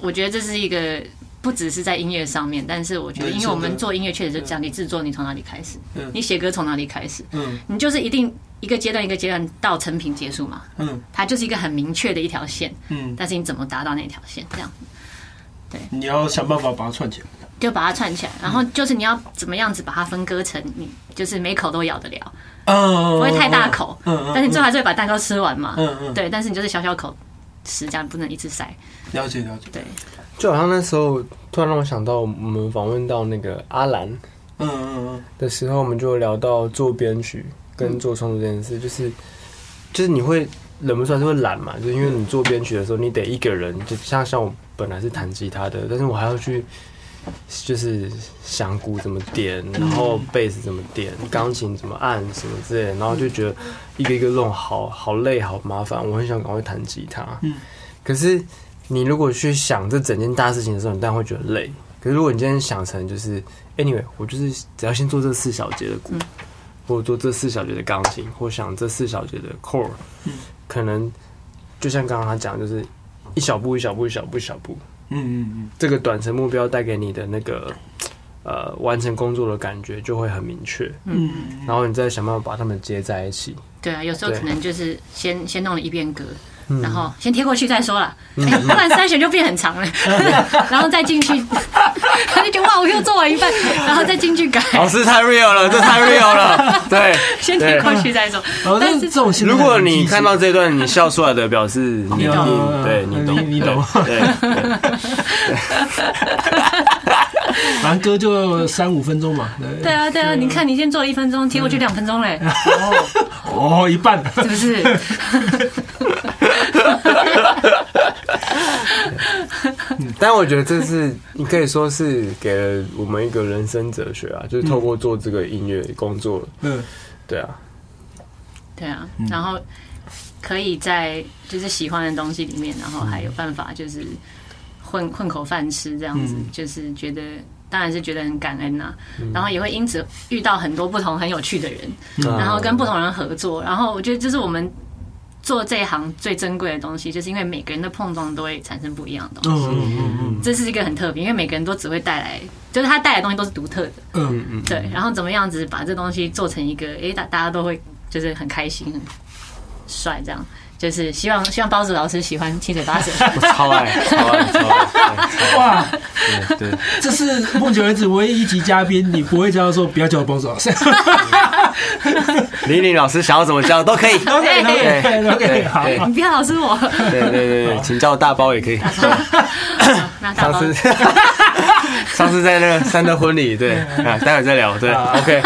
[SPEAKER 1] 我觉得这是一个。不只是在音乐上面，但是我觉得，因为我们做音乐确实就这样，你制作你从哪里开始
[SPEAKER 3] 嗯，
[SPEAKER 1] 你写歌从哪里开始，
[SPEAKER 3] 嗯
[SPEAKER 1] 你就是一定一个阶段一个阶段到成品结束嘛，
[SPEAKER 3] 嗯
[SPEAKER 1] 它就是一个很明确的一条线，
[SPEAKER 3] 嗯，
[SPEAKER 1] 但是你怎么达到那条线，这样
[SPEAKER 3] 你要想办法把它串起来。
[SPEAKER 1] 就把它串起来，然后就是你要怎么样子把它分割成你就是每口都咬得
[SPEAKER 2] 哦
[SPEAKER 1] 了，
[SPEAKER 3] 嗯，
[SPEAKER 1] 不会太大口，
[SPEAKER 3] 嗯嗯嗯
[SPEAKER 1] 但是你最后还是会把蛋糕吃完嘛，
[SPEAKER 3] 嗯嗯
[SPEAKER 1] 对，但是你就是小小口吃，这样不能一直塞，
[SPEAKER 3] 了解了解。
[SPEAKER 1] 对，
[SPEAKER 2] 就好像那时候突然让我想到，我们访问到那个阿兰，
[SPEAKER 3] 嗯嗯
[SPEAKER 2] 的时候，我们就聊到做编曲跟做创作这件事，就是就是你会忍不住还是会懒嘛，就是因为你做编曲的时候，你得一个人，就像像我本来是弹吉他的，但是我还要去就是想鼓怎么点，然后贝斯怎么点，钢琴怎么按什么之类的，然后就觉得一个一个弄好好累好麻烦，我很想赶快弹吉他，
[SPEAKER 3] 嗯
[SPEAKER 2] 可是你如果去想这整件大事情的时候，你当然会觉得累。可是如果你今天想成就是 anyway，我就是只要先做这四小节的鼓，
[SPEAKER 3] 嗯
[SPEAKER 2] 或者做这四小节的钢琴，或想这四小节的 core，、
[SPEAKER 3] 嗯
[SPEAKER 2] 可能就像刚刚他讲，就是一小步一小步一小步一小步，
[SPEAKER 3] 嗯嗯
[SPEAKER 2] 这个短程目标带给你的那个呃完成工作的感觉就会很明确，
[SPEAKER 3] 嗯
[SPEAKER 2] 然后你再想办法把它们接在一起。
[SPEAKER 1] 对啊，有时候
[SPEAKER 2] 对
[SPEAKER 1] 可能就是先先弄了一遍格，
[SPEAKER 2] 嗯
[SPEAKER 1] 然后先贴过去再说啦，哎 (laughs) 不然筛选就变很
[SPEAKER 2] (laughs)
[SPEAKER 1] 长了，然后再进去，他就觉得哇，我又做完一半，然后再进去改，
[SPEAKER 2] 老师太 real 了，这太 real
[SPEAKER 3] (laughs)
[SPEAKER 2] 了，对。
[SPEAKER 1] 先贴过去再说。
[SPEAKER 3] 嗯。
[SPEAKER 1] 但
[SPEAKER 3] 但
[SPEAKER 1] 是
[SPEAKER 3] 是这种心态
[SPEAKER 2] 如
[SPEAKER 3] 很
[SPEAKER 2] 果你看到
[SPEAKER 3] 积
[SPEAKER 2] 这段你笑出来的，表示你
[SPEAKER 3] 你
[SPEAKER 2] 一
[SPEAKER 3] 懂
[SPEAKER 2] 定对
[SPEAKER 3] 嗯
[SPEAKER 2] 懂，
[SPEAKER 3] 你你懂
[SPEAKER 2] 对，对对
[SPEAKER 3] 极，反正歌就三五分钟嘛。
[SPEAKER 1] 对啊，对啊，你看你先做了一分钟，贴过
[SPEAKER 2] 嗯
[SPEAKER 1] 去两分钟嘞，
[SPEAKER 3] 哦，一半。
[SPEAKER 1] (laughs) 是不是？
[SPEAKER 2] 但我觉得这是 (laughs) 你可以说是给了我们一个人生哲学啊，就是透过做这个音乐工作，
[SPEAKER 3] 嗯，
[SPEAKER 2] 对啊，
[SPEAKER 1] 对啊，然后可以在就是喜欢的东西里面，然后还有办法就是混混口饭吃，这样子、
[SPEAKER 3] 嗯
[SPEAKER 1] 就是觉得。当然是觉得很感恩呐、然后也会因此遇到很多不同很有趣的人，嗯
[SPEAKER 2] 嗯
[SPEAKER 1] 然后跟不同人合作，然后我觉得这是我们做这一行最珍贵的东西，就是因为每个人的碰撞都会产生不一样的东西，
[SPEAKER 3] 嗯嗯
[SPEAKER 1] 这是一个很特别，因为每个人都只会带来，就是他带来的东西都是独特的，
[SPEAKER 3] 嗯
[SPEAKER 2] 嗯
[SPEAKER 1] 对，然后怎么样子把这东西做成一个，诶，大大家都会就是很开心、很帅这样。就是希望希望包子老师喜欢七嘴八舌，
[SPEAKER 2] 嗯，超爱，超爱，超爱，
[SPEAKER 3] 嗯，哇，
[SPEAKER 2] 对对，
[SPEAKER 3] (laughs) 这是目前为止唯一一集嘉宾，你不会这样说，不要叫我帮手啊老师。
[SPEAKER 2] 李玲老师想要怎么叫都可
[SPEAKER 1] (laughs)
[SPEAKER 2] 以，
[SPEAKER 3] OK
[SPEAKER 2] 对
[SPEAKER 3] OK
[SPEAKER 2] 对
[SPEAKER 3] OK，好。
[SPEAKER 1] 你不要老师我。
[SPEAKER 2] 对对对对，请叫我大包也可以。
[SPEAKER 1] 那大
[SPEAKER 2] 上
[SPEAKER 1] 包
[SPEAKER 2] 次 (laughs) 上次在那个三的婚礼，对啊，待会再聊，对，OK，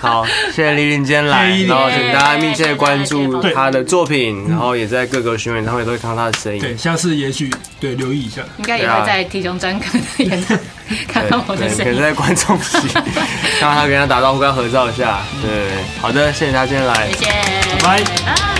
[SPEAKER 2] 好，谢谢丽玲今天来
[SPEAKER 3] 谢谢，
[SPEAKER 2] 然后
[SPEAKER 1] 丽玲
[SPEAKER 2] 请大家密切关注
[SPEAKER 1] 对
[SPEAKER 2] 她的作品，然后也在各个巡演唱会都会看到她的身影
[SPEAKER 3] 对，。下次也许对留意一下。
[SPEAKER 1] 应该也会在体中专科的演唱看
[SPEAKER 2] 对
[SPEAKER 1] 到我的
[SPEAKER 2] 对，
[SPEAKER 1] 声
[SPEAKER 2] 可
[SPEAKER 1] 音
[SPEAKER 2] 是。在观
[SPEAKER 1] (laughs)
[SPEAKER 2] 众席，让他跟他打招呼，跟他合照一下。对，好的，谢谢他今天来，
[SPEAKER 1] 谢谢，
[SPEAKER 3] 拜
[SPEAKER 1] 拜。